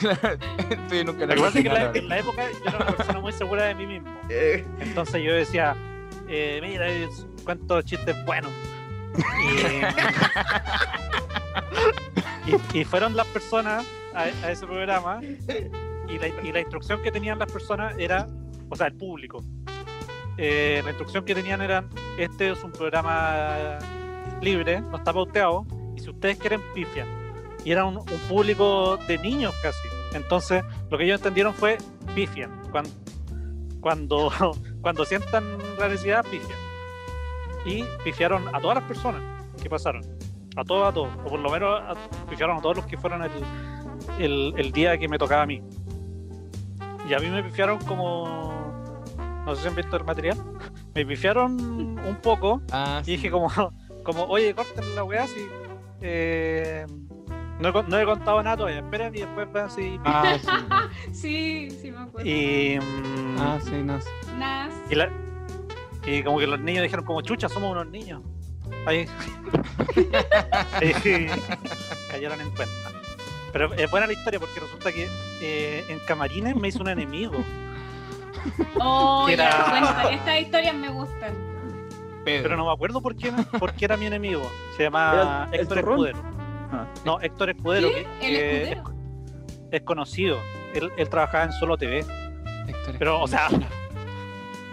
[SPEAKER 3] no.
[SPEAKER 1] Estoy en un
[SPEAKER 4] Lo que
[SPEAKER 1] canal.
[SPEAKER 4] pasa es que en la, en la época yo era una persona muy segura de mí mismo.
[SPEAKER 2] Eh,
[SPEAKER 4] Entonces yo decía, eh, mira, es- cuántos chistes buenos. Y, y- y fueron las personas a, a ese programa y la, y la instrucción que tenían las personas era, o sea, el público. eh, la instrucción que tenían era, este es un programa libre, no está pauteado, y si ustedes quieren, pifian. Y era un, un público de niños casi. Entonces, lo que ellos entendieron fue, pifian. Cuando, cuando, cuando sientan la necesidad, pifian. Y pifiaron a todas las personas que pasaron. A todos, a todos. O por lo menos a- pifiaron a todos los que fueron el, el, el día que me tocaba a mí. Y a mí me pifiaron como... No sé si han visto el material. (laughs) Me pifiaron un poco
[SPEAKER 1] Ah,
[SPEAKER 4] (laughs) y dije como, como oye, corten la weá si eh, no, he, con- no he contado nada todavía. Esperen y después vean si.
[SPEAKER 3] Ah, sí.
[SPEAKER 5] (laughs) Sí, sí me acuerdo.
[SPEAKER 4] Y, mm,
[SPEAKER 3] Ah, sí, no sé.
[SPEAKER 5] Nas.
[SPEAKER 4] y la- y como que los niños dijeron, como chucha, somos unos niños.
[SPEAKER 5] (laughs)
[SPEAKER 4] Ahí. Ahí cayeron en cuenta. Pero es buena la historia porque resulta que eh, en Camarines me hizo un enemigo.
[SPEAKER 5] Oh,
[SPEAKER 4] Que
[SPEAKER 5] ya,
[SPEAKER 4] era-
[SPEAKER 5] cuenta, Estas historias me gustan.
[SPEAKER 1] Pedro.
[SPEAKER 4] Pero no me acuerdo por qué, por qué era mi enemigo. Se llama
[SPEAKER 2] Era el- el
[SPEAKER 4] Héctor
[SPEAKER 2] turrón.
[SPEAKER 4] Escudero.
[SPEAKER 2] Ah,
[SPEAKER 4] No, Héctor Escudero,
[SPEAKER 5] ¿Qué?
[SPEAKER 4] que,
[SPEAKER 5] El
[SPEAKER 4] que es,
[SPEAKER 5] (laughs) escudero.
[SPEAKER 4] es conocido. Él, él trabajaba en Solo TV.
[SPEAKER 3] Héctor
[SPEAKER 4] Pero, o sea,
[SPEAKER 3] Escobar.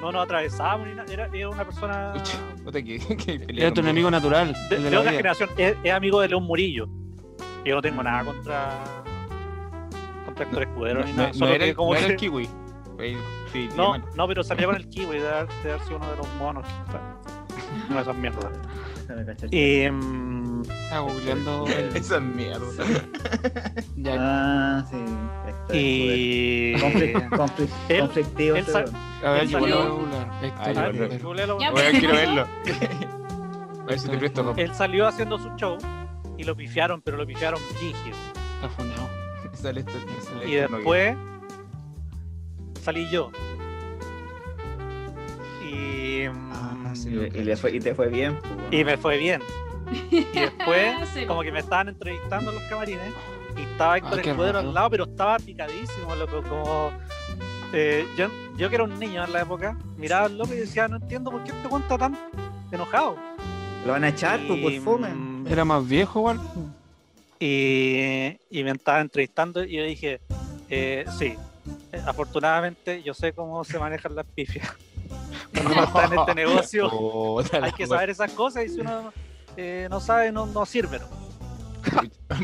[SPEAKER 4] no nos atravesábamos ni nada. Era, era una persona
[SPEAKER 1] Uch, puta que, (laughs) que pelea
[SPEAKER 3] Era
[SPEAKER 1] conmigo.
[SPEAKER 3] tu enemigo natural.
[SPEAKER 4] de,
[SPEAKER 3] el
[SPEAKER 4] de
[SPEAKER 3] la
[SPEAKER 4] otra
[SPEAKER 3] vida.
[SPEAKER 4] generación. Es, es amigo de León Murillo. Yo no tengo nada contra, contra Héctor Escudero
[SPEAKER 1] No,
[SPEAKER 4] ni
[SPEAKER 1] no-
[SPEAKER 4] nada.
[SPEAKER 1] no
[SPEAKER 4] solo
[SPEAKER 1] era,
[SPEAKER 4] que
[SPEAKER 1] el-
[SPEAKER 4] como
[SPEAKER 1] no era
[SPEAKER 4] (laughs) que-
[SPEAKER 1] el kiwi. Ahí, sí,
[SPEAKER 4] (laughs) No,
[SPEAKER 1] llaman.
[SPEAKER 4] no, pero salía con el kiwi de haber, de haber sido uno de los monos. que está- Una de esas
[SPEAKER 2] Ah,
[SPEAKER 4] mierdas.
[SPEAKER 2] déjame cachar.
[SPEAKER 4] Y, mm,
[SPEAKER 3] Estaba googleando.
[SPEAKER 4] (laughs)
[SPEAKER 3] el-
[SPEAKER 1] Esa mierda.
[SPEAKER 3] ya,
[SPEAKER 2] Ah, sí. Héctor
[SPEAKER 4] y... (laughs) eh,
[SPEAKER 2] Escudero. Conflict- conflict-
[SPEAKER 4] Él-
[SPEAKER 2] conflictivo
[SPEAKER 4] él
[SPEAKER 2] este
[SPEAKER 4] sa-
[SPEAKER 2] weón.
[SPEAKER 3] a ver,
[SPEAKER 4] él
[SPEAKER 3] yo voy a
[SPEAKER 5] salió-
[SPEAKER 3] googlear. Héctor
[SPEAKER 1] Ah,
[SPEAKER 4] Ah,
[SPEAKER 1] ya, pues.
[SPEAKER 3] Escobar.
[SPEAKER 4] googlealo.
[SPEAKER 5] Ya,
[SPEAKER 1] Bueno, quiero verlo. (laughs) A ver si te
[SPEAKER 3] Está bien.
[SPEAKER 1] presto
[SPEAKER 4] (laughs)
[SPEAKER 1] ropa.
[SPEAKER 4] Él salió haciendo su show y lo pifiaron, pero lo pifiaron brígido.
[SPEAKER 3] Está funado.
[SPEAKER 1] Sale esto- sale este
[SPEAKER 4] Y
[SPEAKER 1] esto, no,
[SPEAKER 4] después salí yo. Y, mm,
[SPEAKER 1] Ah, sí,
[SPEAKER 2] Y, le- y le fue- y te fue bien. pues, weón.
[SPEAKER 4] y me fue bien. Y después,
[SPEAKER 5] Sí.
[SPEAKER 4] como que me estaban entrevistando en los camarines y estaba Héctor
[SPEAKER 3] Ah, qué
[SPEAKER 4] Escudero
[SPEAKER 3] raro.
[SPEAKER 4] al lado, pero estaba picadísimo, loco, como... eh, yo, yo que era un niño en la época, miraba al loco y decía, no entiendo por qué te cuenta tan enojado.
[SPEAKER 2] Lo van a echar, pues, por
[SPEAKER 4] Y,
[SPEAKER 2] fome.
[SPEAKER 4] mm,
[SPEAKER 3] Era más viejo, igual.
[SPEAKER 4] y, y me estaba entrevistando y yo dije, eh, sí, eh, afortunadamente yo sé cómo se manejan las pifias. (laughs) Cuando uno está en
[SPEAKER 3] (laughs)
[SPEAKER 4] este negocio
[SPEAKER 1] Oh, dale,
[SPEAKER 4] hay que
[SPEAKER 1] güey. (laughs)
[SPEAKER 4] saber esas cosas y si uno eh, no sabe no, no sirve. ¿no?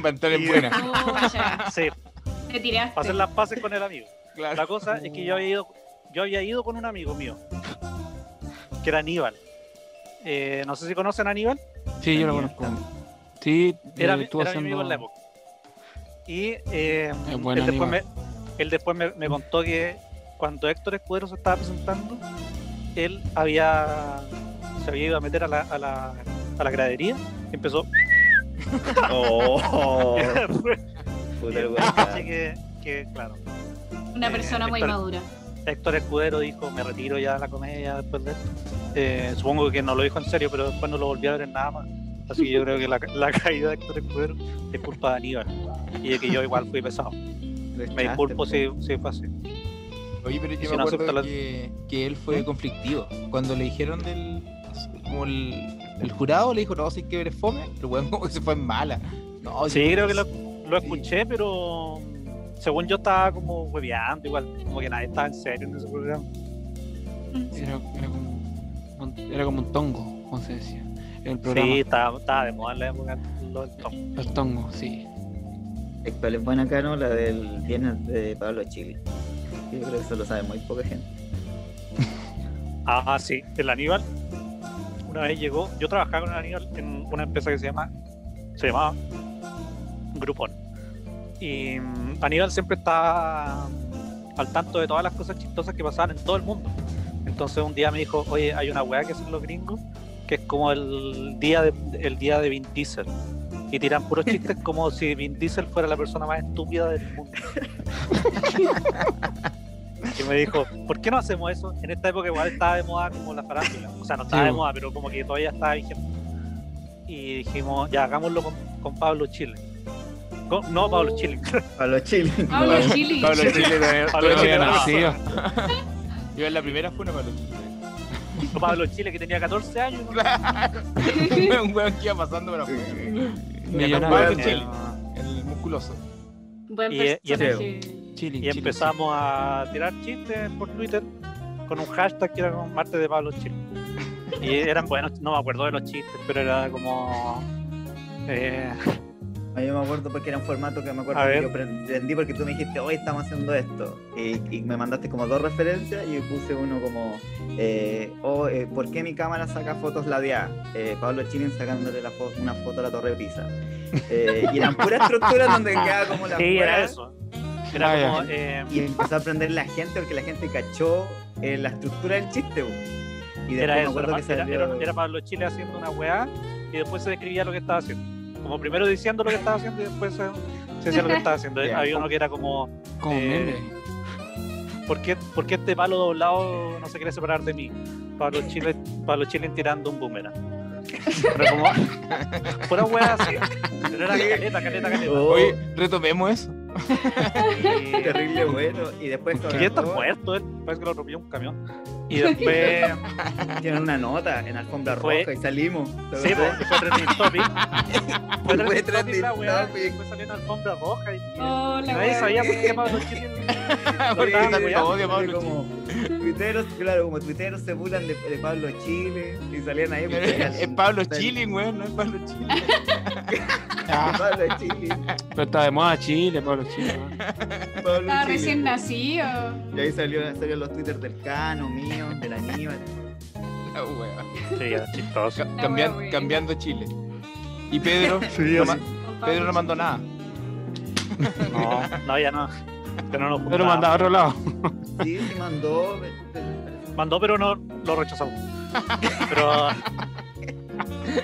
[SPEAKER 1] Va a entrar en
[SPEAKER 4] Y-
[SPEAKER 1] buena.
[SPEAKER 5] Oh, ya,
[SPEAKER 4] Sí,
[SPEAKER 5] te tiraste.
[SPEAKER 4] para hacer las pases con el amigo.
[SPEAKER 1] Claro.
[SPEAKER 3] (laughs)
[SPEAKER 4] La cosa es que yo había ido, yo había ido con un amigo mío, que era Aníbal. Eh, no sé si conocen a Aníbal.
[SPEAKER 3] Sí, yo lo
[SPEAKER 2] Daniel,
[SPEAKER 3] conozco. Sí,
[SPEAKER 4] era,
[SPEAKER 3] eh,
[SPEAKER 4] mi-
[SPEAKER 3] estuvo
[SPEAKER 4] era mi amigo en la
[SPEAKER 3] haciendo.
[SPEAKER 4] época. Y eh,
[SPEAKER 3] Es buen
[SPEAKER 4] él, después me,
[SPEAKER 3] animal.
[SPEAKER 4] él después me- me contó que cuando Héctor Escudero se estaba presentando, él había se había ido a meter a la, a la, a la gradería y empezó. (laughs)
[SPEAKER 2] Oh,
[SPEAKER 3] (laughs)
[SPEAKER 2] puta el
[SPEAKER 4] Así
[SPEAKER 2] weón.
[SPEAKER 4] Ah, que, que, claro,
[SPEAKER 5] Una
[SPEAKER 4] eh,
[SPEAKER 5] persona muy
[SPEAKER 4] Héctor-
[SPEAKER 5] madura.
[SPEAKER 4] Héctor Escudero dijo: Me retiro ya de la comedia después de esto. Eh, supongo que no lo dijo en serio, pero después no lo volví a ver en nada más. Así que yo creo que la, la caída de Héctor Escudero es culpa de Aníbal y de que yo igual fui pesado.
[SPEAKER 2] Lo
[SPEAKER 4] Me
[SPEAKER 2] echaste,
[SPEAKER 4] disculpo
[SPEAKER 2] pues.
[SPEAKER 4] si, si fue así.
[SPEAKER 1] Oye, pero yo
[SPEAKER 4] si
[SPEAKER 1] me
[SPEAKER 4] no
[SPEAKER 1] acuerdo
[SPEAKER 4] acepta la- ¿Eh?
[SPEAKER 1] que, que él fue conflictivo. Cuando le dijeron del. Como el, el jurado le dijo, no, si que eres fome, el weón como que se fue en mala. No,
[SPEAKER 4] Sí,
[SPEAKER 1] si-
[SPEAKER 4] creo que lo,
[SPEAKER 2] pues,
[SPEAKER 4] lo escuché, pero mm, según yo estaba como hueveando, igual, como que nadie estaba en serio en ese programa.
[SPEAKER 3] Era, era como, un- era como un tongo, como se decía. El programa.
[SPEAKER 4] Sí, estaba, estaba de moda en la época lo del Tom.
[SPEAKER 3] El tongo, sí.
[SPEAKER 2] Héctor es buena acá, ¿no? La del viernes de Pablo Chile. Yo creo que eso lo sabe muy poca gente.
[SPEAKER 4] Ah, sí, el Aníbal. Una vez llegó, yo trabajaba con el Aníbal en una empresa que se llama, se llamaba Groupon. Y mm, Aníbal siempre estaba al tanto de todas las cosas chistosas que pasaban en todo el mundo. Entonces un día me dijo, oye, hay una weá que son los gringos, que es como el día de, el día de Vin Diesel. Y tiran puros
[SPEAKER 3] (laughs)
[SPEAKER 4] chistes como si Vin Diesel fuera la persona más estúpida del mundo. y me dijo, ¿por qué no hacemos eso? En esta época igual estaba de moda como la farándula. O sea, no estaba
[SPEAKER 3] Sí,
[SPEAKER 4] de
[SPEAKER 3] bo.
[SPEAKER 4] moda, pero como que todavía estaba vigente. Y dijimos, ya hagámoslo con, con Pablo Chile. Con- no, Pablo Chile.
[SPEAKER 2] Pablo Chile. (laughs)
[SPEAKER 5] Pablo Chile.
[SPEAKER 1] Pablo
[SPEAKER 4] (laughs)
[SPEAKER 1] Chile también.
[SPEAKER 4] Pablo
[SPEAKER 1] Pablo
[SPEAKER 4] Chile
[SPEAKER 1] Chile
[SPEAKER 3] Habían
[SPEAKER 4] no.
[SPEAKER 1] también.
[SPEAKER 3] nacido.
[SPEAKER 1] Yo en la primera fue una Pablo Chile.
[SPEAKER 4] Pablo Chile que tenía 14 años.
[SPEAKER 1] (laughs)
[SPEAKER 4] ¿no?
[SPEAKER 1] Un weón que iba pasando para afuera.
[SPEAKER 3] Millonario.
[SPEAKER 1] Pablo Chile.
[SPEAKER 4] Eh,
[SPEAKER 1] El musculoso.
[SPEAKER 5] (laughs) Buen
[SPEAKER 4] Y- y-
[SPEAKER 5] personaje.
[SPEAKER 3] Chile,
[SPEAKER 4] y
[SPEAKER 3] Chile,
[SPEAKER 4] empezamos a tirar chistes por Twitter con un hashtag que era como Marte de Pablo Chile. Y eran buenos, no me acuerdo de los chistes, pero era como. eh,
[SPEAKER 2] A mí Ah, me acuerdo porque era un formato que me acuerdo
[SPEAKER 4] A
[SPEAKER 2] que
[SPEAKER 4] ver.
[SPEAKER 2] yo aprendí porque tú me dijiste, hoy estamos haciendo esto. Y, y me mandaste como dos referencias y yo puse uno como, eh, oh, eh, ¿por qué mi cámara saca fotos ladeadas? Eh, Pablo Chilin sacándole la fo- una foto a la Torre Pisa. Eh, y eran puras estructuras
[SPEAKER 4] (laughs)
[SPEAKER 2] donde quedaba como la
[SPEAKER 4] sí, era
[SPEAKER 2] fuera.
[SPEAKER 4] eso. Era
[SPEAKER 3] Ah, ya.
[SPEAKER 4] como. eh,
[SPEAKER 2] Y empezó a aprender la gente porque la gente cachó eh, la estructura del chiste. bu. Y después
[SPEAKER 4] era
[SPEAKER 2] me
[SPEAKER 4] eso,
[SPEAKER 2] acuerdo
[SPEAKER 4] era,
[SPEAKER 2] que
[SPEAKER 4] era-
[SPEAKER 2] (laughs) salió...
[SPEAKER 4] era- era Pablo Chile haciendo una weá y después se describía lo que estaba haciendo. Como primero diciendo lo que estaba haciendo y después se, se decía lo que estaba haciendo.
[SPEAKER 2] Ya.
[SPEAKER 4] Había uno que era como,
[SPEAKER 3] Como
[SPEAKER 4] Eh,
[SPEAKER 3] meme.
[SPEAKER 4] ¿por qué, por qué este palo doblado no se quiere separar de mí? Pablo (laughs) Chile, Pablo Chile tirando un boomerang. Pero como, (laughs) fuera hueá así. Pero era caleta, caleta, caleta.
[SPEAKER 2] Oh,
[SPEAKER 1] Oye, retomemos
[SPEAKER 4] (laughs)
[SPEAKER 1] eso.
[SPEAKER 4] Y-
[SPEAKER 2] Terrible bueno. Y después
[SPEAKER 4] ¿Por
[SPEAKER 2] sobre
[SPEAKER 4] qué está
[SPEAKER 2] todo,
[SPEAKER 4] muerto? él? Parece que lo atropelló un camión. (laughs) Y después.
[SPEAKER 2] tienen una nota en alfombra
[SPEAKER 4] Fue-
[SPEAKER 2] roja y salimos.
[SPEAKER 4] Sí,
[SPEAKER 2] Pero-
[SPEAKER 4] pues, fue trending (laughs) topic.
[SPEAKER 2] Fue
[SPEAKER 4] Fue trending topic la
[SPEAKER 2] trending
[SPEAKER 4] weá, y
[SPEAKER 2] topic.
[SPEAKER 4] después salió en alfombra roja y
[SPEAKER 5] Oh, la
[SPEAKER 4] nadie
[SPEAKER 5] wea.
[SPEAKER 4] sabía por qué Pablo (laughs) Chile.
[SPEAKER 1] Porque
[SPEAKER 4] nada,
[SPEAKER 1] tanto
[SPEAKER 4] cuidado,
[SPEAKER 1] odio, Pablo,
[SPEAKER 2] como tuiteros, claro, como tuiteros se burlan de, de Pablo Chile y salían ahí.
[SPEAKER 1] Pero
[SPEAKER 2] porque-
[SPEAKER 1] Es Pablo Chilling, weón, no es Pablo Chilling.
[SPEAKER 3] Ah,
[SPEAKER 2] Pablo Chile.
[SPEAKER 3] pero está de moda Chile, ¿eh? Pablo Chile. ¿no?
[SPEAKER 2] Pablo
[SPEAKER 5] Estaba
[SPEAKER 2] Chile.
[SPEAKER 5] Ah, recién nacido.
[SPEAKER 2] Y ahí salió, salieron los twitters del Cano, mío, del Aníbal.
[SPEAKER 1] La wea.
[SPEAKER 4] Sí, era chistoso. (laughs)
[SPEAKER 1] Ca-
[SPEAKER 5] La
[SPEAKER 1] cambian-
[SPEAKER 5] wea, wea.
[SPEAKER 1] cambiando Chile. Y Pedro, no ma-
[SPEAKER 5] Con Pablo
[SPEAKER 1] Pedro no mandó nada.
[SPEAKER 4] No, no, ya no. Ya no
[SPEAKER 3] Pero
[SPEAKER 4] nos juntaba.
[SPEAKER 3] mandaba a otro lado. (laughs)
[SPEAKER 2] Sí, sí mandó. pero- pero-
[SPEAKER 4] Mandó, pero no lo rechazamos.
[SPEAKER 1] (laughs)
[SPEAKER 4] Pero.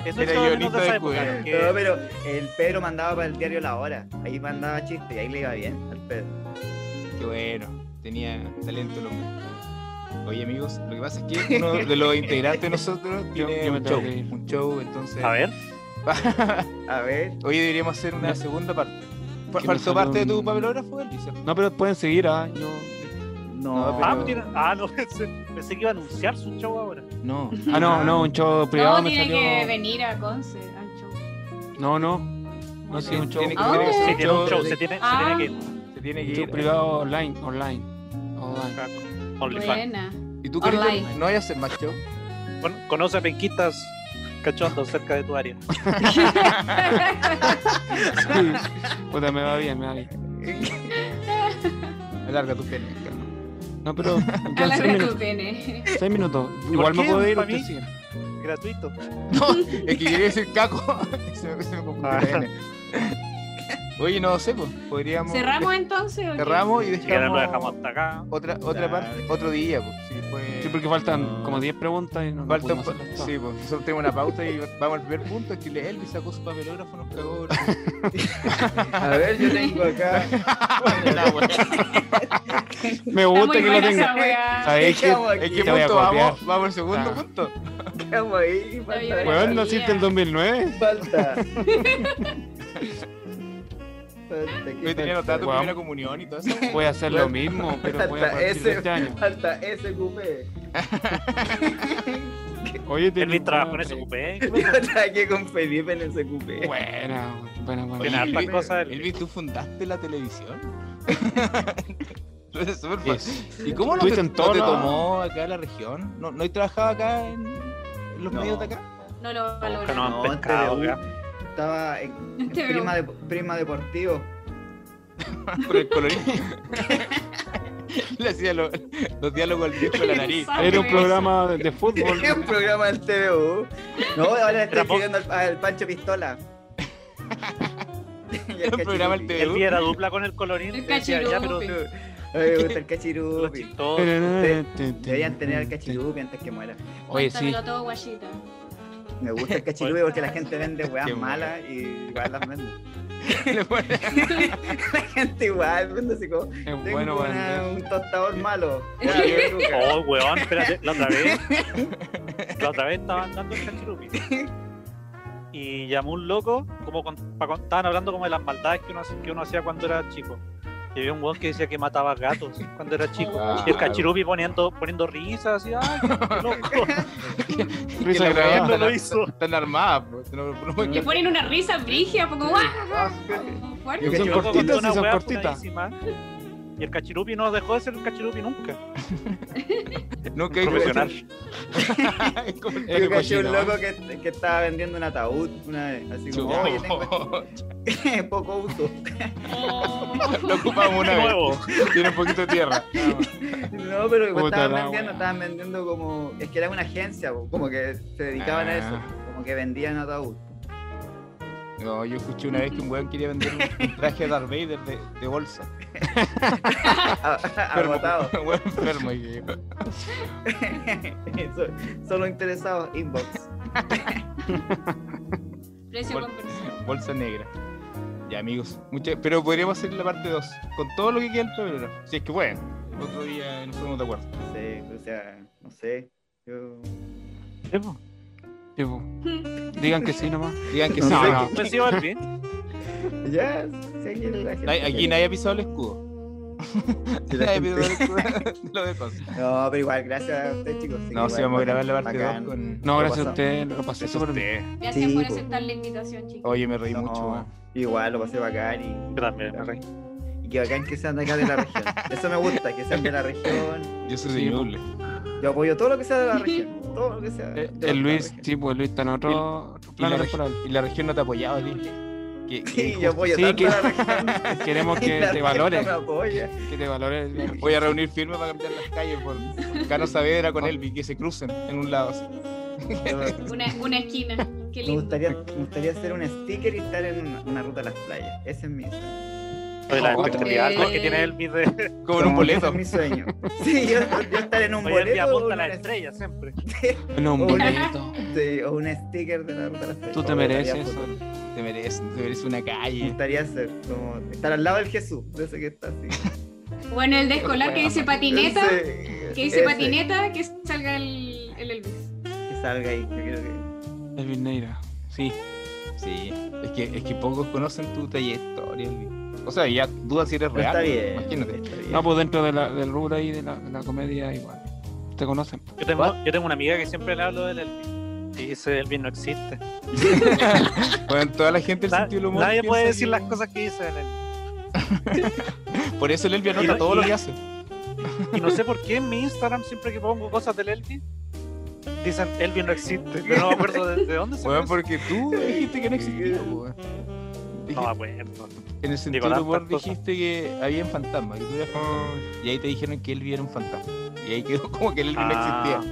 [SPEAKER 4] Eso
[SPEAKER 1] Era
[SPEAKER 4] echaba menos
[SPEAKER 1] guionista
[SPEAKER 4] de esa
[SPEAKER 1] de
[SPEAKER 4] época.
[SPEAKER 1] Cuevas.
[SPEAKER 4] que-
[SPEAKER 2] No, pero el Pedro mandaba para el diario La Hora. Ahí mandaba chiste y ahí le iba bien al Pedro.
[SPEAKER 1] Qué bueno, tenía talento el hombre. Oye amigos, lo que pasa es que uno de los integrantes de nosotros tiene
[SPEAKER 3] (laughs) yo me
[SPEAKER 1] un
[SPEAKER 3] tengo
[SPEAKER 1] show,
[SPEAKER 3] que ir.
[SPEAKER 1] un show, entonces
[SPEAKER 4] A ver,
[SPEAKER 2] A ver,
[SPEAKER 1] hoy deberíamos hacer una segunda parte. Fa-
[SPEAKER 3] Que
[SPEAKER 1] ¿Faltó
[SPEAKER 3] nosotros-
[SPEAKER 1] parte de tu papelógrafo, Elisa?
[SPEAKER 3] No, pero pueden seguir, ah, yo.
[SPEAKER 2] no.
[SPEAKER 1] pero-
[SPEAKER 4] ah, tiene- ah, no, pensé, (laughs) pensé que iba a anunciar su show ahora.
[SPEAKER 1] No.
[SPEAKER 3] Ah, no, no, un show privado
[SPEAKER 5] no,
[SPEAKER 3] me
[SPEAKER 5] tiene
[SPEAKER 3] salió.
[SPEAKER 5] que venir a Conce al show.
[SPEAKER 3] No, no. No, sí, un show,
[SPEAKER 1] Tiene que
[SPEAKER 5] Ah,
[SPEAKER 1] tener
[SPEAKER 5] ok.
[SPEAKER 1] ese
[SPEAKER 4] Sí, tiene un show,
[SPEAKER 1] de-
[SPEAKER 4] se tiene, se
[SPEAKER 5] Ah.
[SPEAKER 4] tiene que
[SPEAKER 1] se tiene que
[SPEAKER 3] un show
[SPEAKER 4] eh.
[SPEAKER 1] ir.
[SPEAKER 3] privado online, online. online.
[SPEAKER 4] ir. OnlyFans.
[SPEAKER 5] Buena.
[SPEAKER 1] ¿Y tú querés
[SPEAKER 5] Online.
[SPEAKER 1] no vayas a hacer más show?
[SPEAKER 4] Con- Conoce penquitas cachondos cerca de tu área. (laughs)
[SPEAKER 3] Sí. (laughs) Puta, me va bien, me va bien.
[SPEAKER 1] Alarga tu pene. Carlos.
[SPEAKER 3] No,
[SPEAKER 5] (laughs)
[SPEAKER 3] pero
[SPEAKER 5] A
[SPEAKER 3] ya
[SPEAKER 5] la
[SPEAKER 3] seis
[SPEAKER 5] red tú
[SPEAKER 3] minutos.
[SPEAKER 5] tienes.
[SPEAKER 3] Seis minutos.
[SPEAKER 4] ¿Por
[SPEAKER 3] Igual me
[SPEAKER 4] qué?
[SPEAKER 3] puedo ir,
[SPEAKER 4] ¿Para
[SPEAKER 3] usted
[SPEAKER 4] mí?
[SPEAKER 3] sigue.
[SPEAKER 4] Gratuito.
[SPEAKER 1] No, es que quería decir caco. (laughs) se me, se me confundió la
[SPEAKER 4] Ah.
[SPEAKER 1] N. Oye, no sé, pues podríamos.
[SPEAKER 5] ¿Cerramos entonces? o qué?
[SPEAKER 1] Cerramos y
[SPEAKER 4] Y ahora lo
[SPEAKER 1] dejamos
[SPEAKER 4] dejamos hasta acá.
[SPEAKER 1] otra, otra parte, otro día, pues. Sí, fue...
[SPEAKER 3] Sí, porque faltan como 10 preguntas y no, no
[SPEAKER 1] Falta un
[SPEAKER 3] pudimos
[SPEAKER 1] pa-
[SPEAKER 3] hacerlas todas.
[SPEAKER 1] sí, pues, nosotros tenemos una pauta y vamos al primer punto, que le- Elvis sacó su papelógrafo, nos (laughs) cagó.
[SPEAKER 2] A ver, yo tengo acá.
[SPEAKER 1] La wea.
[SPEAKER 3] Me
[SPEAKER 5] Está
[SPEAKER 3] gusta
[SPEAKER 5] muy
[SPEAKER 3] que lo
[SPEAKER 5] buena
[SPEAKER 3] tenga. (laughs)
[SPEAKER 5] esa wea.
[SPEAKER 3] ¿Sabéis qué?
[SPEAKER 2] Dejamos
[SPEAKER 1] ¿En
[SPEAKER 2] aquí,
[SPEAKER 1] qué
[SPEAKER 3] Te voy a
[SPEAKER 1] punto
[SPEAKER 3] copiar.
[SPEAKER 1] vamos? ¿Vamos al segundo
[SPEAKER 3] Ah.
[SPEAKER 1] punto?
[SPEAKER 2] dejamos ahí. Falta.
[SPEAKER 3] Weón, naciste el 2009.
[SPEAKER 2] (laughs) Falta. Falta,
[SPEAKER 1] Yo
[SPEAKER 2] ¿qué
[SPEAKER 1] tenía
[SPEAKER 2] falta?
[SPEAKER 1] anotado tu
[SPEAKER 3] Weón.
[SPEAKER 1] primera comunión y todo eso.
[SPEAKER 3] Voy a hacer lo
[SPEAKER 2] Falta-
[SPEAKER 3] mismo, pero voy a
[SPEAKER 2] Falta
[SPEAKER 3] partir de este
[SPEAKER 2] ese,
[SPEAKER 3] año.
[SPEAKER 2] falta ese (laughs) cupé.
[SPEAKER 3] Oye,
[SPEAKER 4] Elvis
[SPEAKER 3] tenía-
[SPEAKER 4] trabajó en ese cupé.
[SPEAKER 2] Yo traje con Felipe en ese cupé.
[SPEAKER 3] Buena, buena, buena.
[SPEAKER 4] Tiene hartas
[SPEAKER 1] Elvis-
[SPEAKER 4] cosas. Elvis.
[SPEAKER 1] (laughs) Elvis, ¿tú fundaste la televisión? Entonces, súper
[SPEAKER 3] Sí.
[SPEAKER 1] fácil. ¿Y cómo no te,
[SPEAKER 3] Estuviste en
[SPEAKER 1] no
[SPEAKER 3] todo
[SPEAKER 1] te
[SPEAKER 3] lado.
[SPEAKER 1] tomó acá la región? ¿No, no hay trabajado acá en, en los
[SPEAKER 2] No.
[SPEAKER 1] medios de acá?
[SPEAKER 5] No lo
[SPEAKER 4] No,
[SPEAKER 5] valoro.
[SPEAKER 4] que no han
[SPEAKER 2] No,
[SPEAKER 4] pescado,
[SPEAKER 2] TVU.
[SPEAKER 4] weá.
[SPEAKER 2] Estaba en, en
[SPEAKER 5] (laughs) Te veo.
[SPEAKER 2] prima, de, prima deportivo.
[SPEAKER 1] (laughs) Por el colorismo. (laughs) Le hacía lo- los diálogos al viejo de la nariz.
[SPEAKER 3] Era un programa de, de
[SPEAKER 2] (laughs)
[SPEAKER 3] fútbol.
[SPEAKER 2] Tenía (laughs) un programa del TVU. No, ahora estoy
[SPEAKER 4] Era po-
[SPEAKER 2] siguiendo al, al Pancho
[SPEAKER 3] (laughs)
[SPEAKER 2] Pistola. Y al
[SPEAKER 1] Era un programa del
[SPEAKER 2] Cachirupi.
[SPEAKER 1] TVU.
[SPEAKER 4] Elvis era dupla con el colorín.
[SPEAKER 5] El
[SPEAKER 4] decía, ya, pero
[SPEAKER 2] A
[SPEAKER 5] cachirupi.
[SPEAKER 2] mí me gusta el
[SPEAKER 4] lo
[SPEAKER 2] cachirupi.
[SPEAKER 4] chistoso.
[SPEAKER 2] Deberían tener al cachirupi antes que muera.
[SPEAKER 3] Oye, sí.
[SPEAKER 5] Cuéntamelo todo, guachita.
[SPEAKER 2] Me gusta el cachirupi porque la gente vende
[SPEAKER 1] Qué
[SPEAKER 2] weas
[SPEAKER 1] bueno.
[SPEAKER 2] malas y igual las vende.
[SPEAKER 1] Le pone-
[SPEAKER 2] (laughs) la gente igual vende así como.
[SPEAKER 3] Es
[SPEAKER 2] Tengo
[SPEAKER 3] bueno,
[SPEAKER 2] una-
[SPEAKER 3] bueno.
[SPEAKER 2] un tostador malo.
[SPEAKER 1] Ya,
[SPEAKER 2] Ya,
[SPEAKER 1] yo-
[SPEAKER 2] Luca.
[SPEAKER 4] Oh, weón, espérate, la otra vez.
[SPEAKER 3] (laughs)
[SPEAKER 4] La otra vez estaban dando el cachirupi. Y llamó un loco, como con- pa- con- estaban hablando como de las maldades que uno, hace- que uno hacía cuando era chico. Y había un weón que decía que mataba gatos cuando era chico. Y el cachirupi poniendo, poniendo risas, así, ¡ay, qué
[SPEAKER 3] (laughs)
[SPEAKER 4] loco!
[SPEAKER 3] Risa
[SPEAKER 1] que la weá
[SPEAKER 3] grabada.
[SPEAKER 4] no lo hizo.
[SPEAKER 1] Están armadas, pues. No, no, no-
[SPEAKER 5] Le ponen una risa brigia, como ¡guau!
[SPEAKER 3] Ah,
[SPEAKER 5] como
[SPEAKER 2] Yo creo
[SPEAKER 5] fuerte.
[SPEAKER 4] Y
[SPEAKER 3] Son
[SPEAKER 4] el loco
[SPEAKER 3] cortitas
[SPEAKER 4] contó
[SPEAKER 3] y
[SPEAKER 4] una
[SPEAKER 3] son
[SPEAKER 4] weá
[SPEAKER 3] cortitas.
[SPEAKER 4] funadísima. Y el cachirupi no dejó de ser el cachirupi nunca.
[SPEAKER 1] nunca hay
[SPEAKER 4] Profesional.
[SPEAKER 1] (laughs) Es como el-
[SPEAKER 3] Eh,
[SPEAKER 2] Yo
[SPEAKER 3] qué
[SPEAKER 2] caché un
[SPEAKER 3] cochino,
[SPEAKER 2] loco que, que estaba vendiendo un ataúd una vez. Así como, oye, tengo
[SPEAKER 1] (laughs)
[SPEAKER 2] (laughs) este poco uso.
[SPEAKER 5] Oh.
[SPEAKER 1] Lo ocupamos una vez.
[SPEAKER 4] Nuevo.
[SPEAKER 1] Tiene un poquito de tierra. nada más.
[SPEAKER 2] No, pero igual
[SPEAKER 3] Puta
[SPEAKER 2] estaban
[SPEAKER 3] la
[SPEAKER 2] vendiendo,
[SPEAKER 3] wea.
[SPEAKER 2] estaban vendiendo como. Es que era una agencia, po, como que se dedicaban a eso.
[SPEAKER 1] Ah.
[SPEAKER 2] Como que
[SPEAKER 1] (laughs)
[SPEAKER 2] vendían ataúd.
[SPEAKER 1] (laughs) No, yo escuché una vez que un weón quería vender un, un traje de Darth Vader de, de bolsa.
[SPEAKER 2] A- (laughs)
[SPEAKER 1] Enfermo.
[SPEAKER 2] Agotado.
[SPEAKER 1] (laughs) Un weón enfermo. y que-
[SPEAKER 2] So- Solo interesados, inbox.
[SPEAKER 5] Precio con persona.
[SPEAKER 1] Bolsa negra. Ya, amigos. mucha- pero podríamos hacer la parte 2 con todo lo que queda del programa. Si es que pueden. Otro día nos ponemos de acuerdo.
[SPEAKER 2] No sé, o sea, no sé. Yo...
[SPEAKER 4] Sí, po.
[SPEAKER 3] Tipo, digan que sí nomás.
[SPEAKER 1] Digan que
[SPEAKER 2] No,
[SPEAKER 1] sí.
[SPEAKER 3] no,
[SPEAKER 1] digan
[SPEAKER 3] no.
[SPEAKER 1] que-
[SPEAKER 4] Pues sí, Barbie.
[SPEAKER 2] Ya, si aquí la gente-
[SPEAKER 1] Nadie- Aquí nadie ha pisado el escudo.
[SPEAKER 2] si la
[SPEAKER 1] Nadie ha
[SPEAKER 2] gente-
[SPEAKER 1] pisado el escudo. (laughs) Lo de cosas.
[SPEAKER 2] No, pero igual, gracias a ustedes, chicos.
[SPEAKER 1] No, sí,
[SPEAKER 2] si
[SPEAKER 1] vamos a grabar la parte 2 con.
[SPEAKER 3] No,
[SPEAKER 2] Lo
[SPEAKER 3] gracias
[SPEAKER 2] pasamos.
[SPEAKER 3] a ustedes, lo pasé
[SPEAKER 1] Gracias a
[SPEAKER 3] súper bien.
[SPEAKER 1] ustedes.
[SPEAKER 5] Gracias
[SPEAKER 2] Sí,
[SPEAKER 5] por
[SPEAKER 2] po.
[SPEAKER 5] aceptar la invitación, chicos.
[SPEAKER 1] Oye, me reí mucho,
[SPEAKER 2] No.
[SPEAKER 1] weón.
[SPEAKER 2] Igual, lo pasé bacán y,
[SPEAKER 4] Yo también me reí.
[SPEAKER 2] y que bacán que sean de acá de la región. Eso me gusta, que sean de la región.
[SPEAKER 1] Yo soy
[SPEAKER 3] Sí,
[SPEAKER 1] de
[SPEAKER 3] po.
[SPEAKER 1] Ñuble.
[SPEAKER 4] pues.
[SPEAKER 2] Yo apoyo todo lo que sea de la región. Todo lo que sea. de
[SPEAKER 3] Eh,
[SPEAKER 2] la- de la
[SPEAKER 3] El Luis,
[SPEAKER 2] región.
[SPEAKER 3] sí, pues el Luis está en otro otro
[SPEAKER 1] Y la,
[SPEAKER 3] plano temporal.
[SPEAKER 1] reg- y la región no te ha apoyado, a ti.
[SPEAKER 2] (laughs)
[SPEAKER 1] Que- que
[SPEAKER 2] Sí,
[SPEAKER 1] injusto.
[SPEAKER 2] yo apoyo
[SPEAKER 3] Sí,
[SPEAKER 2] tanto
[SPEAKER 3] que-
[SPEAKER 2] a la región.
[SPEAKER 3] Queremos
[SPEAKER 2] Y
[SPEAKER 1] (laughs)
[SPEAKER 3] que
[SPEAKER 2] la
[SPEAKER 3] te
[SPEAKER 2] región
[SPEAKER 3] valores,
[SPEAKER 2] me apoya.
[SPEAKER 3] que te valores. la-
[SPEAKER 1] Voy a reunir firmas para cambiar las calles por Cano Saavedra
[SPEAKER 4] Ah.
[SPEAKER 1] con Elvi, que se crucen en un lado. así.
[SPEAKER 2] Yo-
[SPEAKER 5] Una, una esquina. Qué
[SPEAKER 2] Me
[SPEAKER 5] lindo.
[SPEAKER 2] gustaría, me gustaría hacer un sticker y estar en una, una ruta a las playas. Ese es mi sueño.
[SPEAKER 4] Lo de la
[SPEAKER 1] Oh,
[SPEAKER 4] cuenta
[SPEAKER 5] eh.
[SPEAKER 4] real que tiene el beat
[SPEAKER 3] (laughs)
[SPEAKER 4] de
[SPEAKER 1] Como en un
[SPEAKER 2] Ese
[SPEAKER 1] boleto.
[SPEAKER 2] es mi sueño. (laughs) Sí, yo, yo estar en un
[SPEAKER 4] hoy el día
[SPEAKER 2] boleto. o
[SPEAKER 4] apunta a
[SPEAKER 2] una
[SPEAKER 4] la estrella siempre.
[SPEAKER 3] No, un
[SPEAKER 2] Oye.
[SPEAKER 3] boleto.
[SPEAKER 2] Sí, o un sticker de la ruta de las Flores.
[SPEAKER 3] Tú te
[SPEAKER 2] Como
[SPEAKER 3] mereces
[SPEAKER 2] estaría
[SPEAKER 3] eso.
[SPEAKER 2] foto.
[SPEAKER 1] Te mereces, te mereces una
[SPEAKER 2] Me
[SPEAKER 1] calle.
[SPEAKER 2] gustaría ser como estar al lado del Jesús, de ese que está así.
[SPEAKER 5] Bueno, el de escolar que dice patineta.
[SPEAKER 2] Ese-
[SPEAKER 5] Que dice
[SPEAKER 2] ese,
[SPEAKER 5] patineta, que salga el, el Elvis.
[SPEAKER 2] Que salga ahí, yo creo que.
[SPEAKER 3] Elvin Neira. Sí.
[SPEAKER 1] Sí, es que, es que pocos conocen tu trayectoria. Elvi. O sea, ya dudas si eres
[SPEAKER 2] Pero
[SPEAKER 1] real.
[SPEAKER 2] está bien.
[SPEAKER 1] Imagínate.
[SPEAKER 2] está bien.
[SPEAKER 3] No, pues dentro de la, del rubro ahí de la, de la comedia igual. Te conocen.
[SPEAKER 4] Yo tengo, yo tengo una amiga que siempre le hablo del Elvis. Y dice, Elvis no existe.
[SPEAKER 1] Bueno, toda la gente del
[SPEAKER 4] Na-
[SPEAKER 1] sentido del humor.
[SPEAKER 4] nadie
[SPEAKER 1] piensa
[SPEAKER 4] puede
[SPEAKER 1] que-
[SPEAKER 4] decir las cosas que dice del Elvis.
[SPEAKER 1] Por eso el Elvi
[SPEAKER 4] Y
[SPEAKER 1] anota
[SPEAKER 4] no-
[SPEAKER 1] todo lo
[SPEAKER 4] y-
[SPEAKER 1] que hace.
[SPEAKER 4] Y no sé por qué en mi Instagram siempre que pongo cosas del Elvis, dicen, Elvis no existe. Pero no me acuerdo de, de dónde se
[SPEAKER 1] Bueno,
[SPEAKER 4] fue
[SPEAKER 1] porque tú dijiste que no existía, weón.
[SPEAKER 4] eso. No, bueno.
[SPEAKER 1] En el sentido
[SPEAKER 4] Nicolás
[SPEAKER 1] del humor
[SPEAKER 4] Pantoja.
[SPEAKER 1] dijiste que había un fantasma, que tú eras fantasma.
[SPEAKER 2] Ah.
[SPEAKER 1] Y ahí te dijeron que Elvi era un fantasma. Y ahí quedó (laughs) como que el Elvi no existía.
[SPEAKER 4] Ah,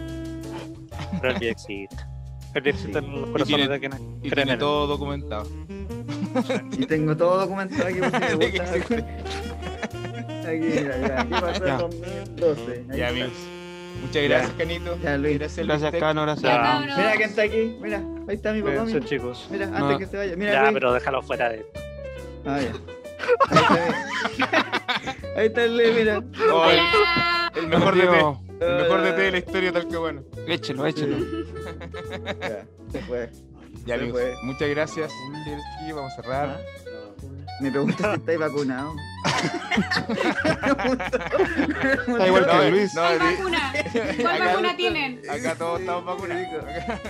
[SPEAKER 4] Pero Elvis existe. Elvis existe en los
[SPEAKER 1] tiene-
[SPEAKER 4] corazones de quienes
[SPEAKER 1] Y
[SPEAKER 4] creen en
[SPEAKER 1] tiene
[SPEAKER 4] él.
[SPEAKER 1] todo documentado.
[SPEAKER 2] Y (laughs) tengo todo documentado aquí por si me
[SPEAKER 1] De que
[SPEAKER 2] gusta.
[SPEAKER 1] existe.
[SPEAKER 2] (laughs) Aquí, mira, ya, aquí pasó
[SPEAKER 3] Ya.
[SPEAKER 2] el 2012. ahí
[SPEAKER 1] Ya,
[SPEAKER 2] está.
[SPEAKER 1] amigos. Muchas gracias, Canito.
[SPEAKER 2] Ya, Luis.
[SPEAKER 1] Gracias,
[SPEAKER 3] Gracias,
[SPEAKER 1] Luis.
[SPEAKER 3] Cano. Gracias.
[SPEAKER 4] Ya.
[SPEAKER 5] cabros.
[SPEAKER 2] Mira quién está aquí, mira, ahí está mi papá.
[SPEAKER 4] Cuídense,
[SPEAKER 2] Mira,
[SPEAKER 4] chicos.
[SPEAKER 2] mira antes
[SPEAKER 3] No.
[SPEAKER 2] que se vaya. Mira,
[SPEAKER 4] Ya,
[SPEAKER 2] Luis.
[SPEAKER 4] pero déjalo fuera de esto.
[SPEAKER 2] Ah, ya. eh. Ahí está el Luis, mira.
[SPEAKER 1] Oh, el,
[SPEAKER 5] Hola.
[SPEAKER 1] el mejor de té.
[SPEAKER 3] Tío,
[SPEAKER 1] El mejor de té de la historia, tal que bueno.
[SPEAKER 3] Échelo, échelo.
[SPEAKER 2] Ya, se fue.
[SPEAKER 1] Ya, amigos.
[SPEAKER 2] fue.
[SPEAKER 1] Muchas gracias. Sí, Vamos a cerrar.
[SPEAKER 2] Ah. Me pregunta si estáis vacunados.
[SPEAKER 3] Está igual
[SPEAKER 1] No,
[SPEAKER 3] que
[SPEAKER 1] eh,
[SPEAKER 3] Luis.
[SPEAKER 1] no,
[SPEAKER 5] ¿Cuál
[SPEAKER 1] Luis.
[SPEAKER 5] vacuna? ¿Cuál
[SPEAKER 1] Acá-
[SPEAKER 5] vacuna tienen?
[SPEAKER 1] Acá todos estamos vacunados.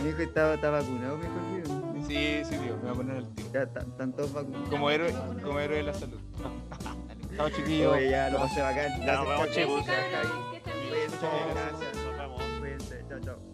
[SPEAKER 2] Mi hijo está, está vacunado, mi hijo el Luis.
[SPEAKER 1] Sí, sí, tío. Me voy a poner el tío.
[SPEAKER 2] Ya está- están todos vacunados.
[SPEAKER 1] Como héroe, como héroe de la salud.
[SPEAKER 3] Chao, chiquillos.
[SPEAKER 2] Oye, ya lo pasé bacán.
[SPEAKER 4] Ya, nos vemos,
[SPEAKER 2] chao,
[SPEAKER 4] chicos.
[SPEAKER 2] chao, chao, Javi.
[SPEAKER 5] Que estén bien.
[SPEAKER 2] Cuídense,
[SPEAKER 1] Chao.
[SPEAKER 2] gracias.
[SPEAKER 4] Nos vemos.
[SPEAKER 2] Cuídense, chao, chao.